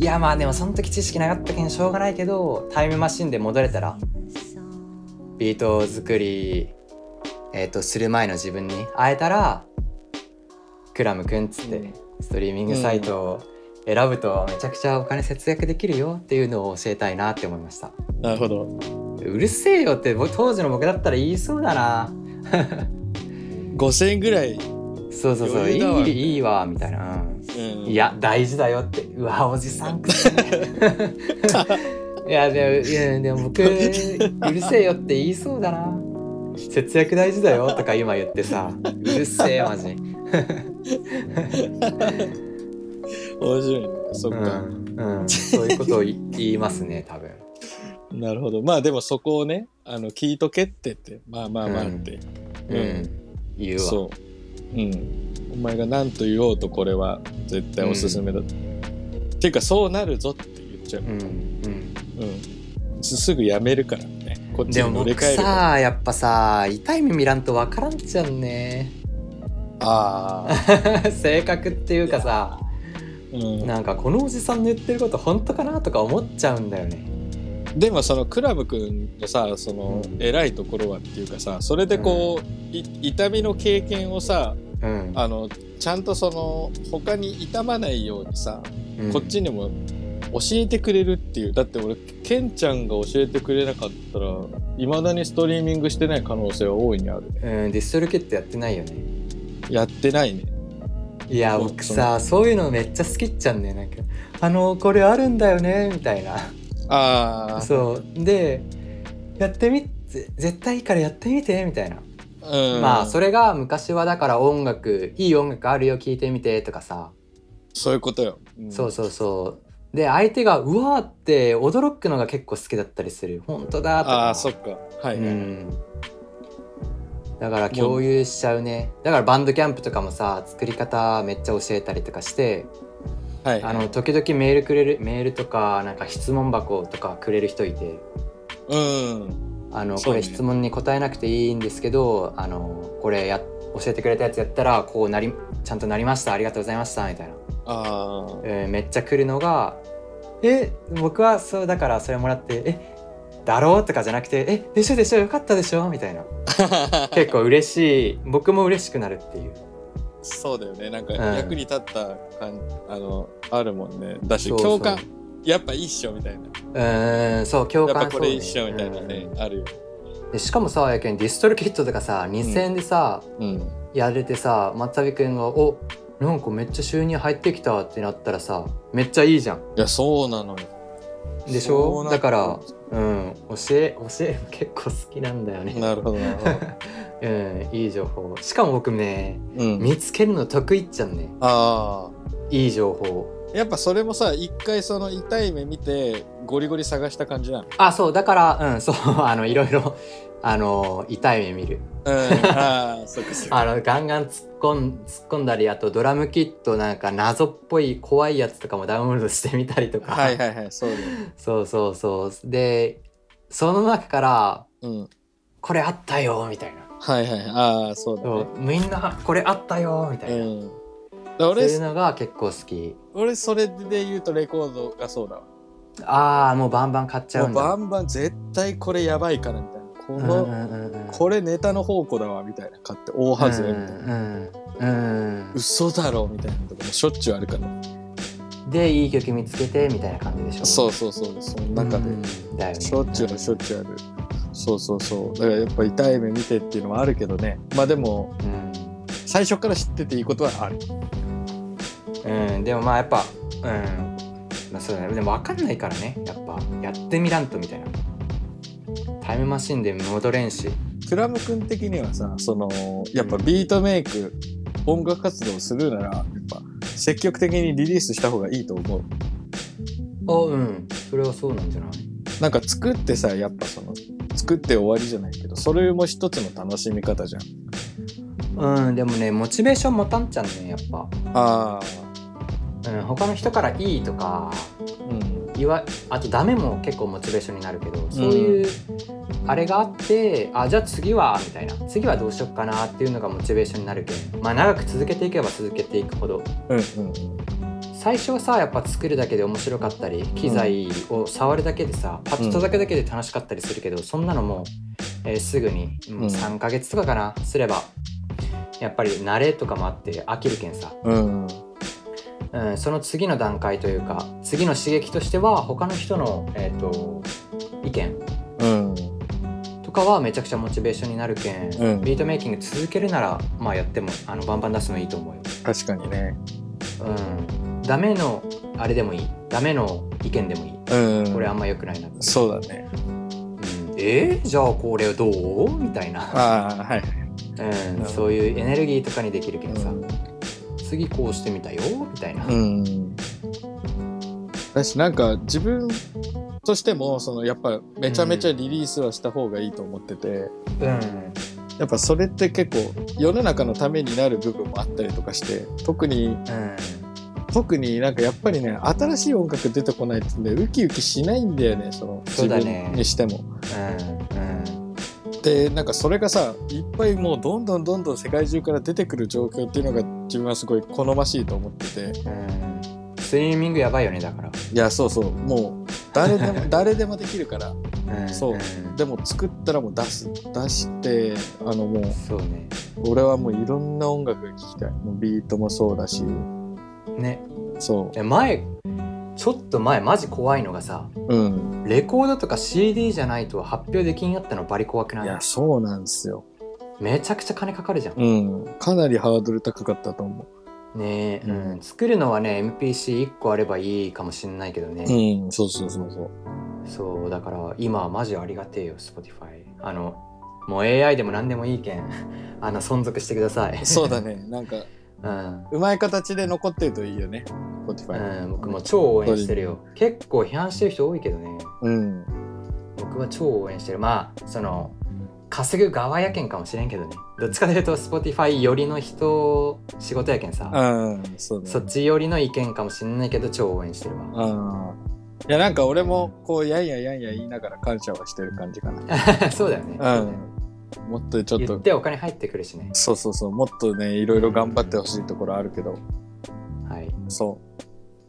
[SPEAKER 2] いやまあでもその時知識なかったけんしょうがないけどタイムマシンで戻れたらビート作り、えー、とする前の自分に会えたらクラムくんっつっ
[SPEAKER 1] う
[SPEAKER 2] て
[SPEAKER 1] ん
[SPEAKER 2] ストリーミングサイトを選ぶとめちゃくちゃお金節約できるよっていうのを教えたいなって思いました
[SPEAKER 1] なるほど。
[SPEAKER 2] うるせえよって僕当時の僕だったら言いそうだな
[SPEAKER 1] 5000円ぐらい、
[SPEAKER 2] そうそうそう
[SPEAKER 1] 余裕
[SPEAKER 2] い
[SPEAKER 1] だわ
[SPEAKER 2] いいいわみたいな、うん
[SPEAKER 1] うん、
[SPEAKER 2] いや大事だよってうわおじさんくせ えいやでもいやでも僕うるせえよって言いそうだな節約大事だよとか今言ってさうるせえマジ、
[SPEAKER 1] 面白いね。そっ
[SPEAKER 2] う
[SPEAKER 1] か、
[SPEAKER 2] んうん、そういうことをい言いますね多分
[SPEAKER 1] なるほど。まあでもそこをね、あの、聞いとけってって、まあまあまあっ
[SPEAKER 2] うん
[SPEAKER 1] て。
[SPEAKER 2] うん、言うわ
[SPEAKER 1] そう。うん。お前が何と言おうとこれは絶対おすすめだ。っていうか、そうなるぞって言っちゃう。
[SPEAKER 2] うんうん、
[SPEAKER 1] うん、すすぐやめるからねこっち
[SPEAKER 2] で
[SPEAKER 1] に
[SPEAKER 2] も
[SPEAKER 1] 乗り
[SPEAKER 2] 僕
[SPEAKER 1] 換えるから
[SPEAKER 2] さやっぱさ痛い目見らんと分からんじゃんね
[SPEAKER 1] あ
[SPEAKER 2] 性格っていうかさ
[SPEAKER 1] ー、う
[SPEAKER 2] なんかこのおじさんの言ってること本当かなとか思っちゃうんだよね
[SPEAKER 1] ん、でもそのクラブくんのさその偉いところはっていうかさそれでこう、い痛みの経験をさ
[SPEAKER 2] うん
[SPEAKER 1] あのちゃんとその他に痛まないようにさ、
[SPEAKER 2] うん
[SPEAKER 1] こっちにも教えてくれるっていうだって俺ケンちゃんが教えてくれなかったらいまだにストリーミングしてない可能性は大いにあるね
[SPEAKER 2] うん、ディストルキットやってないよね。
[SPEAKER 1] やってないね
[SPEAKER 2] いや、
[SPEAKER 1] そう
[SPEAKER 2] 僕さ、そういうのめっちゃ好きっちゃうんだよ。なんか、あの、これあるんだよね、みたいな。
[SPEAKER 1] あ
[SPEAKER 2] そう。で、やってみぜ絶対いいからやってみて、みたいな。
[SPEAKER 1] あ、うん、
[SPEAKER 2] まあ、それが昔はだから音楽、いい音楽あるよ、聴いてみて、とかさ。
[SPEAKER 1] そういうことよ、うん
[SPEAKER 2] そうそうそう。で、相手が、うわーって驚くのが結構好きだったりする。本当だ、とか。
[SPEAKER 1] ああそっかはい、
[SPEAKER 2] うん。だから共有しちゃうね。だからバンドキャンプとかもさ、作り方めっちゃ教えたりとかして、
[SPEAKER 1] はい
[SPEAKER 2] あの時々メールくれるメールとかなんか質問箱とかくれる人いて
[SPEAKER 1] うん
[SPEAKER 2] あの
[SPEAKER 1] そ
[SPEAKER 2] こ
[SPEAKER 1] うね
[SPEAKER 2] れ質問に答えなくていいんですけどあのこれや教えてくれたやつやったらこうなりちゃんとなりましたありがとうございましたみたいな、
[SPEAKER 1] ああ
[SPEAKER 2] えーめっちゃ来るのがえ僕はそうだからそれもらってえだろうとかじゃなくてえでしょでしょよかったでしょみたいな 結構嬉しい僕も嬉しくなるっていう
[SPEAKER 1] そうだよねなんか
[SPEAKER 2] うん
[SPEAKER 1] 役に立った感じ、あのあるもんねだし
[SPEAKER 2] そうそう
[SPEAKER 1] 共感やっぱ一緒みたいなや
[SPEAKER 2] うーんそう共
[SPEAKER 1] っ
[SPEAKER 2] 感
[SPEAKER 1] ぱこれ一
[SPEAKER 2] そう
[SPEAKER 1] 緒みたいな
[SPEAKER 2] う
[SPEAKER 1] ね
[SPEAKER 2] ん
[SPEAKER 1] あるよ
[SPEAKER 2] でしかもさやけんディストルキットとかさ2000円でさ、
[SPEAKER 1] うん
[SPEAKER 2] やれてさ松旅くんが「おなんかめっちゃ収入入ってきた」ってなったらさめっちゃいいじゃん
[SPEAKER 1] いやそうなのよ
[SPEAKER 2] でし
[SPEAKER 1] そう
[SPEAKER 2] ょ
[SPEAKER 1] な
[SPEAKER 2] だからうん教え教え結構好きなんだよね
[SPEAKER 1] なるほどなるほど
[SPEAKER 2] うんいい情報しかも僕ね
[SPEAKER 1] うん
[SPEAKER 2] 見つけるの得意っちゃんね
[SPEAKER 1] あ
[SPEAKER 2] いい情報
[SPEAKER 1] あやっぱそれもさ一回その痛い目見てゴリゴリ探した感じ なの
[SPEAKER 2] あそうだからうんそうあのいろいろあの痛い目見る
[SPEAKER 1] うんああそっかそっか
[SPEAKER 2] あのガンガン突っ込ん突っ込んだりあとドラムキットなんか謎っぽい怖いやつとかもダウンロードしてみたりとか
[SPEAKER 1] はいはいはいそうだよね
[SPEAKER 2] そうそうそう。で、その中から、
[SPEAKER 1] うん
[SPEAKER 2] これあったよ、みたいな。
[SPEAKER 1] はいはいああそうだ
[SPEAKER 2] そ
[SPEAKER 1] ね
[SPEAKER 2] うみんな、これあったよ、みたいな。
[SPEAKER 1] うんだから
[SPEAKER 2] そう
[SPEAKER 1] 俺
[SPEAKER 2] いうのが結構好き。
[SPEAKER 1] 俺それで言うとレコードがそうだわ
[SPEAKER 2] ああ、もうバンバン買っちゃ
[SPEAKER 1] も
[SPEAKER 2] う
[SPEAKER 1] うんバ
[SPEAKER 2] だ。
[SPEAKER 1] ンバン絶対これやばいからみたいなこ
[SPEAKER 2] うん
[SPEAKER 1] の、
[SPEAKER 2] うんうんうん
[SPEAKER 1] これネタの宝庫だわみたいな買って大外れみたいな、
[SPEAKER 2] うんうん
[SPEAKER 1] 嘘だろみたいなとかもしょっちゅうあるから
[SPEAKER 2] うんで、いい曲見つけて、みたいな感じでしょ。
[SPEAKER 1] そうそうそうその中で
[SPEAKER 2] うんだよね。
[SPEAKER 1] しょっちゅうしょっちゅうある、そうそうそうだからやっぱ痛い目見てっていうのはあるけどねまあでも
[SPEAKER 2] うん
[SPEAKER 1] 最初から知ってていいことはある
[SPEAKER 2] うん、でもまあやっぱ、うん、まあそうだね。でも分かんないからね、やっぱ、やってみらんとみたいな。タイムマシンで戻れんし。
[SPEAKER 1] クラム君的にはさそのやっぱビートメイク音楽活動するならやっぱ積極的にリリースした方がいいと思う
[SPEAKER 2] あ、うん、それはそうなんじゃない
[SPEAKER 1] なんか作ってさやっぱその作って終わりじゃないけどそれも一つの楽しみ方じゃん
[SPEAKER 2] うん、でもね、モチベーション持たんちゃうね、やっぱ。
[SPEAKER 1] ああ
[SPEAKER 2] うん、他の人からいいとか、
[SPEAKER 1] うん
[SPEAKER 2] 言わあとダメも結構モチベーションになるけどそういうあれがあってあじゃあ次はみたいな次はどうしよっかなっていうのがモチベーションになるけんまあ長く続けていけば続けていくほど
[SPEAKER 1] うんうん
[SPEAKER 2] 最初はさやっぱ作るだけで面白かったり機材を触るだけでさ、パッと叩くだけで楽しかったりするけど、そんなのもう、えーすぐにもう
[SPEAKER 1] うん
[SPEAKER 2] 3ヶ月とかかな、すればやっぱり慣れとかもあって飽きるけんさ、
[SPEAKER 1] うん
[SPEAKER 2] うん、その次の段階というか次の刺激としては他の人の、えー、と意見
[SPEAKER 1] うん
[SPEAKER 2] とかはめちゃくちゃモチベーションになるけん、
[SPEAKER 1] うん
[SPEAKER 2] ビートメイキング続けるならまあやってもあのバンバン出すのいいと思うよ、
[SPEAKER 1] 確かにね
[SPEAKER 2] うん、ダメのあれでもいいダメの意見でもいい
[SPEAKER 1] うん
[SPEAKER 2] これあんま良くないなって、
[SPEAKER 1] そうだね
[SPEAKER 2] うんえー、じゃあこれどうみたいな、
[SPEAKER 1] ああはい、
[SPEAKER 2] うん、
[SPEAKER 1] ど
[SPEAKER 2] そういうエネルギーとかにできるけどさ、
[SPEAKER 1] う
[SPEAKER 2] 次こうしてみたよみたいな、うん
[SPEAKER 1] んうんだしなんか自分としてもそのやっぱめちゃめちゃリリースはした方がいいと思ってて、やっぱそれって結構世の中のためになる部分もあったりとかして特に特になんかやっぱりね新しい音楽出てこないってねウキウキしないんだよねその
[SPEAKER 2] そ
[SPEAKER 1] 自
[SPEAKER 2] うだ
[SPEAKER 1] 分
[SPEAKER 2] ね
[SPEAKER 1] にしても。
[SPEAKER 2] うん
[SPEAKER 1] でなんかそれがさいっぱいもうどんどんどんどん世界中から出てくる状況っていうのが自分はすごい好ましいと思ってて
[SPEAKER 2] うんうんストリーミングやばいよねだから、
[SPEAKER 1] いやそうそうもう誰で も誰でもできるから
[SPEAKER 2] うん
[SPEAKER 1] そうんでも作ったらもう出す出してあのもう
[SPEAKER 2] そうね
[SPEAKER 1] 俺はもういろんな音楽が聴きたいもうビートもそうだし
[SPEAKER 2] ね
[SPEAKER 1] そ
[SPEAKER 2] え前ちょっと前マジ怖いのがさ
[SPEAKER 1] ううん
[SPEAKER 2] レコードとか CD じゃないと発表できんやったのバリ怖く
[SPEAKER 1] い
[SPEAKER 2] な
[SPEAKER 1] や
[SPEAKER 2] い
[SPEAKER 1] そうなんですよ
[SPEAKER 2] めちゃくちゃ金かかるじゃん、
[SPEAKER 1] うんかなりハードル高かったと思
[SPEAKER 2] ねえ、う
[SPEAKER 1] うん
[SPEAKER 2] ん、作るのはね MPC1 個あればいいかもしんないけど
[SPEAKER 1] う
[SPEAKER 2] ね、
[SPEAKER 1] うんそうそうそうそう
[SPEAKER 2] そうだから今はマジありがてえよ Spotify あのもう AI でも何でもいいけん あの存続してください
[SPEAKER 1] そうだね。なんか、
[SPEAKER 2] う
[SPEAKER 1] う
[SPEAKER 2] ん、
[SPEAKER 1] まい形で残ってるといいよね。Spotify。
[SPEAKER 2] うん、僕も超応援してるよ結構批判してる人多いけどね
[SPEAKER 1] うん。
[SPEAKER 2] 僕は超応援してるまあその稼ぐ側やけんかもしれんけどねどっちかというと Spotify 寄りの人仕事やけんさ
[SPEAKER 1] うん、そうだ
[SPEAKER 2] そっ
[SPEAKER 1] ね。
[SPEAKER 2] ち寄りの意見かもしんないけど超応援してるわ
[SPEAKER 1] うん。いや、なんか俺も、こう、やんややんや言いながら感謝はしてる感じかな。
[SPEAKER 2] そうだよね,、
[SPEAKER 1] うん。もっとちょっ
[SPEAKER 2] 言
[SPEAKER 1] と、
[SPEAKER 2] ってお金入ってくるしね
[SPEAKER 1] そうそうそう、もっとね、いろいろ頑張ってほしいところあるけど、
[SPEAKER 2] はい、
[SPEAKER 1] そ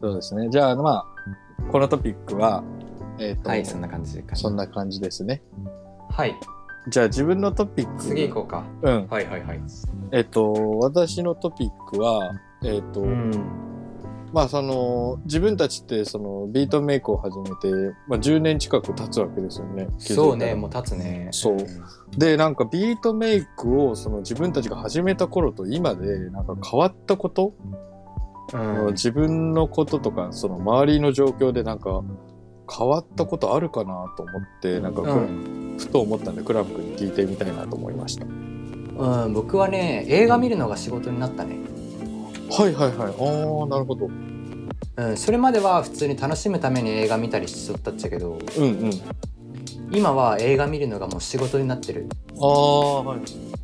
[SPEAKER 1] う。そうですね。じゃあ、まあ、このトピックは、えっ、と、
[SPEAKER 2] はい、そんな感じか
[SPEAKER 1] そんな感じですね。
[SPEAKER 2] はい
[SPEAKER 1] じゃあ、自分のトピック。
[SPEAKER 2] 次行こうか
[SPEAKER 1] う。うん。
[SPEAKER 2] はいはいはい
[SPEAKER 1] えっ、と、私のトピックは、えっ、と、
[SPEAKER 2] うん
[SPEAKER 1] まあその自分たちってそのビートメイクを始めて、まあ、10年近く経つわけですよね。
[SPEAKER 2] そう
[SPEAKER 1] 気づいた
[SPEAKER 2] ね
[SPEAKER 1] ら
[SPEAKER 2] もう立つね
[SPEAKER 1] そうんでなんかビートメイクをその自分たちが始めた頃と今でなんか変わったこと、
[SPEAKER 2] うん
[SPEAKER 1] 自分のこととかその周りの状況でなんか変わったことあるかなと思ってなんかふ,、
[SPEAKER 2] うん
[SPEAKER 1] ふと思ったんでクラブ君に聞いてみたいなと思いました。は
[SPEAKER 2] うん、僕はね映画見るのが仕事になったね
[SPEAKER 1] いはいはい。ああなるほど。うん
[SPEAKER 2] うん、それまでは普通に楽しむために映画見たりしとったっちゃけど
[SPEAKER 1] うん。
[SPEAKER 2] 今は映画見るのがもう仕事になってる
[SPEAKER 1] ああはい。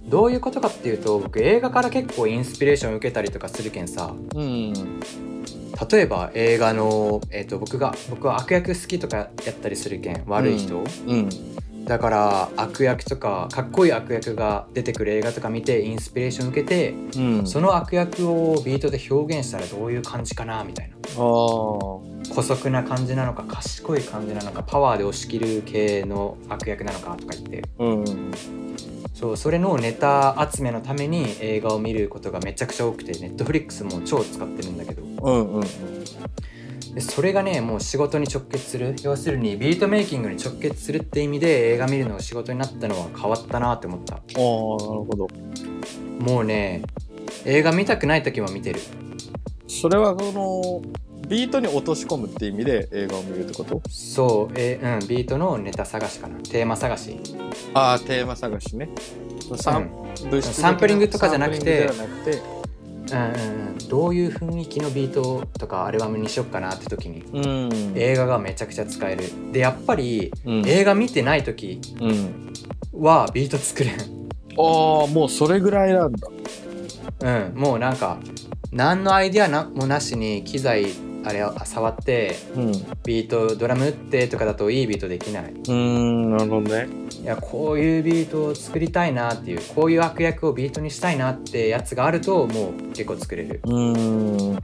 [SPEAKER 2] どういうことかっていうと僕映画から結構インスピレーション受けたりとかするけんさ
[SPEAKER 1] うん
[SPEAKER 2] 例えば映画の、えー、と僕が僕は悪役好きとかやったりするけん悪い人、
[SPEAKER 1] うん
[SPEAKER 2] だから悪役とかかっこいい悪役が出てくる映画とか見てインスピレーション受けて
[SPEAKER 1] うん。
[SPEAKER 2] その悪役をビートで表現したらどういう感じかなみたいな
[SPEAKER 1] ああ。
[SPEAKER 2] 姑息な感じなのか賢い感じなのかパワーで押し切る系の悪役なのかとか言って
[SPEAKER 1] うんうん
[SPEAKER 2] そうそれのネタ集めのために映画を見ることがめちゃくちゃ多くて Netflix も超使ってるんだけど
[SPEAKER 1] うんうん
[SPEAKER 2] でそれがねもう仕事に直結する要するにビートメイキングに直結するって意味で映画見るのが仕事になったのは変わったなって思った
[SPEAKER 1] ああなるほど
[SPEAKER 2] もうね映画見たくない時も見てる
[SPEAKER 1] それはそのビートに落とし込むって意味で映画を見るってこと
[SPEAKER 2] そう、えーうん、ビートのネタ探しかなテーマ探し
[SPEAKER 1] ああテーマ探しねサン,、物質的な
[SPEAKER 2] サンプリングとかじゃなくて
[SPEAKER 1] サンプリングでは
[SPEAKER 2] うんうんうん、どういう雰囲気のビートとかアルバムにしよっかなって時に
[SPEAKER 1] なくて
[SPEAKER 2] 映画がめちゃくちゃ使えるでやっぱり
[SPEAKER 1] うんうん
[SPEAKER 2] 映画見てない時
[SPEAKER 1] うん
[SPEAKER 2] はビート作れん、
[SPEAKER 1] ああもうそれぐらいなんだ
[SPEAKER 2] うん、もうなんか何のアイディアなもなしに機材あれを触って
[SPEAKER 1] うんう
[SPEAKER 2] ビートドラム打ってとかだといいビートできない
[SPEAKER 1] ーんなるほどね
[SPEAKER 2] いやこういうビートを作りたいなっていうこういう悪役をビートにしたいなってやつがあるともう結構作れる
[SPEAKER 1] うーん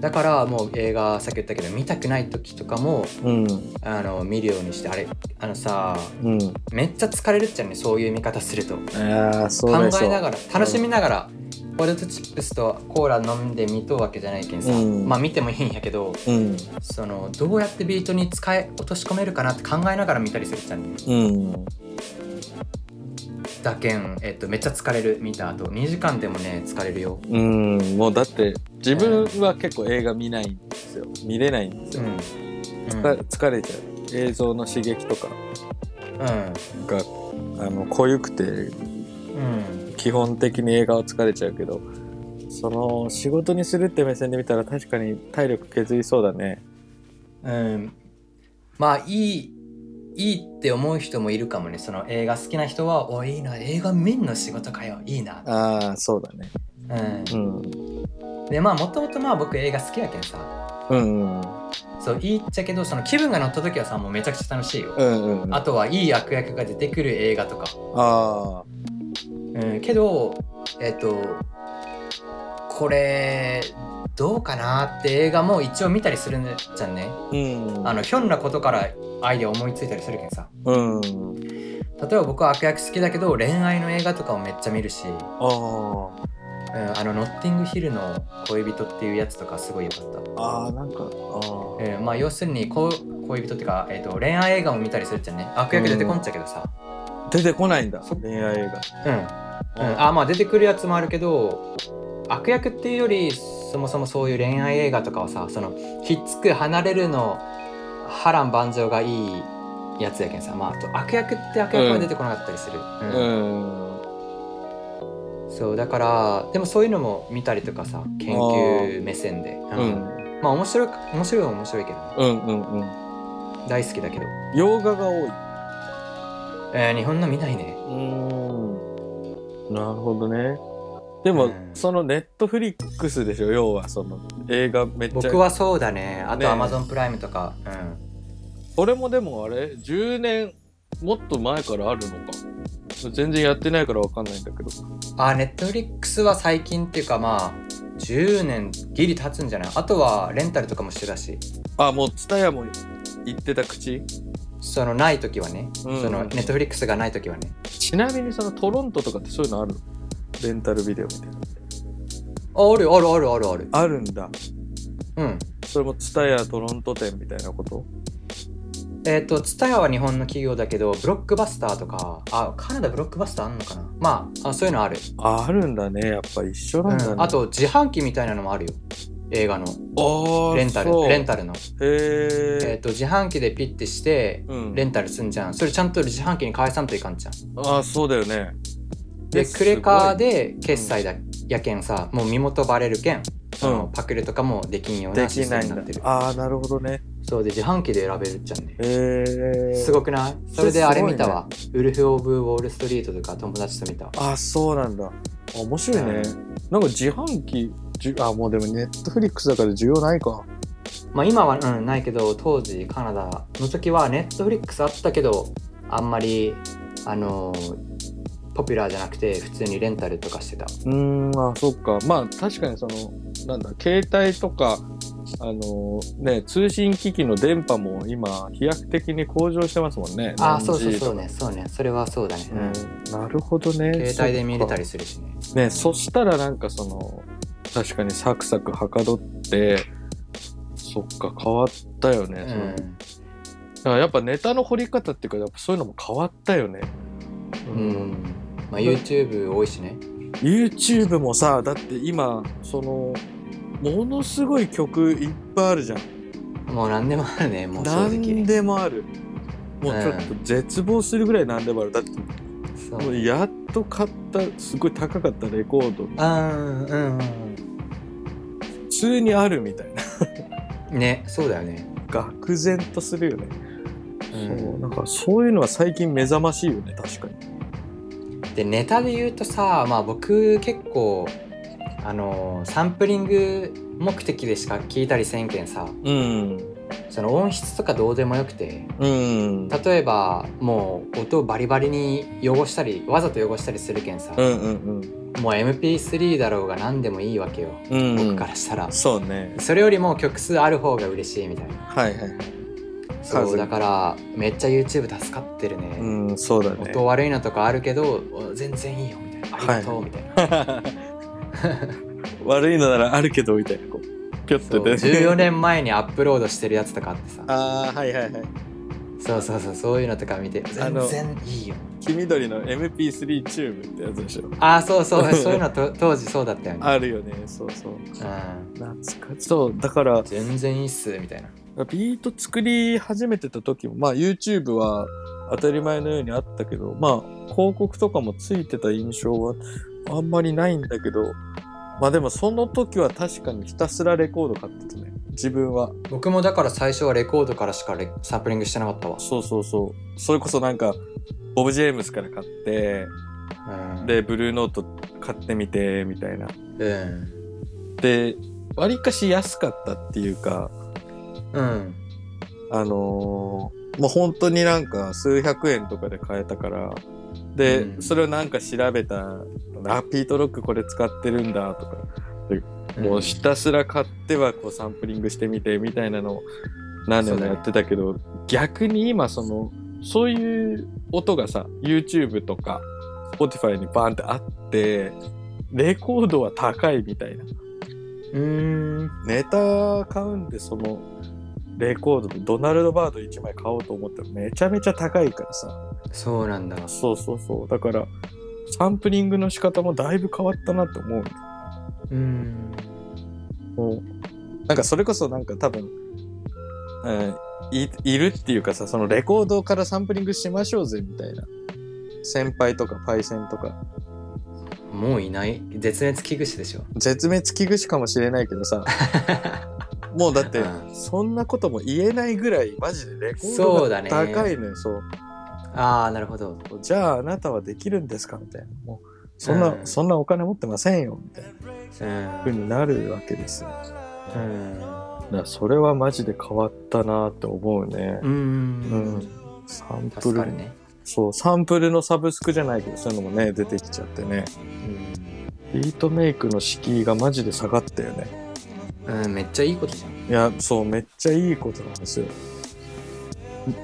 [SPEAKER 2] だからもう映画さっき言ったけど見たくない時とかも
[SPEAKER 1] うん
[SPEAKER 2] あの見るようにしてあれあのさ
[SPEAKER 1] うん
[SPEAKER 2] めっちゃ疲れるっちゃうねそういう見方すると考
[SPEAKER 1] ああそうでしょ
[SPEAKER 2] えながら楽しみながらポテトチップスとコーラ飲んで見とうわけじゃないけんさ、
[SPEAKER 1] うん
[SPEAKER 2] まあ見てもいいんやけど
[SPEAKER 1] うん
[SPEAKER 2] そのどうやってビートに使い落とし込めるかなって考えながら見たりするっちゃうね
[SPEAKER 1] うん
[SPEAKER 2] だけん、えっと、めっちゃ疲れる見た後2時間でもね疲れるよ
[SPEAKER 1] うんもうだって自分は結構映画見ないんですよ見れないんです
[SPEAKER 2] う
[SPEAKER 1] よ、
[SPEAKER 2] んうん
[SPEAKER 1] 疲れ疲れちゃう映像の刺激とかがあの濃ゆくて
[SPEAKER 2] うん
[SPEAKER 1] 基本的に映画は疲れちゃうけどその仕事にするって目線で見たら確かに体力削りそうだね
[SPEAKER 2] うん、うん、まあいいいいって思う人もいるかもねその映画好きな人は「おいいな映画見んの仕事かよいいな」
[SPEAKER 1] ああそうだね
[SPEAKER 2] うん
[SPEAKER 1] うん
[SPEAKER 2] でまあもともとまあ僕映画好きやけんさ
[SPEAKER 1] うんうん
[SPEAKER 2] そういいっちゃけどその気分が乗った時はさもうめちゃくちゃ楽しいよ、
[SPEAKER 1] うんうん
[SPEAKER 2] あとはいい悪役が出てくる映画とか、
[SPEAKER 1] あ
[SPEAKER 2] うん、けどえっ、とこれどうかなって映画も一応見たりするんじゃんね
[SPEAKER 1] ーうん
[SPEAKER 2] あのひょんなことからアイデア思いついたりするけんさ
[SPEAKER 1] うん
[SPEAKER 2] 例えば僕は悪役好きだけど恋愛の映画とかもめっちゃ見るし、うん、
[SPEAKER 1] ああ
[SPEAKER 2] あの「ノッティングヒルの恋人」っていうやつとかすごい良かった
[SPEAKER 1] ああなんかああ
[SPEAKER 2] えーまあ要するにこう恋人っていうか、えー、と恋愛映画も見たりするっちゃね悪役出てこんっちゃけどさ、
[SPEAKER 1] 出てこないんだ
[SPEAKER 2] そ
[SPEAKER 1] 恋愛映画
[SPEAKER 2] うんうんあまあ出てくるやつもあるけど悪役っていうよりそもそもそういう恋愛映画とかはさそのひっつく離れるの波乱万丈がいいやつやけんさまああと悪役って悪役は出てこなかったりする、
[SPEAKER 1] う
[SPEAKER 2] うん
[SPEAKER 1] ん
[SPEAKER 2] そうだからでもそういうのも見たりとかさ研究目線で、
[SPEAKER 1] う
[SPEAKER 2] うん
[SPEAKER 1] ん
[SPEAKER 2] まあ面白いか面白いは面白いけどね
[SPEAKER 1] うんうんうん
[SPEAKER 2] 大好きだけど、
[SPEAKER 1] 洋画が多い
[SPEAKER 2] えー日本の見ないね
[SPEAKER 1] うーんなるほどねでも、
[SPEAKER 2] うん
[SPEAKER 1] そのネットフリックスでしょ要はその映画めっちゃ
[SPEAKER 2] 僕はそうだねあと
[SPEAKER 1] ねえ
[SPEAKER 2] アマゾンプライムとか、
[SPEAKER 1] 俺もでもあれ10年もっと前からあるのか全然やってないからわかんないんだけど
[SPEAKER 2] うん、あネットフリックスは最近っていうかまあ10年ギリ経つんじゃないあとはレンタルとかもしてたし
[SPEAKER 1] あもう蔦屋も言ってた口
[SPEAKER 2] そのない時はね、
[SPEAKER 1] うん
[SPEAKER 2] そのネットフリックスがない時はね
[SPEAKER 1] ちなみにそのトロントとかってそういうのあるのレンタルビデオみたいな
[SPEAKER 2] ああるあるあるあるある
[SPEAKER 1] あるんだ
[SPEAKER 2] うん
[SPEAKER 1] それも蔦屋トロント店みたいなこと
[SPEAKER 2] えっ、と TSUTAYA は日本の企業だけどブロックバスターとかあカナダブロックバスターあんのかなまああそういうのある、
[SPEAKER 1] ああるんだねやっぱ一緒
[SPEAKER 2] う
[SPEAKER 1] なんだね、
[SPEAKER 2] ん、あと自販機みたいなのもあるよ映画の
[SPEAKER 1] あー
[SPEAKER 2] レンタル
[SPEAKER 1] そう
[SPEAKER 2] レンタルの、
[SPEAKER 1] へ
[SPEAKER 2] えっ
[SPEAKER 1] え
[SPEAKER 2] と自販機でピッてして
[SPEAKER 1] うん
[SPEAKER 2] レンタルすんじゃんそれちゃんと自販機に返さんといかんじゃん
[SPEAKER 1] ああそうだよね
[SPEAKER 2] で
[SPEAKER 1] え
[SPEAKER 2] クレカで決済だ、やけんさもう身元バレるけんその、
[SPEAKER 1] うん
[SPEAKER 2] パクリとかもできんよう
[SPEAKER 1] で
[SPEAKER 2] なシ
[SPEAKER 1] き
[SPEAKER 2] ステム
[SPEAKER 1] ない
[SPEAKER 2] に
[SPEAKER 1] ん
[SPEAKER 2] な
[SPEAKER 1] だ
[SPEAKER 2] ってる
[SPEAKER 1] ああなるほどね
[SPEAKER 2] そうで自販機で選べるじゃんね
[SPEAKER 1] へえ
[SPEAKER 2] す
[SPEAKER 1] い
[SPEAKER 2] ごくないそれであれ見たわ、ウルフ・オブ・ウォール・ストリートとか友達と見たわ
[SPEAKER 1] あそうなんだあ面白いね、
[SPEAKER 2] う
[SPEAKER 1] なんか自販機じゅあもうでもネットフリックスだから需要ないか
[SPEAKER 2] まあ今は、うん、ないけど当時カナダの時はネットフリックスあったけどあんまりあのーポピュラーじゃなくて普通にレンタルとかしてた
[SPEAKER 1] うーんあそっかまあ確かにそのなんだ携帯とかあのね通信機器の電波も今飛躍的に向上してますもんね
[SPEAKER 2] ああそうそうそう
[SPEAKER 1] う、
[SPEAKER 2] ねそうねそれはそうだね、
[SPEAKER 1] うん、なるほどね
[SPEAKER 2] 携帯で見れた
[SPEAKER 1] り
[SPEAKER 2] りするしね
[SPEAKER 1] ねそしたらなんかその確かにサクサクはかどってそっか変わったよね、
[SPEAKER 2] う
[SPEAKER 1] そのだ
[SPEAKER 2] ん
[SPEAKER 1] からやっぱネタの掘り方っていうかやっぱそういうのも変わったよね
[SPEAKER 2] うんまあ、YouTube 多いしね
[SPEAKER 1] YouTube もさだって今そのものすごい曲いっぱいあるじゃん
[SPEAKER 2] もう何でもあるねもう正
[SPEAKER 1] 何
[SPEAKER 2] 直
[SPEAKER 1] でもあるもうちょっと絶望するぐらい何でもあるだって
[SPEAKER 2] そう
[SPEAKER 1] もうやっと買ったすごい高かったレコード
[SPEAKER 2] あーうんうん
[SPEAKER 1] 普通にあるみたいな
[SPEAKER 2] うんねそうだよね
[SPEAKER 1] 愕然とするよね、
[SPEAKER 2] うん
[SPEAKER 1] そうなんかそういうのは最近目覚ましいよね確かに
[SPEAKER 2] でネタで言うとさまあ僕結構あのサンプリング目的でしか聞いたりせんけんさ
[SPEAKER 1] うん
[SPEAKER 2] その音質とかどうでもよくて
[SPEAKER 1] うん
[SPEAKER 2] 例えばもう音をバリバリに汚したりわざと汚したりするけんさ、
[SPEAKER 1] うんうん
[SPEAKER 2] もう MP3 だろうが何でもいいわけよ、
[SPEAKER 1] うん
[SPEAKER 2] 僕からしたら
[SPEAKER 1] そうね
[SPEAKER 2] それよりも曲数ある方が嬉しいみたいな
[SPEAKER 1] はいはい
[SPEAKER 2] そう
[SPEAKER 1] 数
[SPEAKER 2] だからめっちゃ YouTube 助かってるね、
[SPEAKER 1] うんそうだね
[SPEAKER 2] 音悪いのとかあるけどお全然いいよみたいなありがとうみたいな、
[SPEAKER 1] 悪いのならあるけどみたいなこうピョッ
[SPEAKER 2] そ
[SPEAKER 1] と
[SPEAKER 2] う
[SPEAKER 1] 出て
[SPEAKER 2] 14年前にアップロードしてるやつとかあってさ
[SPEAKER 1] ああはいはいはい
[SPEAKER 2] そうそうそうそういうのとか見て
[SPEAKER 1] あ
[SPEAKER 2] 全
[SPEAKER 1] の
[SPEAKER 2] 然いいよ
[SPEAKER 1] 黄緑の MP3 チューブってやつでしょ
[SPEAKER 2] ああそうそうそういうの と当時そうだったよね、
[SPEAKER 1] あるよねそうそう
[SPEAKER 2] うん、
[SPEAKER 1] 懐かしいそうだから
[SPEAKER 2] 全然いいっすみたいな
[SPEAKER 1] ビート作り始めてた時もまあ YouTube は当たり前のようにあったけどまあ広告とかもついてた印象はあんまりないんだけどまあでもその時は確かにひたすらレコード買ってたね自分は
[SPEAKER 2] 僕もだから最初はレコードからしかレサンプリングしてなかったわ、
[SPEAKER 1] そうそうそうそれこそなんかボブ・ジェームスから買って
[SPEAKER 2] うん、
[SPEAKER 1] でブルーノート買ってみてみたいな
[SPEAKER 2] うん
[SPEAKER 1] でわりかし安かったっていうか
[SPEAKER 2] うん
[SPEAKER 1] あのー、もう本当になんか数百円とかで買えたから、で、
[SPEAKER 2] うん
[SPEAKER 1] それをなんか調べた、あ、ピートロックこれ使ってるんだとか、もうひたすら買ってはこうサンプリングしてみてみたいなのを何年もやってたけど、逆に今その、そういう音がさ、YouTube とか Spotify にバーンってあって、レコードは高いみたいな。
[SPEAKER 2] うんう
[SPEAKER 1] ネタ買うんでそのレコードドナルド・バード1枚買おうと思ってもめちゃめちゃ高いからさ
[SPEAKER 2] ーんそうなんだ
[SPEAKER 1] そうそうそうだからサンプリングの仕方もだいぶ変わったなって思うね
[SPEAKER 2] うん
[SPEAKER 1] もうなんかそれこそなんか多分、うんいいるっていうかさそのレコードからサンプリングしましょうぜみたいな先輩とかパイセンとか
[SPEAKER 2] もういない絶滅危惧種でしょ
[SPEAKER 1] 絶滅危惧種かもしれないけど さもうだって
[SPEAKER 2] うん
[SPEAKER 1] そんなことも言えないぐらいマジでレコー
[SPEAKER 2] そう
[SPEAKER 1] ド
[SPEAKER 2] だ
[SPEAKER 1] が
[SPEAKER 2] ね
[SPEAKER 1] 高いのよそう
[SPEAKER 2] ああなるほど
[SPEAKER 1] じゃああなたはできるんですかみたいな。もうそんな、
[SPEAKER 2] うん
[SPEAKER 1] そんなお金持ってませんよみたいな
[SPEAKER 2] うん
[SPEAKER 1] 風になるわけですよ。
[SPEAKER 2] うん
[SPEAKER 1] だからそれはマジで変わったなって思うね。
[SPEAKER 2] う
[SPEAKER 1] うんんサンプ
[SPEAKER 2] 助
[SPEAKER 1] ル、
[SPEAKER 2] かるね
[SPEAKER 1] そう、サンプルのサブスクじゃないけど、そういうのもね、出てきちゃってね。ビートメイクの敷居がマジで下がったよね。
[SPEAKER 2] うん、うん、めっちゃいいことじゃん
[SPEAKER 1] いや、そう、めっちゃいいことなんですよ。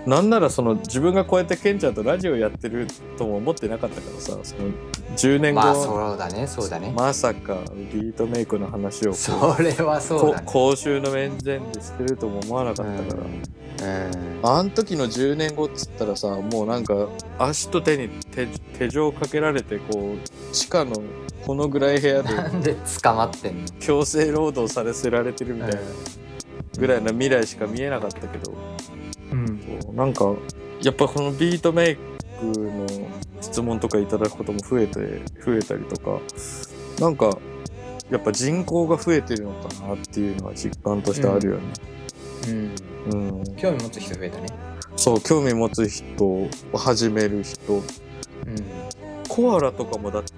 [SPEAKER 1] なんならその自分がこうやってケンちゃんとラジオやってるとも思ってなかったからさ、その10年後、
[SPEAKER 2] まあそうだねそうだね、
[SPEAKER 1] まさかビートメイクの話をこう
[SPEAKER 2] それはそう
[SPEAKER 1] こ
[SPEAKER 2] だね
[SPEAKER 1] 公衆の面前でしてるとも思わなかったから、
[SPEAKER 2] うん
[SPEAKER 1] あん時の10年後っつったらさもうなんか足と手に手手錠かけられてこう地下のこのぐらい部屋で
[SPEAKER 2] なんで捕まってんの
[SPEAKER 1] 強制労働されせられてるみたいなぐらいの未来しか見えなかったけど、
[SPEAKER 2] うん
[SPEAKER 1] こうなんかやっぱこのビートメイクの質問とかいただくことも増えて増えたりとかなんかやっぱ人口が増えてるのかなっていうのは実感としてあるよね。
[SPEAKER 2] うん
[SPEAKER 1] うん
[SPEAKER 2] 興味持つ人増えたね
[SPEAKER 1] そう興味持つ人を始める人
[SPEAKER 2] う
[SPEAKER 1] コアラとかもだって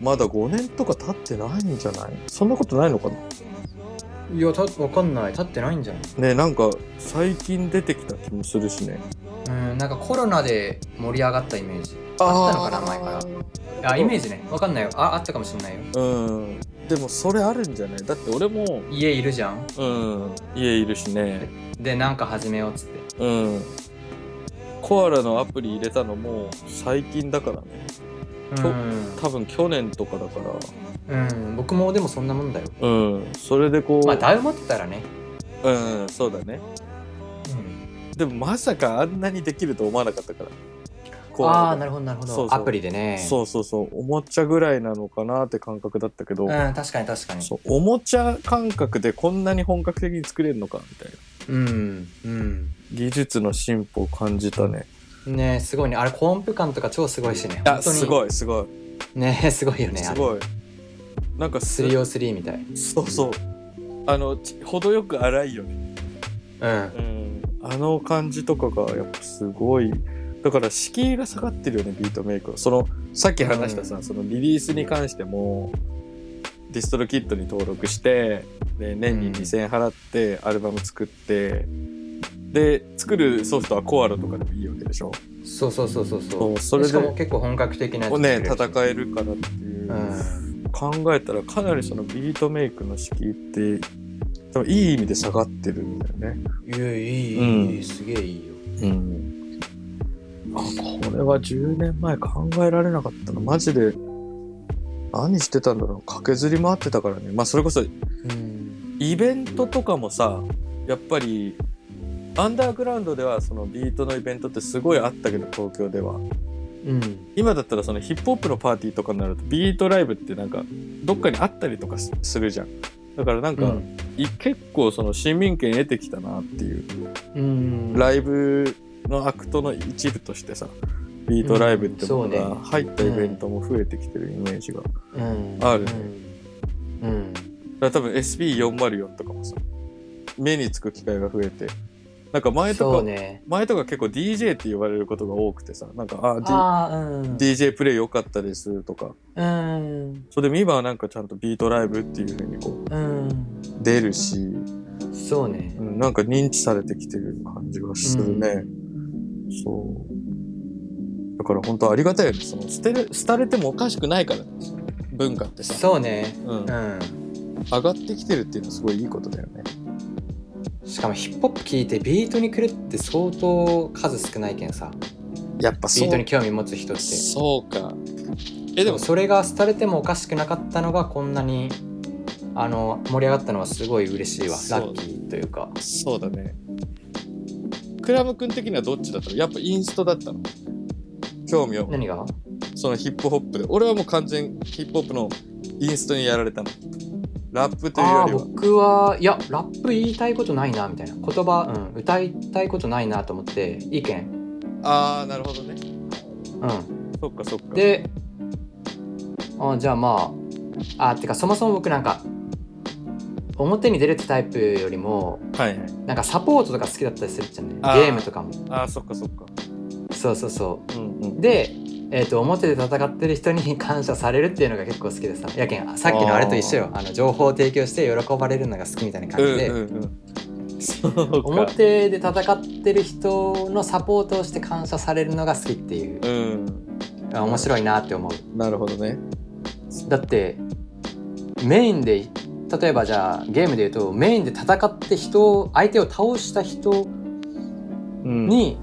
[SPEAKER 1] まだ5年とか経ってないんじゃないそんなことないのかなん
[SPEAKER 2] いやたわかんない立ってないんじゃない
[SPEAKER 1] ねなんか最近出てきた気もするしね
[SPEAKER 2] うんなんかコロナで盛り上がったイメージ
[SPEAKER 1] あ
[SPEAKER 2] ったのかな前からあイメージねわかんないよああったかもしんないよ
[SPEAKER 1] うんでもそれあるんじゃないだって俺も
[SPEAKER 2] 家いるじゃん
[SPEAKER 1] うん家いるしね
[SPEAKER 2] でなんか始めようっつって
[SPEAKER 1] うんコアラのアプリ入れたのも最近だからね
[SPEAKER 2] う
[SPEAKER 1] そうん多分去年とかだから
[SPEAKER 2] うん、僕もでもそんなもんだよ
[SPEAKER 1] うんそれでこう、
[SPEAKER 2] まあダウ持ってたらね
[SPEAKER 1] うんそうだね
[SPEAKER 2] うん
[SPEAKER 1] でもまさかあんなにできると思わなかったからこう
[SPEAKER 2] ああ
[SPEAKER 1] なる
[SPEAKER 2] なるほどなるほど
[SPEAKER 1] そうそう
[SPEAKER 2] アプリでね
[SPEAKER 1] そうそうそうおもちゃぐらいなのかなって感覚だったけど、
[SPEAKER 2] うん確かに確かに
[SPEAKER 1] そうおもちゃ感覚でこんなに本格的に作れるのかみたいな
[SPEAKER 2] うんうん
[SPEAKER 1] 技術の進歩を感じたね
[SPEAKER 2] ねすごいねあれコンプ感とか超すごいしね
[SPEAKER 1] あ
[SPEAKER 2] 本当に
[SPEAKER 1] すごいすごい
[SPEAKER 2] ね すごいよね
[SPEAKER 1] す
[SPEAKER 2] あれ
[SPEAKER 1] ごいなんかす
[SPEAKER 2] 3on3 みたい
[SPEAKER 1] そうそうあのち程よく荒いよね
[SPEAKER 2] うん
[SPEAKER 1] あの感じとかがやっぱすごいだから敷居が下がってるよねビートメイクはそのさっき話したさ、
[SPEAKER 2] うん
[SPEAKER 1] そのリリースに関してもディストロキットに登録してで年
[SPEAKER 2] う
[SPEAKER 1] に
[SPEAKER 2] ん
[SPEAKER 1] 2,000円払ってアルバム作ってで作るソフトはコアラとかでもいいわけでしょ
[SPEAKER 2] そうそうそうそう
[SPEAKER 1] そ
[SPEAKER 2] そうう
[SPEAKER 1] それで
[SPEAKER 2] しかも結構本格的なや
[SPEAKER 1] こう
[SPEAKER 2] つ
[SPEAKER 1] ね
[SPEAKER 2] 作れ
[SPEAKER 1] 戦え
[SPEAKER 2] るし
[SPEAKER 1] るからっていう、
[SPEAKER 2] うん
[SPEAKER 1] 考えたらかなりそのビートメイクの敷居って多分いい意味で下がってるんだよね
[SPEAKER 2] いやいい
[SPEAKER 1] うん
[SPEAKER 2] いいすげえいい
[SPEAKER 1] う
[SPEAKER 2] よ
[SPEAKER 1] ん、あこれは10年前考えられなかったなマジで何してたんだろう駆けずり回ってたからねまあそれこそ
[SPEAKER 2] うん
[SPEAKER 1] イベントとかもさやっぱりアンダーグラウンドではそのビートのイベントってすごいあったけど東京では
[SPEAKER 2] うん
[SPEAKER 1] 今だったらそのヒップホップのパーティーとかになるとビートライブってなんかどっかにあったりとかすするじゃんだからなんか、
[SPEAKER 2] うん
[SPEAKER 1] い結構その市民権得てきたなっていう
[SPEAKER 2] うん
[SPEAKER 1] ライブのアクトの一部としてさビートライブってもの
[SPEAKER 2] うんそう
[SPEAKER 1] が
[SPEAKER 2] ね
[SPEAKER 1] 入ったイベントも増えてきてるイメージが、だか
[SPEAKER 2] うん
[SPEAKER 1] あるね
[SPEAKER 2] うんうん
[SPEAKER 1] ら多分 SB404 とかもさ目につく機会が増えてなんか前と
[SPEAKER 2] そ
[SPEAKER 1] か、
[SPEAKER 2] うね
[SPEAKER 1] 前とか結構 DJ って言われることが多くてさなんか「あ、
[SPEAKER 2] ああうん、
[SPEAKER 1] D、DJ プレイ良かったです」とか
[SPEAKER 2] うん
[SPEAKER 1] それで今はなんかちゃんとビートライブっていうふうにこう
[SPEAKER 2] うん
[SPEAKER 1] 出るし、
[SPEAKER 2] そうね
[SPEAKER 1] うん、なんか認知されてきてる感じがするね。そう。だから本当ありがたいよね。その捨てる、廃れてもおかしくないから、文化ってさ。
[SPEAKER 2] そうね
[SPEAKER 1] う。ん。
[SPEAKER 2] う
[SPEAKER 1] 上がってきてるっていうのはすごいいいことだよね。
[SPEAKER 2] ん。しかもヒップホップ聞いてビートに来るって相当数少ないけんさ。
[SPEAKER 1] やっぱ
[SPEAKER 2] ビ
[SPEAKER 1] そ
[SPEAKER 2] ート
[SPEAKER 1] う
[SPEAKER 2] に。興味持つ人って。
[SPEAKER 1] そうか。え、でも、
[SPEAKER 2] それが廃れてもおかしくなかったのがこんなにあの盛り上がったのはすごい嬉しいわ。
[SPEAKER 1] そう
[SPEAKER 2] ラッキーというか。
[SPEAKER 1] そうだね。クラム君的にはどっちだったのやっぱインストだったの興味を。
[SPEAKER 2] 何が？
[SPEAKER 1] そのヒップホップで。俺はもう完全ヒップホップのインストにやられたの。ラップという
[SPEAKER 2] あ
[SPEAKER 1] よ
[SPEAKER 2] あ
[SPEAKER 1] りは。
[SPEAKER 2] 僕はいやラップ言いたいことないなみたいな言葉、うん、歌いたいことないなと思って意見、
[SPEAKER 1] ああー、なるほどね。
[SPEAKER 2] う
[SPEAKER 1] そっかそっか。
[SPEAKER 2] ん、であじゃあまああてかそもそも僕なんか表に出るってタイプよりも
[SPEAKER 1] はいはい。
[SPEAKER 2] なんかサポートとか好きだったりするじゃんね
[SPEAKER 1] あー
[SPEAKER 2] ゲームとかも
[SPEAKER 1] ああ、そっかそっか。
[SPEAKER 2] そうそうそ
[SPEAKER 1] うんうん
[SPEAKER 2] うで、えー、と表で戦ってる人に感謝されるっていうのが結構好きでさやけんさっきのあれと一緒よあの情報を提供して喜ばれるのが好きみたいな感じで、
[SPEAKER 1] うんうんうん、そうか。
[SPEAKER 2] 表で戦ってる人のサポートをして感謝されるのが好きっていう
[SPEAKER 1] うん、
[SPEAKER 2] あ面白いなって思う
[SPEAKER 1] なるほどね。
[SPEAKER 2] だってメインで例えばじゃあゲームで言うとメインで戦って人を相手を倒した人
[SPEAKER 1] うん、
[SPEAKER 2] に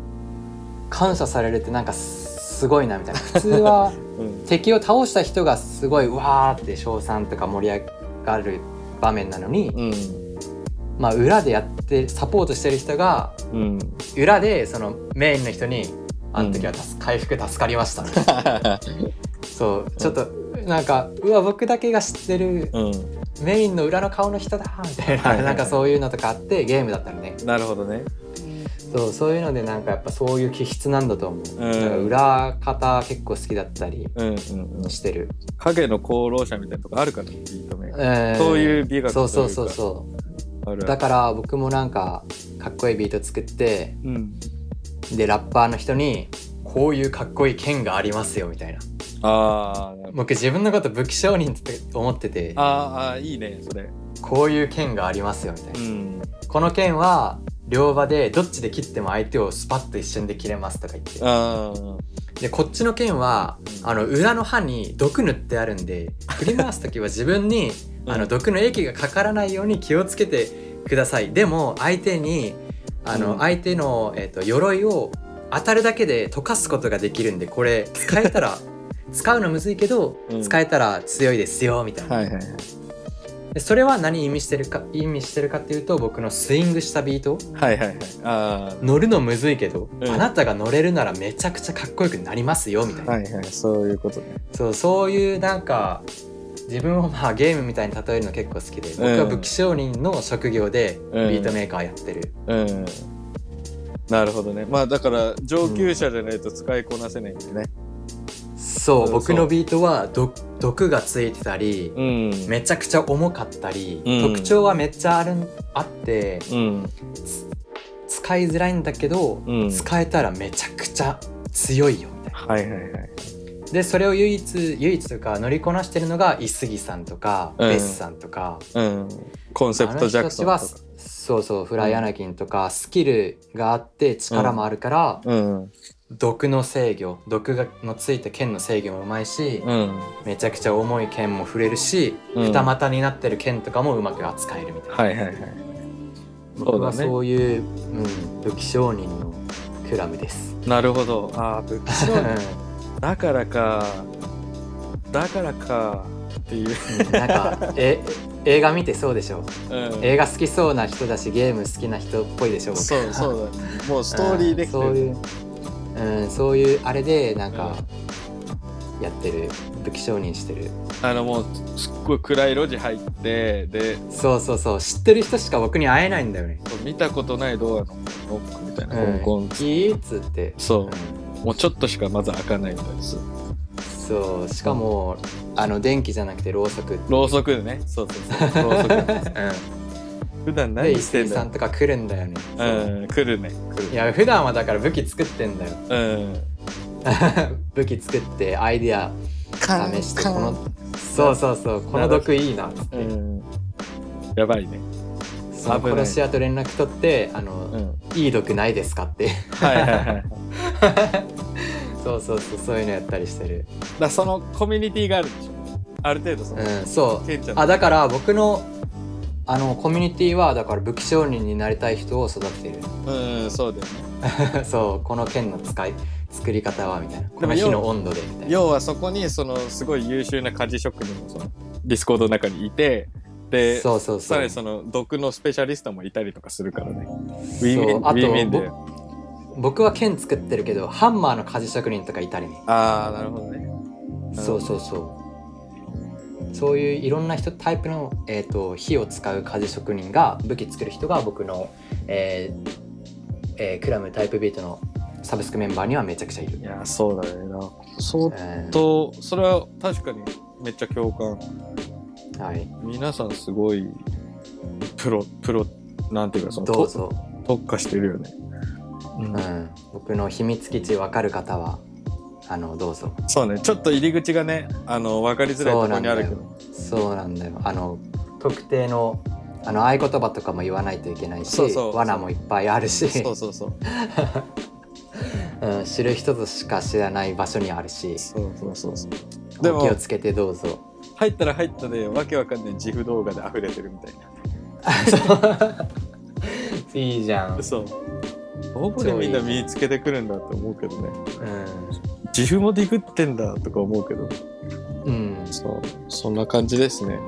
[SPEAKER 2] 感謝されるってなんかすすごい なみたいな普通は
[SPEAKER 1] うん、
[SPEAKER 2] 敵を倒した人がすごいわーって称賛とか盛り上がる場面なのに、
[SPEAKER 1] うん、
[SPEAKER 2] まあ、裏でやってサポートしてる人が
[SPEAKER 1] うん、
[SPEAKER 2] 裏でそのメインの人に「あの時は助回復助かりま した」そうちょっとなんか「うわ僕だけが知ってる
[SPEAKER 1] うん、
[SPEAKER 2] メインの裏の顔の人だ」みたいな、
[SPEAKER 1] はいはい
[SPEAKER 2] なんかそういうのとかあってゲームだったのね
[SPEAKER 1] なるほどね。
[SPEAKER 2] そうそういうのでなんかやっぱそういう気質なんだと思う、
[SPEAKER 1] うん
[SPEAKER 2] だから裏方結構好きだったり
[SPEAKER 1] うん、うん、うん。
[SPEAKER 2] してる、
[SPEAKER 1] 影の功労者みたいなとこあるからね、ビートメイク。
[SPEAKER 2] えー
[SPEAKER 1] そういう美学とい
[SPEAKER 2] そ
[SPEAKER 1] う
[SPEAKER 2] う
[SPEAKER 1] か
[SPEAKER 2] そうそうそう
[SPEAKER 1] あるあ
[SPEAKER 2] だ
[SPEAKER 1] る。
[SPEAKER 2] から僕もなんかかっこいいビート作って
[SPEAKER 1] うん。
[SPEAKER 2] でラッパーの人に「こういうかっこいい剣がありますよ」みたいな
[SPEAKER 1] あーなるほど
[SPEAKER 2] 僕自分のこと武器商人って思ってて
[SPEAKER 1] あー、あーいいね、それ。
[SPEAKER 2] こういう剣がありますよみたいな、
[SPEAKER 1] うん。
[SPEAKER 2] この剣は両刃でどっちで切っても相手をスパッと一瞬で切れますとか言って
[SPEAKER 1] あー
[SPEAKER 2] でこっちの剣はあの裏の刃に毒塗ってある んで振り回す時は自分に
[SPEAKER 1] うん
[SPEAKER 2] あの毒の液がかからないように気をつけてくださいでも相手にあ
[SPEAKER 1] うん
[SPEAKER 2] の相手の、えっと鎧を当たるだけで溶かすことができるんでこれ使えた ら使うのむずいけど、
[SPEAKER 1] うん
[SPEAKER 2] 使えたら強いですよみたいな、
[SPEAKER 1] はいはいはい。
[SPEAKER 2] でそれは何意味してるか意味してるかっていうと僕のスイングしたビート
[SPEAKER 1] はいはいはい。あ
[SPEAKER 2] 乗るのむずいけど、
[SPEAKER 1] うん
[SPEAKER 2] あなたが乗れるならめちゃくちゃかっこよくなりますよみたい
[SPEAKER 1] あ。
[SPEAKER 2] な、
[SPEAKER 1] はいはい。そういうことね。
[SPEAKER 2] そうそういうなんか自分をまあゲームみたいに例えるの結構好きで僕は武器商人の職業でビ
[SPEAKER 1] うん
[SPEAKER 2] ートメーカーやってる、
[SPEAKER 1] うん。なるほどね。まあだから上級者じゃないと使いこなせないんでね。
[SPEAKER 2] そ
[SPEAKER 1] そ
[SPEAKER 2] う
[SPEAKER 1] う
[SPEAKER 2] 僕のビートはど毒がついてたり、
[SPEAKER 1] うん。
[SPEAKER 2] めちゃくちゃ重かったり、
[SPEAKER 1] うん
[SPEAKER 2] 特徴はめっちゃあるんあって
[SPEAKER 1] うん。
[SPEAKER 2] 使いづらいんだけど、
[SPEAKER 1] うん。
[SPEAKER 2] 使えたらめちゃくちゃ強いよみたいな
[SPEAKER 1] はいはいはい。
[SPEAKER 2] でそれを唯一唯一というか乗りこなしてるのがイスギさんとか、
[SPEAKER 1] うん
[SPEAKER 2] ベスさんとか
[SPEAKER 1] うん。コンセプトジャクソン
[SPEAKER 2] あの
[SPEAKER 1] と
[SPEAKER 2] 人た
[SPEAKER 1] か。
[SPEAKER 2] ちはそうそうフライアナキンとか、スキルがあって力もあるから、
[SPEAKER 1] うん。
[SPEAKER 2] 毒の制御毒がのついた剣の制御もうまいし、
[SPEAKER 1] うん。
[SPEAKER 2] めちゃくちゃ重い剣も振れるし、
[SPEAKER 1] うん
[SPEAKER 2] 二股になってる剣とかもうまく扱えるみたいな、
[SPEAKER 1] はいはいはい。
[SPEAKER 2] 僕は
[SPEAKER 1] そうだね
[SPEAKER 2] そういう、うん、武器商人のクラブです。
[SPEAKER 1] なるほど。ああ、武器商人
[SPEAKER 2] う
[SPEAKER 1] だからか。だからか。っていう。
[SPEAKER 2] んなんかえ映画見てそうでしょ
[SPEAKER 1] うん
[SPEAKER 2] 映画好きそうな人だしゲーム好きな人っぽいでしょ僕
[SPEAKER 1] そうそうだね。もうストーリーできて
[SPEAKER 2] うんそう
[SPEAKER 1] る。
[SPEAKER 2] いう、うん、そういうあれでなんかやってる武器商人してる
[SPEAKER 1] あのもうすっごい暗い路地入ってで
[SPEAKER 2] そうそうそう知ってる人しか僕に会えないんだよね
[SPEAKER 1] 見たことないドアのノックみたいな、
[SPEAKER 2] うん
[SPEAKER 1] 香港
[SPEAKER 2] キーっつって
[SPEAKER 1] そううもうちょっとしかまず開かないみたいです
[SPEAKER 2] んそうしかもあの電気じゃなくてろうそく
[SPEAKER 1] ろうそくでねそうそうそう ろうそく普段
[SPEAKER 2] で
[SPEAKER 1] 何
[SPEAKER 2] 石
[SPEAKER 1] して
[SPEAKER 2] 井
[SPEAKER 1] ん
[SPEAKER 2] さ
[SPEAKER 1] だ
[SPEAKER 2] んとか来るんだよね、
[SPEAKER 1] うん来るね来
[SPEAKER 2] いや普段はだから武器作ってんだよ
[SPEAKER 1] るうん
[SPEAKER 2] 武器作ってアイディア試してこのそうそうそうこの毒いいなっつって、
[SPEAKER 1] うんやばいね
[SPEAKER 2] その
[SPEAKER 1] 危ない
[SPEAKER 2] 殺し屋と連絡取ってあの、
[SPEAKER 1] うん
[SPEAKER 2] いい毒ないですかって
[SPEAKER 1] はいはいはい
[SPEAKER 2] そうそうそうそういうのやったりしてる
[SPEAKER 1] だそのコミュニティがあるんでしょある程度その、
[SPEAKER 2] うんそ
[SPEAKER 1] ケンちゃ
[SPEAKER 2] うん
[SPEAKER 1] の
[SPEAKER 2] あだから僕のあのコミュニティはだから武器商人になりたい人を育てて
[SPEAKER 1] うんそうだよね
[SPEAKER 2] る そうこの剣の使い作り方はみたいなこの
[SPEAKER 1] 要
[SPEAKER 2] 火
[SPEAKER 1] は
[SPEAKER 2] の温度でみたいな
[SPEAKER 1] 要はそこにそのすごい優秀な鍛冶職人もそのディスコードの中にいてで
[SPEAKER 2] そうそうそ
[SPEAKER 1] さら
[SPEAKER 2] う
[SPEAKER 1] にその毒のスペシャリストもいたりとかするからね。ウ
[SPEAKER 2] そう
[SPEAKER 1] ィーメン、ウ
[SPEAKER 2] あと
[SPEAKER 1] ィーメンで。
[SPEAKER 2] 僕は剣作ってるけどハンマーの鍛冶職人とかいたりね
[SPEAKER 1] ああ、なるほどね。
[SPEAKER 2] そうそうそうそういういろんな人タイプの、えー、と火を使う鍛冶職人が武器作る人が僕の、えーえークラムタイプビートのサブスクメンバーにはめちゃくちゃいる
[SPEAKER 1] い、や、そうだねな。相
[SPEAKER 2] うん
[SPEAKER 1] 当、それは確かにめっちゃ共感。
[SPEAKER 2] はい、
[SPEAKER 1] 皆さんすごい、プロ、プロ、なんていうか、その、
[SPEAKER 2] どう
[SPEAKER 1] と
[SPEAKER 2] ぞ、
[SPEAKER 1] 特化してるよね。うん
[SPEAKER 2] うん、僕の秘密基地分かる方はあのどうぞ
[SPEAKER 1] そうね、ちょっと入り口がね、あの、わかりづらいところにあるけ
[SPEAKER 2] そ
[SPEAKER 1] ど。
[SPEAKER 2] そうなんだよあの特定のあの合言葉とかも言わないといけないし
[SPEAKER 1] そうそう
[SPEAKER 2] 罠もいっぱいあるし
[SPEAKER 1] そうそうそう。
[SPEAKER 2] うん、知る人としか知らない場所にあるし
[SPEAKER 1] そうそうそうそう。
[SPEAKER 2] お気
[SPEAKER 1] でも
[SPEAKER 2] をつけてどうぞ
[SPEAKER 1] 入ったら入ったで、わけわかんない自負動画で溢れてるみたいな。
[SPEAKER 2] いいじゃん、うん、
[SPEAKER 1] そう。どこでみんな見つけてくるんだって思うけどね。
[SPEAKER 2] う
[SPEAKER 1] 自負もディグってんだとか思うけど。
[SPEAKER 2] ん、
[SPEAKER 1] そう。そんな感じですね。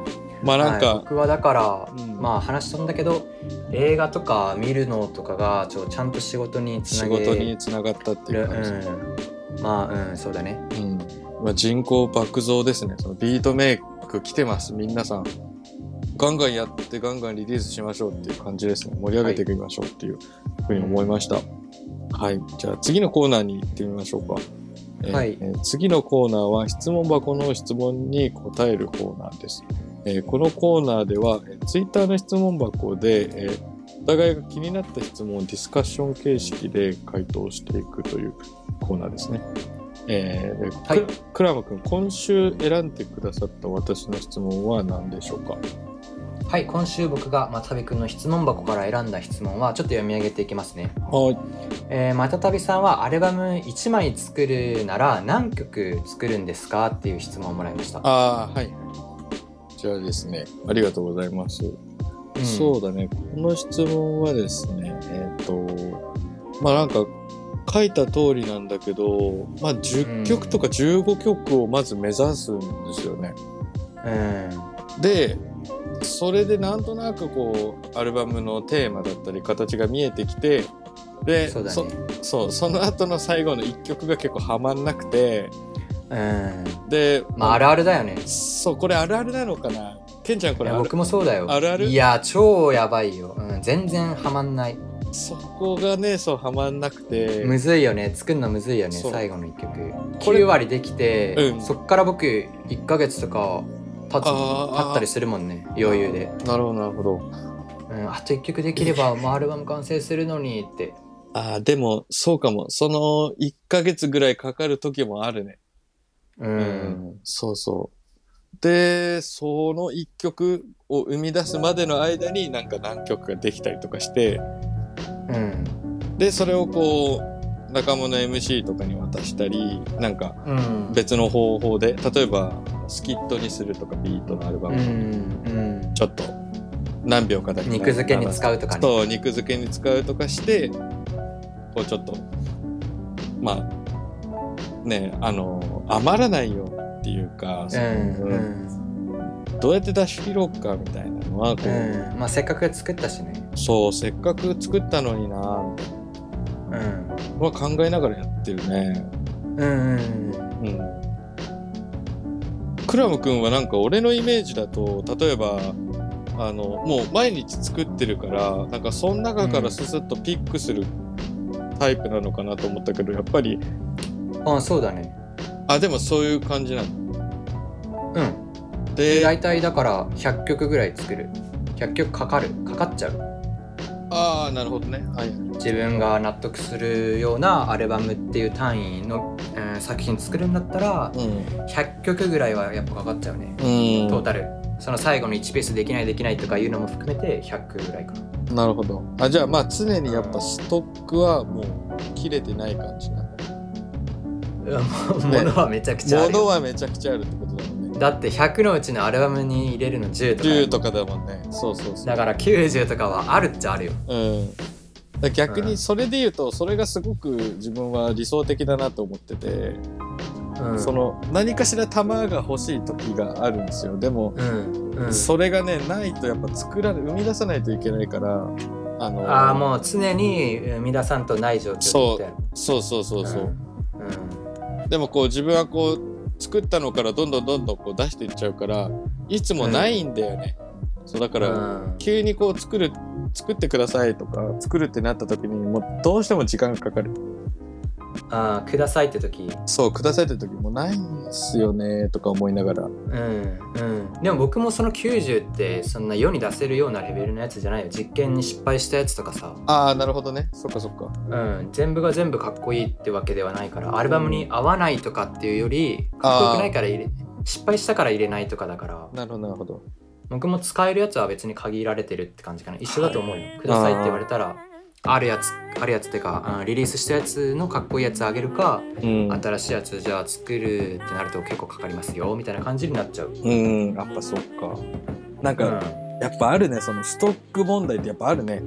[SPEAKER 1] まあなん
[SPEAKER 2] はい
[SPEAKER 1] か、
[SPEAKER 2] 僕はだから、
[SPEAKER 1] うん
[SPEAKER 2] まあ話しとんだけど映画とか見るのとかがちょちゃんと仕事につ
[SPEAKER 1] 仕
[SPEAKER 2] なげ
[SPEAKER 1] 事につながったっていう感じ。
[SPEAKER 2] うん、まあうんそうだね
[SPEAKER 1] うん。まあ人口爆増ですね。そのビートメイク来てます、皆さん。ガンガンやってガンガンリリースしましょうっていう感じですね。盛り上げていきましょうっていうふうに思いました。はい。じゃあ次のコーナーに行ってみましょうか。えー
[SPEAKER 2] はい
[SPEAKER 1] えー次のコーナーは質問箱の質問に答えるコーナーです。えーこのコーナーでは、えー、Twitter の質問箱で、えーお互いが気になった質問をディスカッション形式で回答していくというコーナーですね。えーで
[SPEAKER 2] はい
[SPEAKER 1] ククラム君、今週選んでくださった私の質問は何でしょうか
[SPEAKER 2] はい今週僕がまたびくんの質問箱から選んだ質問はちょっと読み上げていきますね
[SPEAKER 1] はい。
[SPEAKER 2] えー、またたびさんはアルバム1枚作るなら何曲作るんですかっていう質問をもらいました
[SPEAKER 1] ああ、はい。じゃあですね、ありがとうございます。
[SPEAKER 2] うん
[SPEAKER 1] そうだね。この質問はですね、えっ、と、まあなんか書いた通りなんだけど、まあ10曲とか15曲をまず目指すんですよね。
[SPEAKER 2] うん
[SPEAKER 1] で、それでなんとなくこうアルバムのテーマだったり形が見えてきてで
[SPEAKER 2] そうだ
[SPEAKER 1] そ
[SPEAKER 2] ね
[SPEAKER 1] そうその後の最後の1曲が結構はまんなくて
[SPEAKER 2] うん
[SPEAKER 1] で、
[SPEAKER 2] まああるあるだよね
[SPEAKER 1] そうこれあるあるなのかなケンちゃんこ
[SPEAKER 2] い
[SPEAKER 1] れ
[SPEAKER 2] や
[SPEAKER 1] ある
[SPEAKER 2] 僕もそうだよ
[SPEAKER 1] あるある
[SPEAKER 2] いや超やばいよ、うん、全然はまんない
[SPEAKER 1] そこがねそうはまんなくて
[SPEAKER 2] むずいよね作るのむずいよね
[SPEAKER 1] そう
[SPEAKER 2] 最後の1曲
[SPEAKER 1] これ
[SPEAKER 2] 9割できて、
[SPEAKER 1] うん
[SPEAKER 2] そっから僕1ヶ月とか経つ
[SPEAKER 1] あー
[SPEAKER 2] 経ったりするもんね余裕で、
[SPEAKER 1] なるほどなるほど
[SPEAKER 2] うん、あと1曲でき ればもうアルバム完成するのにって
[SPEAKER 1] あーでもそうかもその1ヶ月ぐらいかかる時もあるね
[SPEAKER 2] うん、
[SPEAKER 1] うんそうそうでその1曲を生み出すまでの間になんか何曲かできたりとかして
[SPEAKER 2] うん
[SPEAKER 1] でそれをこう仲間の MC とかに渡したりなんか
[SPEAKER 2] うん
[SPEAKER 1] 別の方法で例えばスキットにするとかビートのアルバ
[SPEAKER 2] うん
[SPEAKER 1] ム、
[SPEAKER 2] うん
[SPEAKER 1] ちょっと何秒かだけ
[SPEAKER 2] 肉漬けに使うとかね
[SPEAKER 1] そう肉漬けに使うとかしてこうちょっとまあねあの余らないようにっていうか、
[SPEAKER 2] う
[SPEAKER 1] そ
[SPEAKER 2] ん
[SPEAKER 1] の
[SPEAKER 2] うん
[SPEAKER 1] どうやって出し切ろうかみたいなのはこう、
[SPEAKER 2] うんまあせっかく作ったしね
[SPEAKER 1] そうせっかく作ったのになみたいな
[SPEAKER 2] うん
[SPEAKER 1] のは考えながらやってるね
[SPEAKER 2] うんうん
[SPEAKER 1] うんクラム君はなんか俺のイメージだと例えばあのもう毎日作ってるからなんかその中からススッとピックするタイプなのかなと思ったけどやっぱり
[SPEAKER 2] あそうだね
[SPEAKER 1] あでもそういう感じなん
[SPEAKER 2] うん
[SPEAKER 1] で
[SPEAKER 2] 大体だから100曲ぐらい作る100曲かかるかかっちゃう
[SPEAKER 1] ああなるほどねはい
[SPEAKER 2] 自分が納得するようなアルバムっていう単位の、えー作品作るんだったら
[SPEAKER 1] う
[SPEAKER 2] 100曲ぐらいはやっぱかかっちゃうね
[SPEAKER 1] ん、
[SPEAKER 2] トータルその最後の1ペースできないできないとかいうのも含めて100ぐらいかな
[SPEAKER 1] なるほどあじゃあまあ常にやっぱストックはもう切れてない感じなんだ
[SPEAKER 2] うわもう
[SPEAKER 1] ね
[SPEAKER 2] 物はめちゃくちゃある
[SPEAKER 1] 物
[SPEAKER 2] よ
[SPEAKER 1] はめちゃくちゃあるってことだもんね
[SPEAKER 2] だって100のうちのアルバムに入れるの10とか
[SPEAKER 1] 10とかだもんねそうそうそう
[SPEAKER 2] だから90とかはあるっちゃあるよ
[SPEAKER 1] うん、だ逆
[SPEAKER 2] う
[SPEAKER 1] に
[SPEAKER 2] ん
[SPEAKER 1] それで言うとそれがすごく自分は理想的だなと思ってて、
[SPEAKER 2] うん
[SPEAKER 1] その何かしら玉が欲しい時があるんですよでも、
[SPEAKER 2] うんうん
[SPEAKER 1] それがねないとやっぱ作られ生み出さないといけないからあの
[SPEAKER 2] ああもう常に生み出さんとない状況
[SPEAKER 1] そう
[SPEAKER 2] ってやる
[SPEAKER 1] そうそうそうそう、
[SPEAKER 2] うんうん
[SPEAKER 1] でもこう自分はこう作ったのからどんどんどんどんこう出していっちゃうからいつもないんだよね、そうだから、
[SPEAKER 2] うん
[SPEAKER 1] 急にこう作る作ってくださいとか作るってなった時にもうどうしても時間がかかる
[SPEAKER 2] あーくださいって時
[SPEAKER 1] そう、くださいって時もないんすよね、とか思いながら。
[SPEAKER 2] うんうん、でも僕もその90ってそんな世に出せるようなレベルのやつじゃないよ実験に失敗したやつとかさ、
[SPEAKER 1] ああ、なるほどね。そっかそっか。
[SPEAKER 2] うん、全部が全部かっこいいってわけではないからアルバムに合わないとかっていうよりかっこよくないから入れ失敗したから入れないとかだから
[SPEAKER 1] なるほど、なるほど。
[SPEAKER 2] 僕も使えるやつは別に限られてるって感じかな一緒だと思うよくださいって言われたらあるやつあるやつっていうか、うんリリースしたやつのかっこいいやつあげるか
[SPEAKER 1] うんう
[SPEAKER 2] 新しいやつじゃあ作るってなると結構かかりますよみたいな感じになっちゃう。
[SPEAKER 1] ん、やっぱそっか。なん
[SPEAKER 2] う
[SPEAKER 1] か、
[SPEAKER 2] ん、
[SPEAKER 1] やっぱあるね、そのストック問題ってやっぱあるね。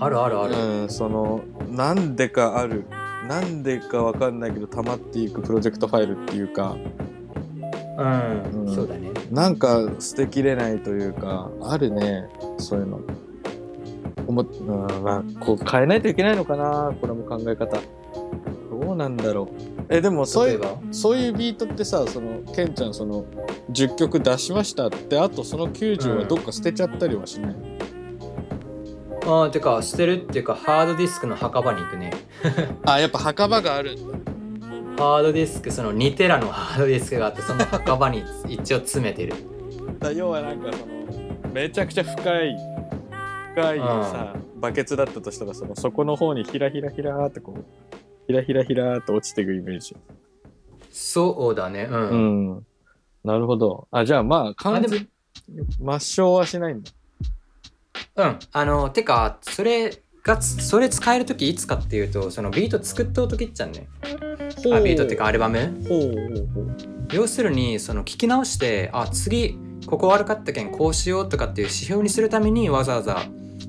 [SPEAKER 2] あるあるある。
[SPEAKER 1] うん、その、なんでかある。なんでかわかんないけど、溜まっていくプロジェクトファイルっていうか、
[SPEAKER 2] うん、
[SPEAKER 1] うん
[SPEAKER 2] そうだね。
[SPEAKER 1] なんか捨てきれないというか、あるね、そういうの。思っうん、まあ、こう変えないといけないのかな、これも考え方。どうなんだろう。え、でもそう
[SPEAKER 2] 例
[SPEAKER 1] い
[SPEAKER 2] え
[SPEAKER 1] う、
[SPEAKER 2] ば、
[SPEAKER 1] そういうビートってさ、その、ケンちゃん、その、10曲出しましたって、あとその90はどっか捨てちゃったりはしない。
[SPEAKER 2] ああ、てか、捨てるっていうか、ハードディスクの墓場に行くね。
[SPEAKER 1] あ、やっぱ墓場がある。
[SPEAKER 2] ハードディスク、その2テラのハードディスクがあって、その墓場に一応詰めてる。
[SPEAKER 1] だ要はなんかその、めちゃくちゃ深い、深いさ、バケツだったとしたら、その、そこの方にひらひらひらーってこう、ひらひらひらーって落ちていくイメージ。
[SPEAKER 2] そうだね、うん。
[SPEAKER 1] うん。なるほど。あ、じゃあまあ、
[SPEAKER 2] あ
[SPEAKER 1] 完
[SPEAKER 2] でも
[SPEAKER 1] 全、抹消はしないんだ。
[SPEAKER 2] うん。あの、てか、それがつ、それ使えるときいつかっていうと、そのビート作っとうときっちゃんね。あビートっていうか、アルバム
[SPEAKER 1] ほうほうほう。
[SPEAKER 2] 要するにその聞き直してあ次ここ悪かったけんこうしようとかっていう指標にするためにわざわざ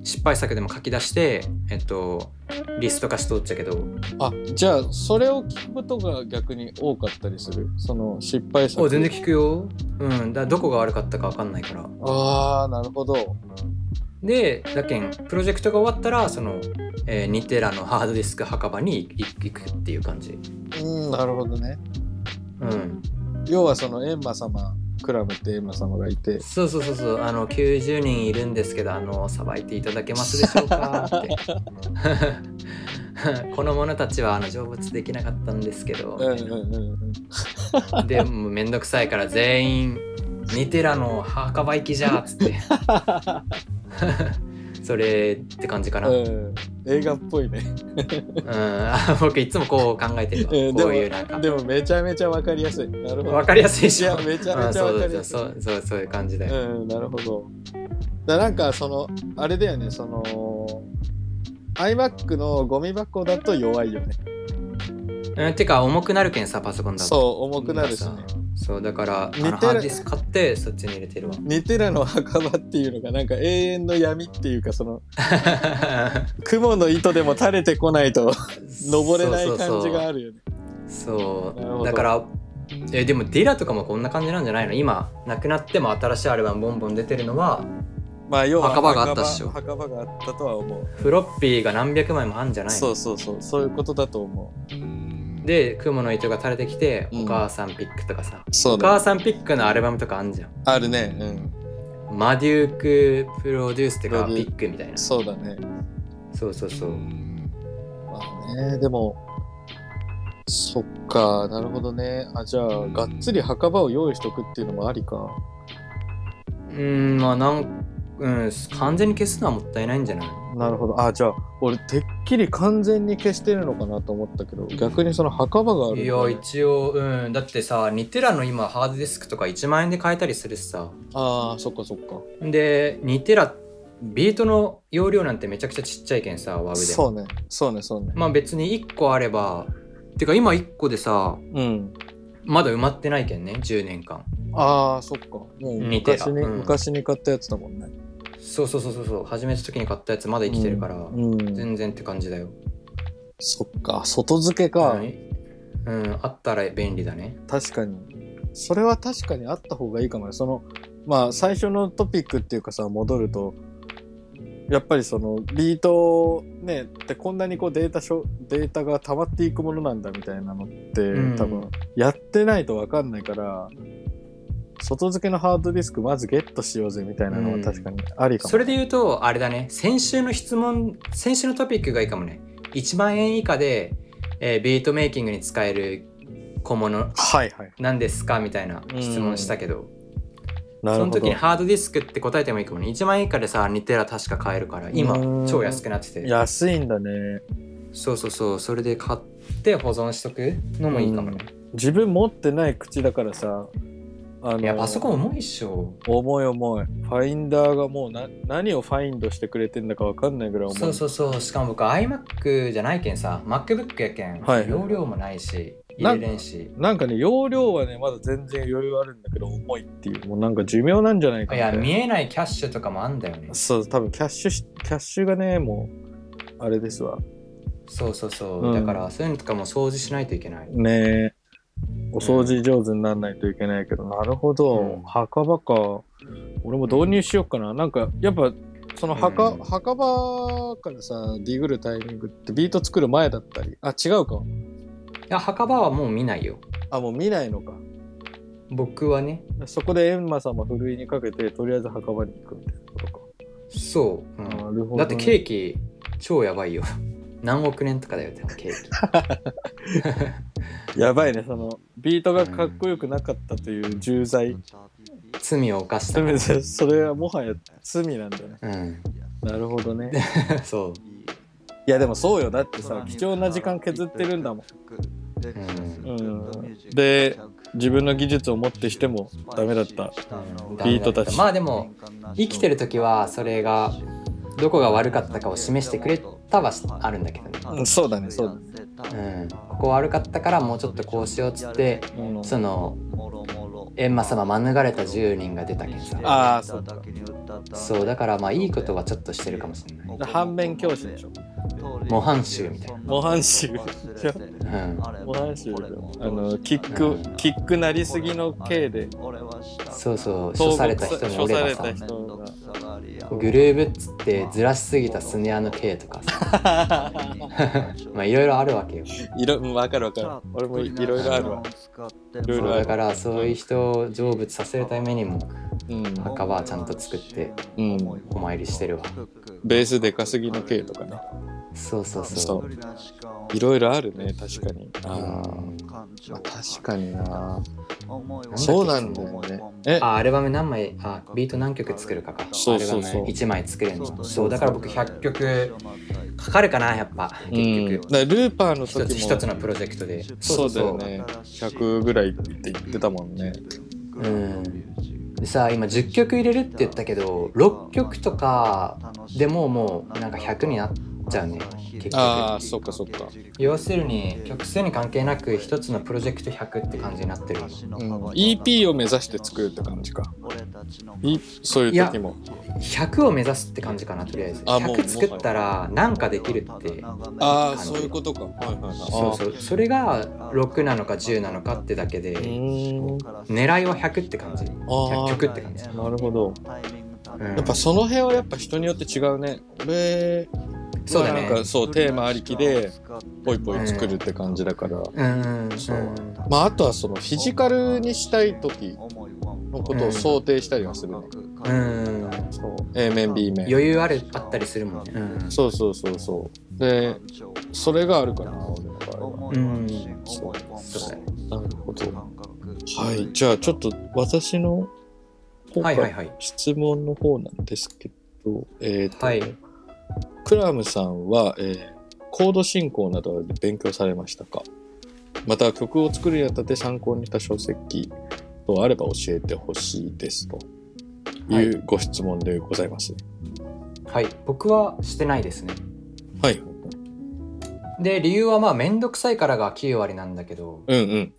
[SPEAKER 2] 失敗作でも書き出して、えっと、リスト化しとっちゃけど
[SPEAKER 1] あじゃあそれを聞くことが逆に多かったりするその失敗作
[SPEAKER 2] お全然聞くようんだどこが悪かったか分かんないから
[SPEAKER 1] ああなるほど
[SPEAKER 2] でだけんプロジェクトが終わったらその、えー2テラのハードディスク墓場に行行くっていう感じ
[SPEAKER 1] うんなるほどね
[SPEAKER 2] うん
[SPEAKER 1] 要はそのエンマ様クラブってエンマ様がいて
[SPEAKER 2] そうそうそうそうあの90人いるんですけどあのさばいていただけますでしょうかって この者たちはあの成仏できなかったんですけど
[SPEAKER 1] うんうんうんうん
[SPEAKER 2] でもうめんどくさいから全員2テラの墓場行きじゃっつって それって感じかな、うん、
[SPEAKER 1] うん映画っぽいね
[SPEAKER 2] あ僕いつもこう考えてるわ、
[SPEAKER 1] うん
[SPEAKER 2] こういうなんか
[SPEAKER 1] でもめちゃめちゃわかりやすいなるほど
[SPEAKER 2] わかりやすいでしょ
[SPEAKER 1] いやめちゃ
[SPEAKER 2] う
[SPEAKER 1] め
[SPEAKER 2] ん
[SPEAKER 1] ちゃ
[SPEAKER 2] そ
[SPEAKER 1] わ
[SPEAKER 2] う
[SPEAKER 1] か
[SPEAKER 2] だ
[SPEAKER 1] り
[SPEAKER 2] そ
[SPEAKER 1] や
[SPEAKER 2] う
[SPEAKER 1] すい
[SPEAKER 2] そうそうそういう感じだよ、
[SPEAKER 1] うんなるほどだなんかそのあれだよねその iMac のゴミ箱だと弱いよね
[SPEAKER 2] うん、てか重くなるけんさパソコンだと
[SPEAKER 1] そう重くなるしね
[SPEAKER 2] そうだからあ
[SPEAKER 1] 似てる
[SPEAKER 2] のハードディスク買ってそっちに入れてるわ
[SPEAKER 1] 2テラの墓場っていうのがなんか永遠の闇っていうかその雲の糸でも垂れてこない と 登れない感じがあるよね
[SPEAKER 2] そうそ
[SPEAKER 1] な
[SPEAKER 2] うそう
[SPEAKER 1] る
[SPEAKER 2] そ
[SPEAKER 1] ほ
[SPEAKER 2] う
[SPEAKER 1] ど
[SPEAKER 2] だからえでもディラとかもこんな感じなんじゃないの今なくなっても新しいアルバムボンボン出てるのは
[SPEAKER 1] まあ要は
[SPEAKER 2] 墓場があったっしょ
[SPEAKER 1] 墓場があったとは思う、
[SPEAKER 2] フロッピーが何百枚もあんじゃない
[SPEAKER 1] そ
[SPEAKER 2] の
[SPEAKER 1] うそうそうそういうことだと思
[SPEAKER 2] で雲の糸が垂れてきて、
[SPEAKER 1] うん
[SPEAKER 2] お母さんピックとかさ
[SPEAKER 1] うそう
[SPEAKER 2] お母さんピックのアルバムとかあんじゃん
[SPEAKER 1] あるねうん
[SPEAKER 2] マデュークプロデュースとか
[SPEAKER 1] プ
[SPEAKER 2] ピ
[SPEAKER 1] ロデュー
[SPEAKER 2] ックみたいな
[SPEAKER 1] そうだね
[SPEAKER 2] そうそうそう
[SPEAKER 1] まあねでもそっかなるほどねあじゃあがっつり墓場を用意しとくっていうのもありか
[SPEAKER 2] うーんまあなんうん完全に消すのはもったいないんじゃない
[SPEAKER 1] なるほどあじゃあ俺てっきり完全に消してるのかなと思ったけど逆にその墓場がある
[SPEAKER 2] い
[SPEAKER 1] んだ
[SPEAKER 2] や
[SPEAKER 1] ね
[SPEAKER 2] 一応うんだってさ2テラの今ハードディスクとか1万円で買えたりするしさ
[SPEAKER 1] ああそっかそっか
[SPEAKER 2] で2テラビートの容量なんてめちゃくちゃちっちゃいけんさワブでも
[SPEAKER 1] そうねそうねそうね
[SPEAKER 2] まあ別に1個あればてか今1個でさ
[SPEAKER 1] うん
[SPEAKER 2] まだ埋まってないけんね10年間
[SPEAKER 1] ああそっかもう
[SPEAKER 2] 似て
[SPEAKER 1] 昔
[SPEAKER 2] た
[SPEAKER 1] に、
[SPEAKER 2] うん
[SPEAKER 1] 昔に買ったやつだもんね
[SPEAKER 2] そうそうそうそうそう始めた時に買ったやつまだ生きてるから、
[SPEAKER 1] うん
[SPEAKER 2] 全然って感じだよ
[SPEAKER 1] そっか外付けか、
[SPEAKER 2] うんうんあったら便利だね
[SPEAKER 1] 確かにそれは確かにあった方がいいかもねそのまあ最初のトピックっていうかさ戻るとやっぱりそのビートねってこんなにこうデータしょデータが溜まっていくものなんだみたいなのって、
[SPEAKER 2] うん
[SPEAKER 1] 多分やってないと分かんないから外付けのハードディスクまずゲットしようぜみたいなのは確かにありかも、
[SPEAKER 2] それで言うとあれだね先週の質問先週のトピックがいいかもね1万円以下で、えービートメイキングに使える小物
[SPEAKER 1] はいはい
[SPEAKER 2] なんですかみたいな質問したけど
[SPEAKER 1] なるほ
[SPEAKER 2] その
[SPEAKER 1] ど
[SPEAKER 2] 時にハードディスクって答えてもいいかもね1万円以下でさ2テラ確か買えるから
[SPEAKER 1] うん
[SPEAKER 2] 今超安くなってて
[SPEAKER 1] 安いんだね
[SPEAKER 2] そうそうそうそれで買って保存しとくのもいいかもね
[SPEAKER 1] 自分持ってない口だからさあの
[SPEAKER 2] いやパソコン重いっしょ
[SPEAKER 1] 重い重いファインダーがもうな何をファインドしてくれてんだかわかんないぐらい重い
[SPEAKER 2] そうそうそうしかも僕 iMac じゃないけんさ MacBook やけん、
[SPEAKER 1] はい
[SPEAKER 2] 容量もないし
[SPEAKER 1] な
[SPEAKER 2] 入れれんし
[SPEAKER 1] なんかね容量はねまだ全然余裕あるんだけど重いっていうもうなんか寿命なんじゃないか
[SPEAKER 2] い
[SPEAKER 1] な
[SPEAKER 2] や見えないキャッシュとかもあんだよね
[SPEAKER 1] そう多分キャッシュしキャッシュがねもうあれですわ
[SPEAKER 2] そうそうそう、
[SPEAKER 1] うん
[SPEAKER 2] だからそういうのとかも掃除しないといけない
[SPEAKER 1] ねえお掃除上手にならないといけないけど、なるほど、
[SPEAKER 2] うん
[SPEAKER 1] 墓場か俺も導入しようかな、なんかやっぱその墓,、
[SPEAKER 2] うん
[SPEAKER 1] 墓場からさディグるタイミングってビート作る前だったりあ違うか
[SPEAKER 2] いや墓場はもう見ないよ
[SPEAKER 1] あもう見ないのか
[SPEAKER 2] 僕はね
[SPEAKER 1] そこでエンマ様ふるいにかけてとりあえず墓場に行くみたいなことか、
[SPEAKER 2] そう、う
[SPEAKER 1] な
[SPEAKER 2] ん
[SPEAKER 1] るほどね
[SPEAKER 2] だってケーキ超やばいよ 何億年とかだよ多分ケーキ
[SPEAKER 1] やばいねそのビートがかっこよくなかったという重罪
[SPEAKER 2] 罪を犯した
[SPEAKER 1] それ それはもはや罪なんだね
[SPEAKER 2] うん
[SPEAKER 1] なるほどね
[SPEAKER 2] そう
[SPEAKER 1] いやでもそうよだってさ貴重な時間削ってるんだもん
[SPEAKER 3] うん
[SPEAKER 1] うんで自分の技術をもってしてもダメだった
[SPEAKER 2] うん
[SPEAKER 1] ビートたち
[SPEAKER 2] まあでも生きてる時はそれがどこが悪かったかを示してくれたはあるんだけどね、
[SPEAKER 1] うんそうだねそうだね
[SPEAKER 2] うん、ここ悪かったからもうちょっとこうしようっつって
[SPEAKER 1] うん
[SPEAKER 2] その閻魔様免れた10人が出たけんさ
[SPEAKER 1] あー
[SPEAKER 3] そうだけに歌った
[SPEAKER 2] そうだからまあいいことはちょっとしてるかもしれない
[SPEAKER 1] 反面教師でしょ。
[SPEAKER 2] 模範囚みたいな
[SPEAKER 1] 模範囚
[SPEAKER 2] うん
[SPEAKER 1] 模範囚だよあの、キック、
[SPEAKER 2] うん
[SPEAKER 1] キックなりすぎの刑で。
[SPEAKER 2] そうそう
[SPEAKER 1] 投
[SPEAKER 2] 処
[SPEAKER 1] 獄
[SPEAKER 2] された人に
[SPEAKER 1] 処さ
[SPEAKER 2] 俺
[SPEAKER 1] れ
[SPEAKER 2] が
[SPEAKER 1] た
[SPEAKER 2] さ
[SPEAKER 1] 人が。
[SPEAKER 2] グル ーブっつってずらしすぎたスネアの刑とかさまあいろいろあるわけよ
[SPEAKER 1] いろ、わかるわかる。俺もいいろいろあるわ。。いろい
[SPEAKER 2] そう
[SPEAKER 1] ろある
[SPEAKER 2] だからそういう人を成仏させるためにも
[SPEAKER 1] うん。
[SPEAKER 2] 墓はちゃんと作って
[SPEAKER 1] うん
[SPEAKER 2] お参りしてるわ
[SPEAKER 1] ベースで稼ぎの刑とかね。
[SPEAKER 2] そうそうそう
[SPEAKER 1] そういろいろあるね、確かに。あ
[SPEAKER 2] うん
[SPEAKER 3] ま
[SPEAKER 1] あ
[SPEAKER 3] あ
[SPEAKER 1] 確かにな。
[SPEAKER 3] に
[SPEAKER 1] そうなんだよね。え、
[SPEAKER 2] あアルバム何枚あビート何曲作るかか
[SPEAKER 1] そうそうそう
[SPEAKER 2] アルバム1枚作れるの
[SPEAKER 3] そ
[SPEAKER 2] そうう
[SPEAKER 3] だ
[SPEAKER 2] だか
[SPEAKER 3] か
[SPEAKER 2] らら
[SPEAKER 3] 僕
[SPEAKER 2] 僕100
[SPEAKER 3] 100曲
[SPEAKER 2] 曲かかるかなやっぱ結
[SPEAKER 1] うん。だ
[SPEAKER 2] 局
[SPEAKER 1] からルーパーの
[SPEAKER 2] 一つ
[SPEAKER 1] 時も。
[SPEAKER 2] 一つのプロジェクトで
[SPEAKER 1] そうだよね。100ぐらいって言ってたもんね。
[SPEAKER 2] うんでさ今10曲入れるって言ったけど6曲とかでもうもうなんか100になっちゃうね結局
[SPEAKER 1] ああ、そっかそっか。
[SPEAKER 2] 要するに曲数に関係なく一つのプロジェクト100って感じになってる
[SPEAKER 1] うん、EP を目指して作るって感じか。いそういう時も。
[SPEAKER 2] 100を目指すって感じかなとりあえず
[SPEAKER 1] あもう
[SPEAKER 2] 100作ったらなんかできるって
[SPEAKER 1] ああ、そういうことか。はいはいはい。
[SPEAKER 2] そうそうそれが6なのか10なのかってだけで
[SPEAKER 1] あーうーん
[SPEAKER 2] 狙いは100って感じ
[SPEAKER 1] あー
[SPEAKER 2] 100って感じ
[SPEAKER 1] なるほど。
[SPEAKER 2] うん
[SPEAKER 1] やっぱその辺はやっぱ人によって違うね。俺、
[SPEAKER 2] そうだね
[SPEAKER 1] なんかそう、テーマありきで、ぽいぽい作るって感じだから。
[SPEAKER 2] うんうん
[SPEAKER 1] そう
[SPEAKER 2] うん
[SPEAKER 1] まあ、あとはそのフィジカルにしたい時のことを想定したりはするね。
[SPEAKER 2] うん
[SPEAKER 1] そう。A 面、B 面。
[SPEAKER 2] 余裕あるあったりするもんね、うん、
[SPEAKER 1] そうそうそうそう。で、それがあるかな、俺の場合は。
[SPEAKER 2] うん
[SPEAKER 3] そう
[SPEAKER 2] そうだね
[SPEAKER 1] なるほど。はい、じゃあちょっと私の方
[SPEAKER 2] はいは
[SPEAKER 1] か
[SPEAKER 2] いはい
[SPEAKER 1] 質問の方なんですけど、えっ、と、
[SPEAKER 2] はい
[SPEAKER 1] クラムさんは、えーコード進行などで勉強されましたかまた曲を作るにあたって参考にした書籍等あれば教えてほしいですとい
[SPEAKER 2] は
[SPEAKER 1] うご質問でございますね。
[SPEAKER 2] はい僕はしてないですね
[SPEAKER 1] はい。
[SPEAKER 2] で理由はまあ面倒くさいからが9割なんだけど
[SPEAKER 1] うんうん。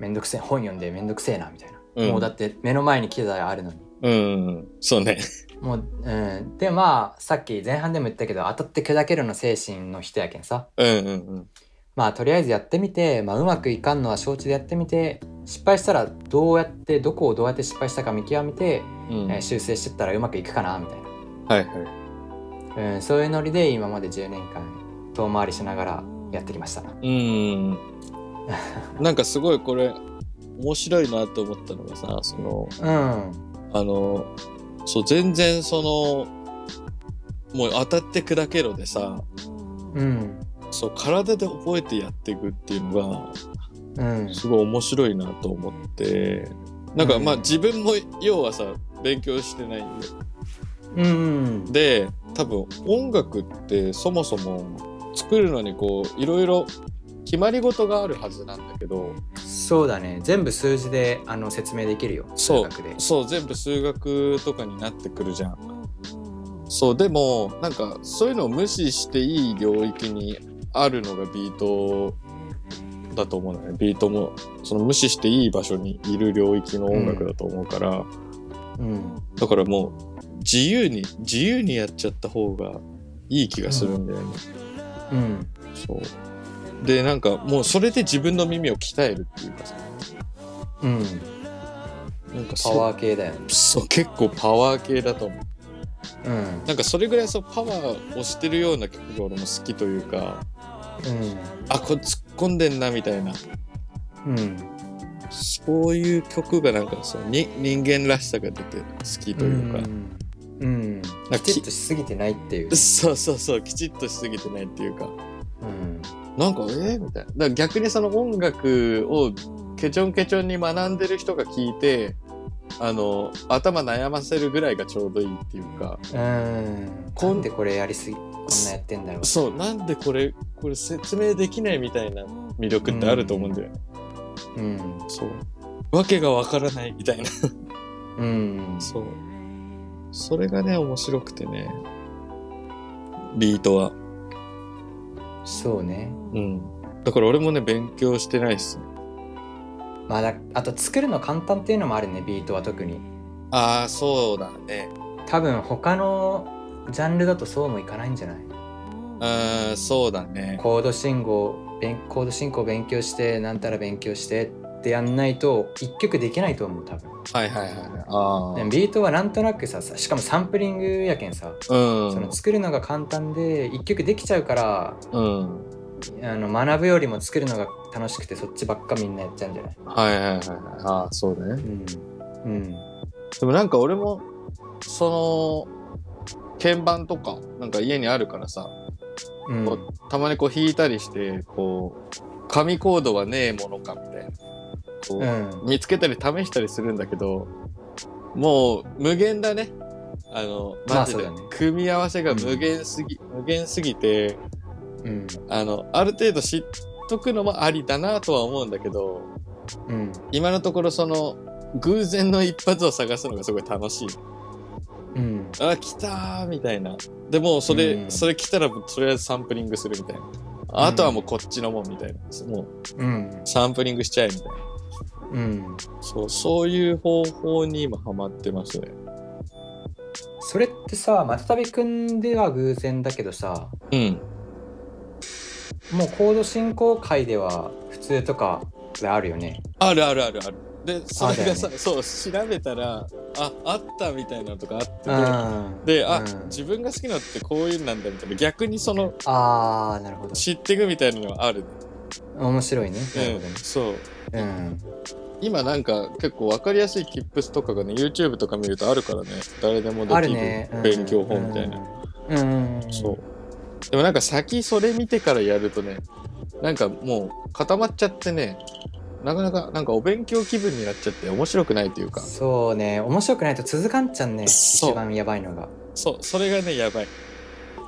[SPEAKER 2] 面倒くせえ本読んで面倒くせえなみたいな、
[SPEAKER 1] うん
[SPEAKER 2] もうだって目の前に機材あるのに
[SPEAKER 1] うんうん。そうね。
[SPEAKER 2] もううんでまあさっき前半でも言ったけど当たって砕けるの精神の人やけんさ
[SPEAKER 1] うんうんうん。
[SPEAKER 2] まあとりあえずやってみて、まあ、うまくいかんのは承知でやってみて失敗したらどうやってどこをどうやって失敗したか見極めて、
[SPEAKER 1] うん、
[SPEAKER 2] えー修正してったらうまくいくかなみた
[SPEAKER 1] は
[SPEAKER 2] い
[SPEAKER 1] いはい。
[SPEAKER 2] な、うん、そういうノリで今まで10年間遠回りしながらやってきました
[SPEAKER 1] うん。なんかすごいこれ面白いなと思ったのがさ、その、
[SPEAKER 2] うん
[SPEAKER 1] あの、そう、全然その、もう当たって砕けろでさ、
[SPEAKER 2] うん
[SPEAKER 1] そう、体で覚えてやっていくっていうの
[SPEAKER 2] うん
[SPEAKER 1] が、すごい面白いなと思って、なんかまあ
[SPEAKER 2] うん
[SPEAKER 1] 自分も、要はさ、勉強してないん
[SPEAKER 2] うん
[SPEAKER 1] で、多分音楽ってそもそも作るのにこう、いろいろ決まり事があるはずなんだけど、
[SPEAKER 2] そうだね全部数字であの説明できるよ
[SPEAKER 1] そう
[SPEAKER 2] 数学で
[SPEAKER 1] そう、全部数学とかになってくるじゃん。そう、でも、なんか、そういうのを無視していい領域にあるのがビートだと思うのね。ビートも、その無視していい場所にいる領域の音楽だと思うから、
[SPEAKER 2] うん
[SPEAKER 1] だからもう、自由に、自由にやっちゃった方がいい気がするんだよね。
[SPEAKER 2] うん
[SPEAKER 1] そう。で、なんか、もうそれで自分の耳を鍛えるっていうかさ、
[SPEAKER 2] うん
[SPEAKER 1] なんか
[SPEAKER 2] パ
[SPEAKER 1] そ
[SPEAKER 2] ワー系だよね
[SPEAKER 1] そう、結構パワー系だと思う。
[SPEAKER 2] うん
[SPEAKER 1] なんかそれぐらいそうパワーをしてるような曲が俺も好きというかあこれ突っ込んでんなみたいな
[SPEAKER 2] うんうん
[SPEAKER 1] そういう曲がなんかそのに人間らしさが出て好きというか、
[SPEAKER 2] んうん
[SPEAKER 1] な
[SPEAKER 2] き
[SPEAKER 1] んかき
[SPEAKER 2] ちっとしすぎてないっていう、
[SPEAKER 1] そうそうそうきちっとしすぎてないっていうか
[SPEAKER 2] うん、
[SPEAKER 1] なんかえー、みたいなだから逆にその音楽をケチョンケチョンに学んでる人が聞いてあの頭悩ませるぐらいがちょうどいいっていうか
[SPEAKER 2] うん
[SPEAKER 1] こん
[SPEAKER 2] なんでこれやりすぎこんなやってんだろう
[SPEAKER 1] そうなんでこれこれ説明できないみたいな魅力ってあると思うんだよね、
[SPEAKER 2] うん
[SPEAKER 1] そうわけがわからないみたいな
[SPEAKER 2] うん
[SPEAKER 1] そう。それがね、面白くてね。ビートは。
[SPEAKER 2] そうね
[SPEAKER 1] うん。だから俺もね、勉強してないっすね。
[SPEAKER 2] まあだ、あと作るの簡単っていうのもあるねビートは特に
[SPEAKER 1] ああ、そうだね。
[SPEAKER 2] 多分他のジャンルだとそうもいかないんじゃない
[SPEAKER 1] あーそうだね。
[SPEAKER 2] コード信号勉コード進行勉強してなんたら勉強してってやんないと一曲できないと思う多分
[SPEAKER 1] はいはいはい。あ
[SPEAKER 2] でもビートはなんとなくささしかもサンプリングやけんさ、
[SPEAKER 1] あ。うん。
[SPEAKER 2] その作るのが簡単で一曲できちゃうから
[SPEAKER 1] うん。
[SPEAKER 2] あの学ぶよりも作るのが楽しくてそっちばっかみんなやっちゃうんじゃない
[SPEAKER 1] はいはいはいはい。ああ、そうだね。
[SPEAKER 2] うん、うん、
[SPEAKER 1] でもなんか俺も、その、鍵盤とか、なんか家にあるからさ、
[SPEAKER 2] うん
[SPEAKER 1] こうたまにこう弾いたりして、こう、紙コードはねえものかみたいな。こう、
[SPEAKER 2] うん
[SPEAKER 1] 見つけたり試したりするんだけど、もう無限だね。あの、
[SPEAKER 2] まあ
[SPEAKER 1] マジで
[SPEAKER 2] そうだね。
[SPEAKER 1] 組み合わせが無限すぎ、無限すぎて、
[SPEAKER 2] うん
[SPEAKER 1] あの、ある程度知っとくのもありだなとは思うんだけど、
[SPEAKER 2] うん
[SPEAKER 1] 今のところその、偶然の一発を探すのがすごい楽しい。
[SPEAKER 2] うん
[SPEAKER 1] あ、来たーみたいな。でも、それ、
[SPEAKER 2] うん
[SPEAKER 1] それ来たら、とりあえずサンプリングするみたいな。あとはもうこっちのもんみたいな。もう、
[SPEAKER 2] うん
[SPEAKER 1] サンプリングしちゃえみたいな。
[SPEAKER 2] うん
[SPEAKER 1] そう、そういう方法に今ハマってますね。
[SPEAKER 2] それってさまたたびくんでは偶然だけどさ
[SPEAKER 1] うん。
[SPEAKER 2] もうコード進行会では普通とかであるよね
[SPEAKER 1] あるあるあるある。で、それ
[SPEAKER 2] だよ
[SPEAKER 1] が
[SPEAKER 2] ね
[SPEAKER 1] さ、そう、調べたら、あ、あったみたいなのとかあって
[SPEAKER 2] うん
[SPEAKER 1] で、あ、
[SPEAKER 2] うん
[SPEAKER 1] 自分が好きなのってこういうのなんだみたいな。逆にその、
[SPEAKER 2] あーなるほど
[SPEAKER 1] 知っていくみたいなのがある。
[SPEAKER 2] 面白いねなる
[SPEAKER 1] う
[SPEAKER 2] ほど
[SPEAKER 1] ん
[SPEAKER 2] ね
[SPEAKER 1] そう。
[SPEAKER 2] うん
[SPEAKER 1] 今なんか結構わかりやすいキップスとかがね、YouTube とか見るとあるからね。誰でも
[SPEAKER 2] あ
[SPEAKER 1] でき
[SPEAKER 2] る
[SPEAKER 1] る
[SPEAKER 2] ねうん
[SPEAKER 1] 勉強法みたいな。
[SPEAKER 2] うんうんうん
[SPEAKER 1] そう。でもなんか先それ見てからやるとね、なんかもう固まっちゃってね、なかなかなんかお勉強気分になっちゃって面白くないというか、
[SPEAKER 2] そうね面白くないと続かんちゃんね
[SPEAKER 1] そう
[SPEAKER 2] 一番やばいのが
[SPEAKER 1] そう、それがね、やばい。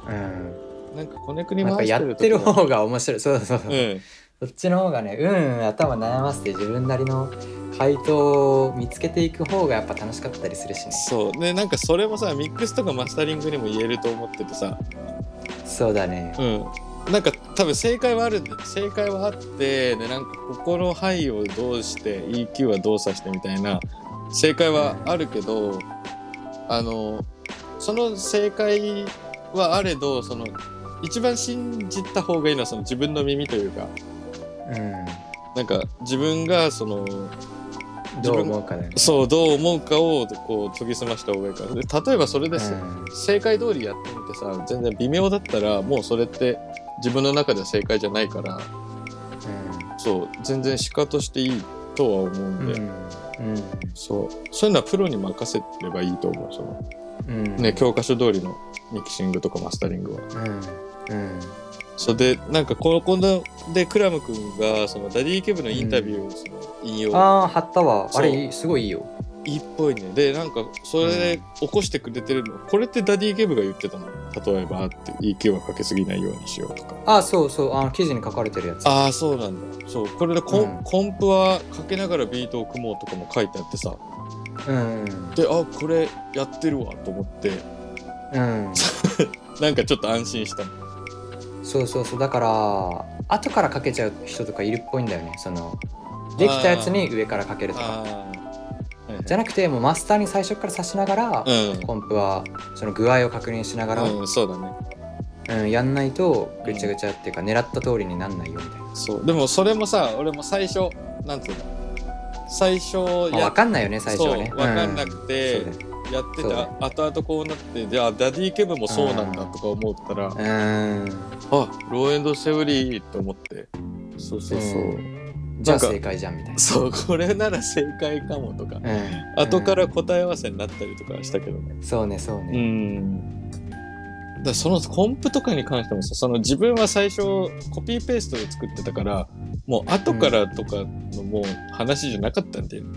[SPEAKER 2] うん
[SPEAKER 1] なんかこねくり
[SPEAKER 2] やっぱ
[SPEAKER 1] 回して
[SPEAKER 2] や
[SPEAKER 1] る
[SPEAKER 2] っ
[SPEAKER 1] とき
[SPEAKER 2] て
[SPEAKER 1] は
[SPEAKER 2] る方が面白いそうそうそう、
[SPEAKER 1] うん。
[SPEAKER 2] そっちの方がねうんうん頭悩ませて自分なりの回答を見つけていく方がやっぱ楽しかったりするしね
[SPEAKER 1] そう。で、なんかそれもさ、ミックスとかマスタリングにも言えると思っててさ、
[SPEAKER 2] そうだね
[SPEAKER 1] うん。なんか多分正解はあるんだよ正解はあって、で、なんかここの範囲をどうして、EQ は動作してみたいな、正解はあるけど、あの、その正解はあれど、その、一番信じた方がいいのはその自分の耳というか、
[SPEAKER 2] う
[SPEAKER 1] なんか自分がその、
[SPEAKER 2] ん
[SPEAKER 1] 自
[SPEAKER 2] どう
[SPEAKER 1] 分
[SPEAKER 2] 思うかだよね
[SPEAKER 1] そう、どう思うかをこう研ぎ澄ました方がいいから。で例えばそれです、
[SPEAKER 2] うん
[SPEAKER 1] 正解通りやってみてさ、全然微妙だったら、もうそれって自分の中では正解じゃないから、そう、全然鹿としていいとは思うん
[SPEAKER 2] うん
[SPEAKER 1] で、
[SPEAKER 2] うん
[SPEAKER 1] そう、そういうのはプロに任せればいいと思う。その
[SPEAKER 2] うん
[SPEAKER 1] ね、教科書通りのミキシングとかマスタリングは。
[SPEAKER 2] うんうん
[SPEAKER 1] そうで、なんかここの、で、クラム君が、そのダディケブのインタビューをその引用、
[SPEAKER 2] ああ貼ったわ
[SPEAKER 1] そう
[SPEAKER 2] あれすごいいいよ
[SPEAKER 1] いいっぽいね。で、なんか、それで起こしてくれてるの、これってダディ・ゲブが言ってたの例えば、あって EQ はかけすぎないようにしようとか。
[SPEAKER 2] ああそうそうあの記事に書かれてるやつ
[SPEAKER 1] ああ、そうなんだ。そう、これでコ,、
[SPEAKER 2] うん
[SPEAKER 1] コンプはかけながらビートを組もうとかも書いてあってさ、
[SPEAKER 2] うん
[SPEAKER 1] で、あ、これやってるわと思って、
[SPEAKER 2] うん
[SPEAKER 1] なんかちょっと安心したの。
[SPEAKER 2] そうそうそうだから後からかけちゃう人とかいるっぽいんだよねそのできたやつに上からかけるとか
[SPEAKER 1] ああ。はいはい
[SPEAKER 2] じゃなくてもうマスターに最初から刺しながら、コンプはその具合を確認しながら、
[SPEAKER 1] うん、うん、そうだね。
[SPEAKER 2] うんやんないとぐちゃぐちゃっていうか狙った通りになんないよみたいな、
[SPEAKER 1] そう。でもそれもさ、俺も最初、なんていうの最初
[SPEAKER 2] まあ、
[SPEAKER 1] や
[SPEAKER 2] 分かんないよね最初はね
[SPEAKER 1] そう分かんなくて
[SPEAKER 2] うんそうだよ
[SPEAKER 1] やって
[SPEAKER 2] そう
[SPEAKER 1] てあ
[SPEAKER 2] だ
[SPEAKER 1] 後々こうなってじゃあダディケブもそうなんだとか思ったらあ
[SPEAKER 2] うん
[SPEAKER 1] ローエンドセオリーと思ってそうそうそう、
[SPEAKER 2] じゃあ
[SPEAKER 1] なんか
[SPEAKER 2] 正解じゃんみたいな
[SPEAKER 1] そうこれなら正解かもとか、
[SPEAKER 2] うん
[SPEAKER 1] 後から答え合わせになったりとかしたけどね
[SPEAKER 2] そうねそう
[SPEAKER 1] う
[SPEAKER 2] ね
[SPEAKER 1] んだからそのコンプとかに関してもさその自分は最初コピーペーストで作ってたからもう後からとかのもう話じゃなかったんで、
[SPEAKER 2] うん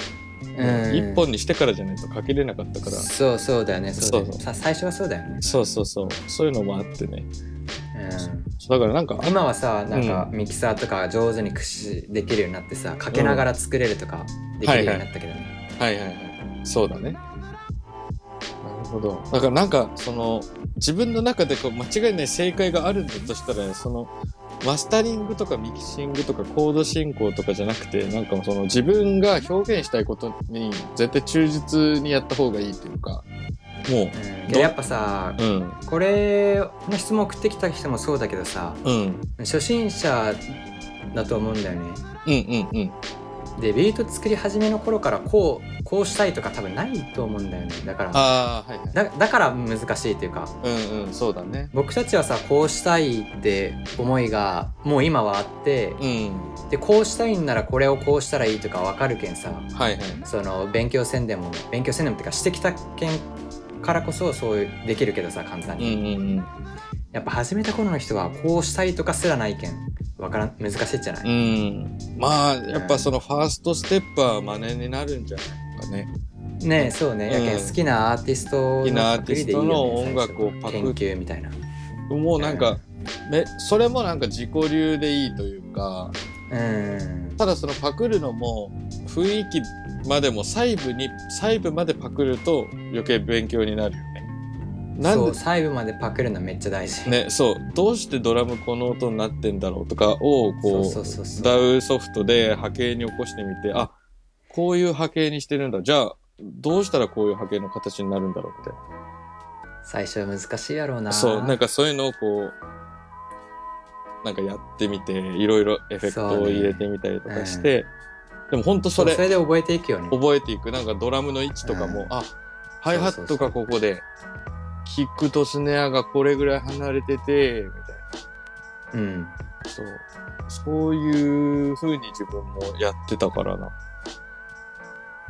[SPEAKER 1] 一本にしてからじゃないと書けれなかったから
[SPEAKER 2] そうそうだよねそうだよね
[SPEAKER 1] そう
[SPEAKER 2] さ最初はそうだよね
[SPEAKER 1] そうそうそうそういうのもあってね
[SPEAKER 2] うん
[SPEAKER 1] だからなんか
[SPEAKER 2] 今はさなんかミキサーとか上手に駆使できるようになってさかけながら作れるとかできるようになったけどね、
[SPEAKER 1] はいはいはい。そうだね。なるほど。だからなんか、その、自分の中でこう間違いない正解があるんだとしたら、その、マスタリングとかミキシングとかコード進行とかじゃなくてなんかもうその自分が表現したいことに絶対忠実にやった方がいいというかも
[SPEAKER 2] うん、でやっぱさ
[SPEAKER 1] ううん
[SPEAKER 2] これこの質問送ってきた人もそうだけどさ
[SPEAKER 1] うん
[SPEAKER 2] 初心者だと思うんだよね
[SPEAKER 1] うんうんうん
[SPEAKER 2] でビート作り始めの頃からこうこうしたいとか多分ないと思うんだよねだから
[SPEAKER 1] ああはいはい
[SPEAKER 2] だだから難しいというか
[SPEAKER 1] うんうんそうだね
[SPEAKER 2] 僕たちはさこうしたいって思いがもう今はあって
[SPEAKER 1] うん
[SPEAKER 2] でこうしたいんならこれをこうしたらいいとか分かるけんさ
[SPEAKER 1] はいはい
[SPEAKER 2] その勉強せんでも勉強せんでもってかしてきたけんからこそそういうできるけどさ簡単
[SPEAKER 1] う
[SPEAKER 2] に、
[SPEAKER 1] んうんうん
[SPEAKER 2] やっぱ始めた頃の人はこうしたいとかすらないけんわからん難しいじゃない、
[SPEAKER 1] うんまあやっぱそのファーストステップは真似になるんじゃないかね
[SPEAKER 2] ねえそうね、
[SPEAKER 1] うん
[SPEAKER 2] やけん好きなアーティスト
[SPEAKER 1] 好きなア
[SPEAKER 2] の
[SPEAKER 1] ーテ
[SPEAKER 2] パク
[SPEAKER 1] ィ
[SPEAKER 2] リ
[SPEAKER 1] ス
[SPEAKER 2] でいいよ
[SPEAKER 1] ト
[SPEAKER 2] ね
[SPEAKER 1] の音楽をパク
[SPEAKER 2] 最
[SPEAKER 1] っ
[SPEAKER 2] 初研究みたいな
[SPEAKER 1] もうなんか、めそれもなんか自己流でいいというか
[SPEAKER 2] うん
[SPEAKER 1] ただそのパクるのも雰囲気までも細部に細部までパクると余計勉強になるよね。な
[SPEAKER 2] そ
[SPEAKER 1] ん
[SPEAKER 2] う細部までパクるのめっちゃ大事、
[SPEAKER 1] でねそうどうしてドラムこの音になってんだろうとかを
[SPEAKER 2] そ
[SPEAKER 1] こ
[SPEAKER 2] う
[SPEAKER 1] う
[SPEAKER 2] そうそうそう
[SPEAKER 1] ダウソフトで波形に起こしてみてあこういう波形にしてるんだじゃあどうしたらこういう波形の形になるんだろうって
[SPEAKER 2] 最初は難しいやろうな
[SPEAKER 1] そうなんかそういうのをこうなんかやってみていろいろエフェクトを入れてみたりとかして、でもほんとそ
[SPEAKER 2] そう
[SPEAKER 1] れ
[SPEAKER 2] それで覚えていくよね
[SPEAKER 1] 覚えていくなんかドラムの位置とかも、
[SPEAKER 2] うん
[SPEAKER 1] あハイハットがここでキックとスネアがこれぐらい離れててみたい
[SPEAKER 2] うん
[SPEAKER 1] なそうそういう風に自分もやってたからな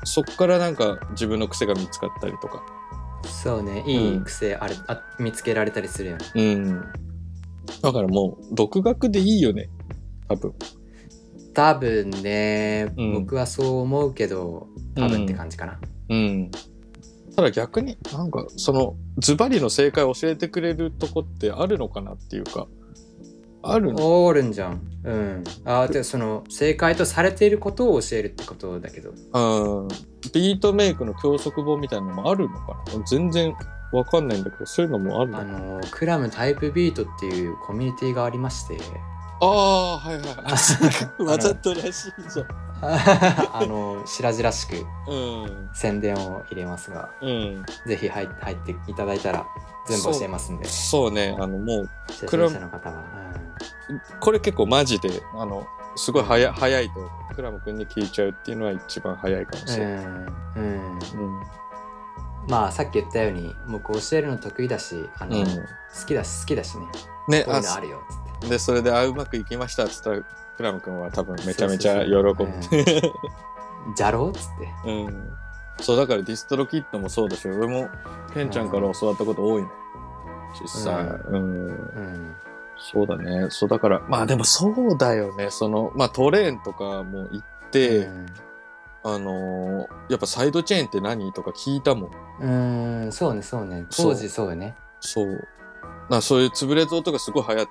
[SPEAKER 1] そっからなんか自分の癖が見つかったりとか
[SPEAKER 2] そうねい
[SPEAKER 1] うん
[SPEAKER 2] い癖あれ、あ見つけられたりするよね
[SPEAKER 1] うんだからもう独学でいいよね多分
[SPEAKER 2] 多分ね、
[SPEAKER 1] うん
[SPEAKER 2] 僕はそう思うけど多分って感じかな、
[SPEAKER 1] うん。ただ逆になんかそのズバリの正解を教えてくれるとこってあるのかなっていうかあるの
[SPEAKER 2] おるんじゃんうんああその正解とされていることを教えるってことだけど
[SPEAKER 1] うんビートメイクの教則本みたいなのもあるのかな全然わかんないんだけどそういうのもあるの
[SPEAKER 2] あ
[SPEAKER 1] あ
[SPEAKER 2] のクラムタイプビートっていうコミュニティがありまして
[SPEAKER 1] あーはいはいあそうか
[SPEAKER 2] の
[SPEAKER 1] わざとらしいじゃん
[SPEAKER 2] あの白々しく
[SPEAKER 1] うん
[SPEAKER 2] 宣伝を入れますが
[SPEAKER 1] うん
[SPEAKER 2] ぜひ入入っていただいたら全部教えますんで
[SPEAKER 1] そうねあのもう
[SPEAKER 2] 初
[SPEAKER 1] クラ
[SPEAKER 2] 心
[SPEAKER 1] ム
[SPEAKER 2] 者の方は、
[SPEAKER 1] これ結構マジであのすごい早い早いとクラム君に聞いちゃうっていうのは一番早いかも
[SPEAKER 2] う
[SPEAKER 1] しれない、
[SPEAKER 2] んうんうん、
[SPEAKER 1] うん
[SPEAKER 2] まあさっき言ったように僕教えるの得意だしあの、
[SPEAKER 1] うん
[SPEAKER 2] 好きだし好きだしね
[SPEAKER 1] ね
[SPEAKER 2] こういうのあるよっつって
[SPEAKER 1] でそれで「あうまくいきました」っつったらクラム君は多分めちゃめちゃ喜ぶ
[SPEAKER 2] そううそうそううんじゃろうっつって
[SPEAKER 1] んそうだからディストロキットもそうだし俺もケンちゃんから教わったこと多いね実際うん、
[SPEAKER 2] うん
[SPEAKER 1] そうだねそうだからまあでもそうだよねそのまあトレーンとかも行って、あのーやっぱサイドチェーンって何とか聞いたもん
[SPEAKER 2] うんうんそうねそうね当時そうよね
[SPEAKER 1] そうなそういう潰れた音がすごい流行っ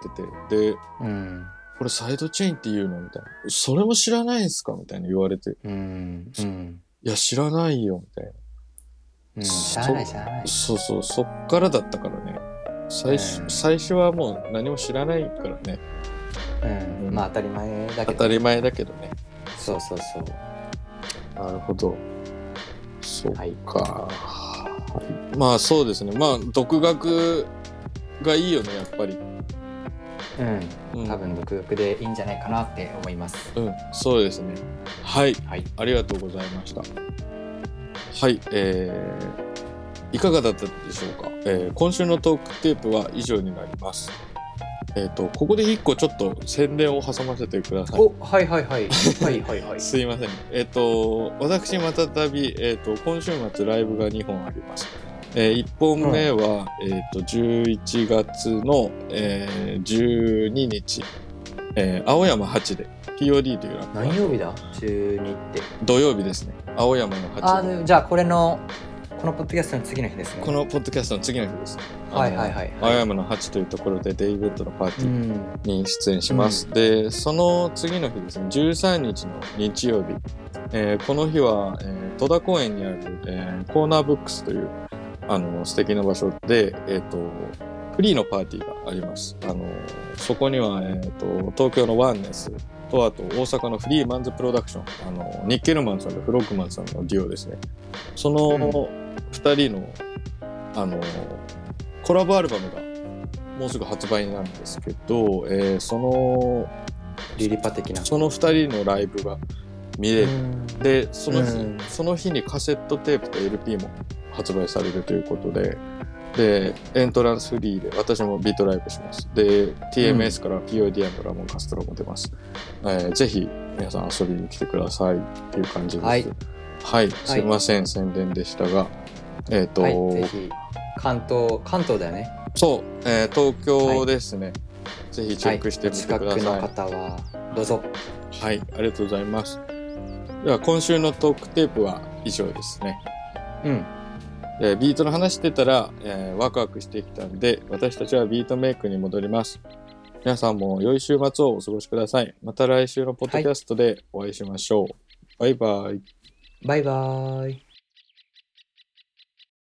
[SPEAKER 1] ててで
[SPEAKER 2] うん
[SPEAKER 1] これサイドチェーンって言うのみたいなそれも知らないんすかみたいな言われて
[SPEAKER 2] うんうん
[SPEAKER 1] いや知らないよみたいな
[SPEAKER 2] うんしゃあないしゃあない
[SPEAKER 1] そうそう、そっからだったからね。最初、
[SPEAKER 2] うん
[SPEAKER 1] 最初はもう何も知らないからね。
[SPEAKER 2] うんまあ当たり前だ
[SPEAKER 1] 当
[SPEAKER 2] け
[SPEAKER 1] た
[SPEAKER 2] ど
[SPEAKER 1] り前だけどね。
[SPEAKER 2] そうそうそう
[SPEAKER 1] なるほど。そうか。
[SPEAKER 2] はい
[SPEAKER 1] はいまあそうですね。まあ独学がいいよね、やっぱり。
[SPEAKER 2] うん
[SPEAKER 1] うん、
[SPEAKER 2] 多分独学でいいんじゃないかなって思います
[SPEAKER 1] うん、そうですね。はい、
[SPEAKER 2] はい
[SPEAKER 1] ありがとうございました。はい、えー、いかがだったでしょうか、えー今週のトークテープは以上になります。えっ、と、ここで一個ちょっと宣伝を挟ませてください。
[SPEAKER 2] おはいはいはいはいはい はい
[SPEAKER 1] すいません。えっ、と、私またたび、えっ、と、今週末ライブが2本あります。え1本目は、えっ、と、11月の、えー12日、えー青山8で、POD というライブが
[SPEAKER 2] 何曜日だ12って
[SPEAKER 1] 土曜日ですね。青山の
[SPEAKER 2] あ
[SPEAKER 1] 8で
[SPEAKER 2] ーじゃあこれのこのポッドキャストの次の日ですね
[SPEAKER 1] このポッドキャストの次の日です。
[SPEAKER 2] はいはいはい
[SPEAKER 1] あの青山の8というところでデイブッドのパーテ
[SPEAKER 2] う
[SPEAKER 1] ィー
[SPEAKER 2] ん
[SPEAKER 1] に出演します。で、その次の日ですね、13日の日曜日。えーこの日は、えー戸田公園にある、えーコーナーブックスというあの素敵な場所で、えっ、と、フリーのパーティーがあります。あのそこには、えー、と東京のワンネスとあと大阪のフリーマンズプロダクションあのニッケルマンさんとフロックマンさんのデュオですねその
[SPEAKER 2] うん
[SPEAKER 1] 2人の,、あのコラボアルバムがもうすぐ発売になるんですけど、えーその
[SPEAKER 2] リリパ的な。
[SPEAKER 1] その2人のライブが見れるでその日、
[SPEAKER 2] うん
[SPEAKER 1] その日にカセットテープと LP も発売されるということででエントランスフリーで私もビートライブしますで TMS から PODM のラモン・カストロも出ます、えーぜひ皆さん遊びに来てくださいっていう感じです
[SPEAKER 2] はい
[SPEAKER 1] はいすいません、宣伝でしたがえっ、と、
[SPEAKER 2] はい、ぜひ関東関東だよね。
[SPEAKER 1] そう、えー東京ですね、ぜひチェックしてみてくださ
[SPEAKER 2] はい、お
[SPEAKER 1] い、
[SPEAKER 2] 近くの方はどうぞ。
[SPEAKER 1] はい、ありがとうございます。では、今週のトークテープは以上ですね。
[SPEAKER 2] うん。
[SPEAKER 1] えービートの話してたら、えーワクワクしてきたんで、私たちはビートメイクに戻ります。皆さんも良い週末をお過ごしください。また来週のポッドキャストでお会いしましょう。バイバイ。
[SPEAKER 2] バイバーイ。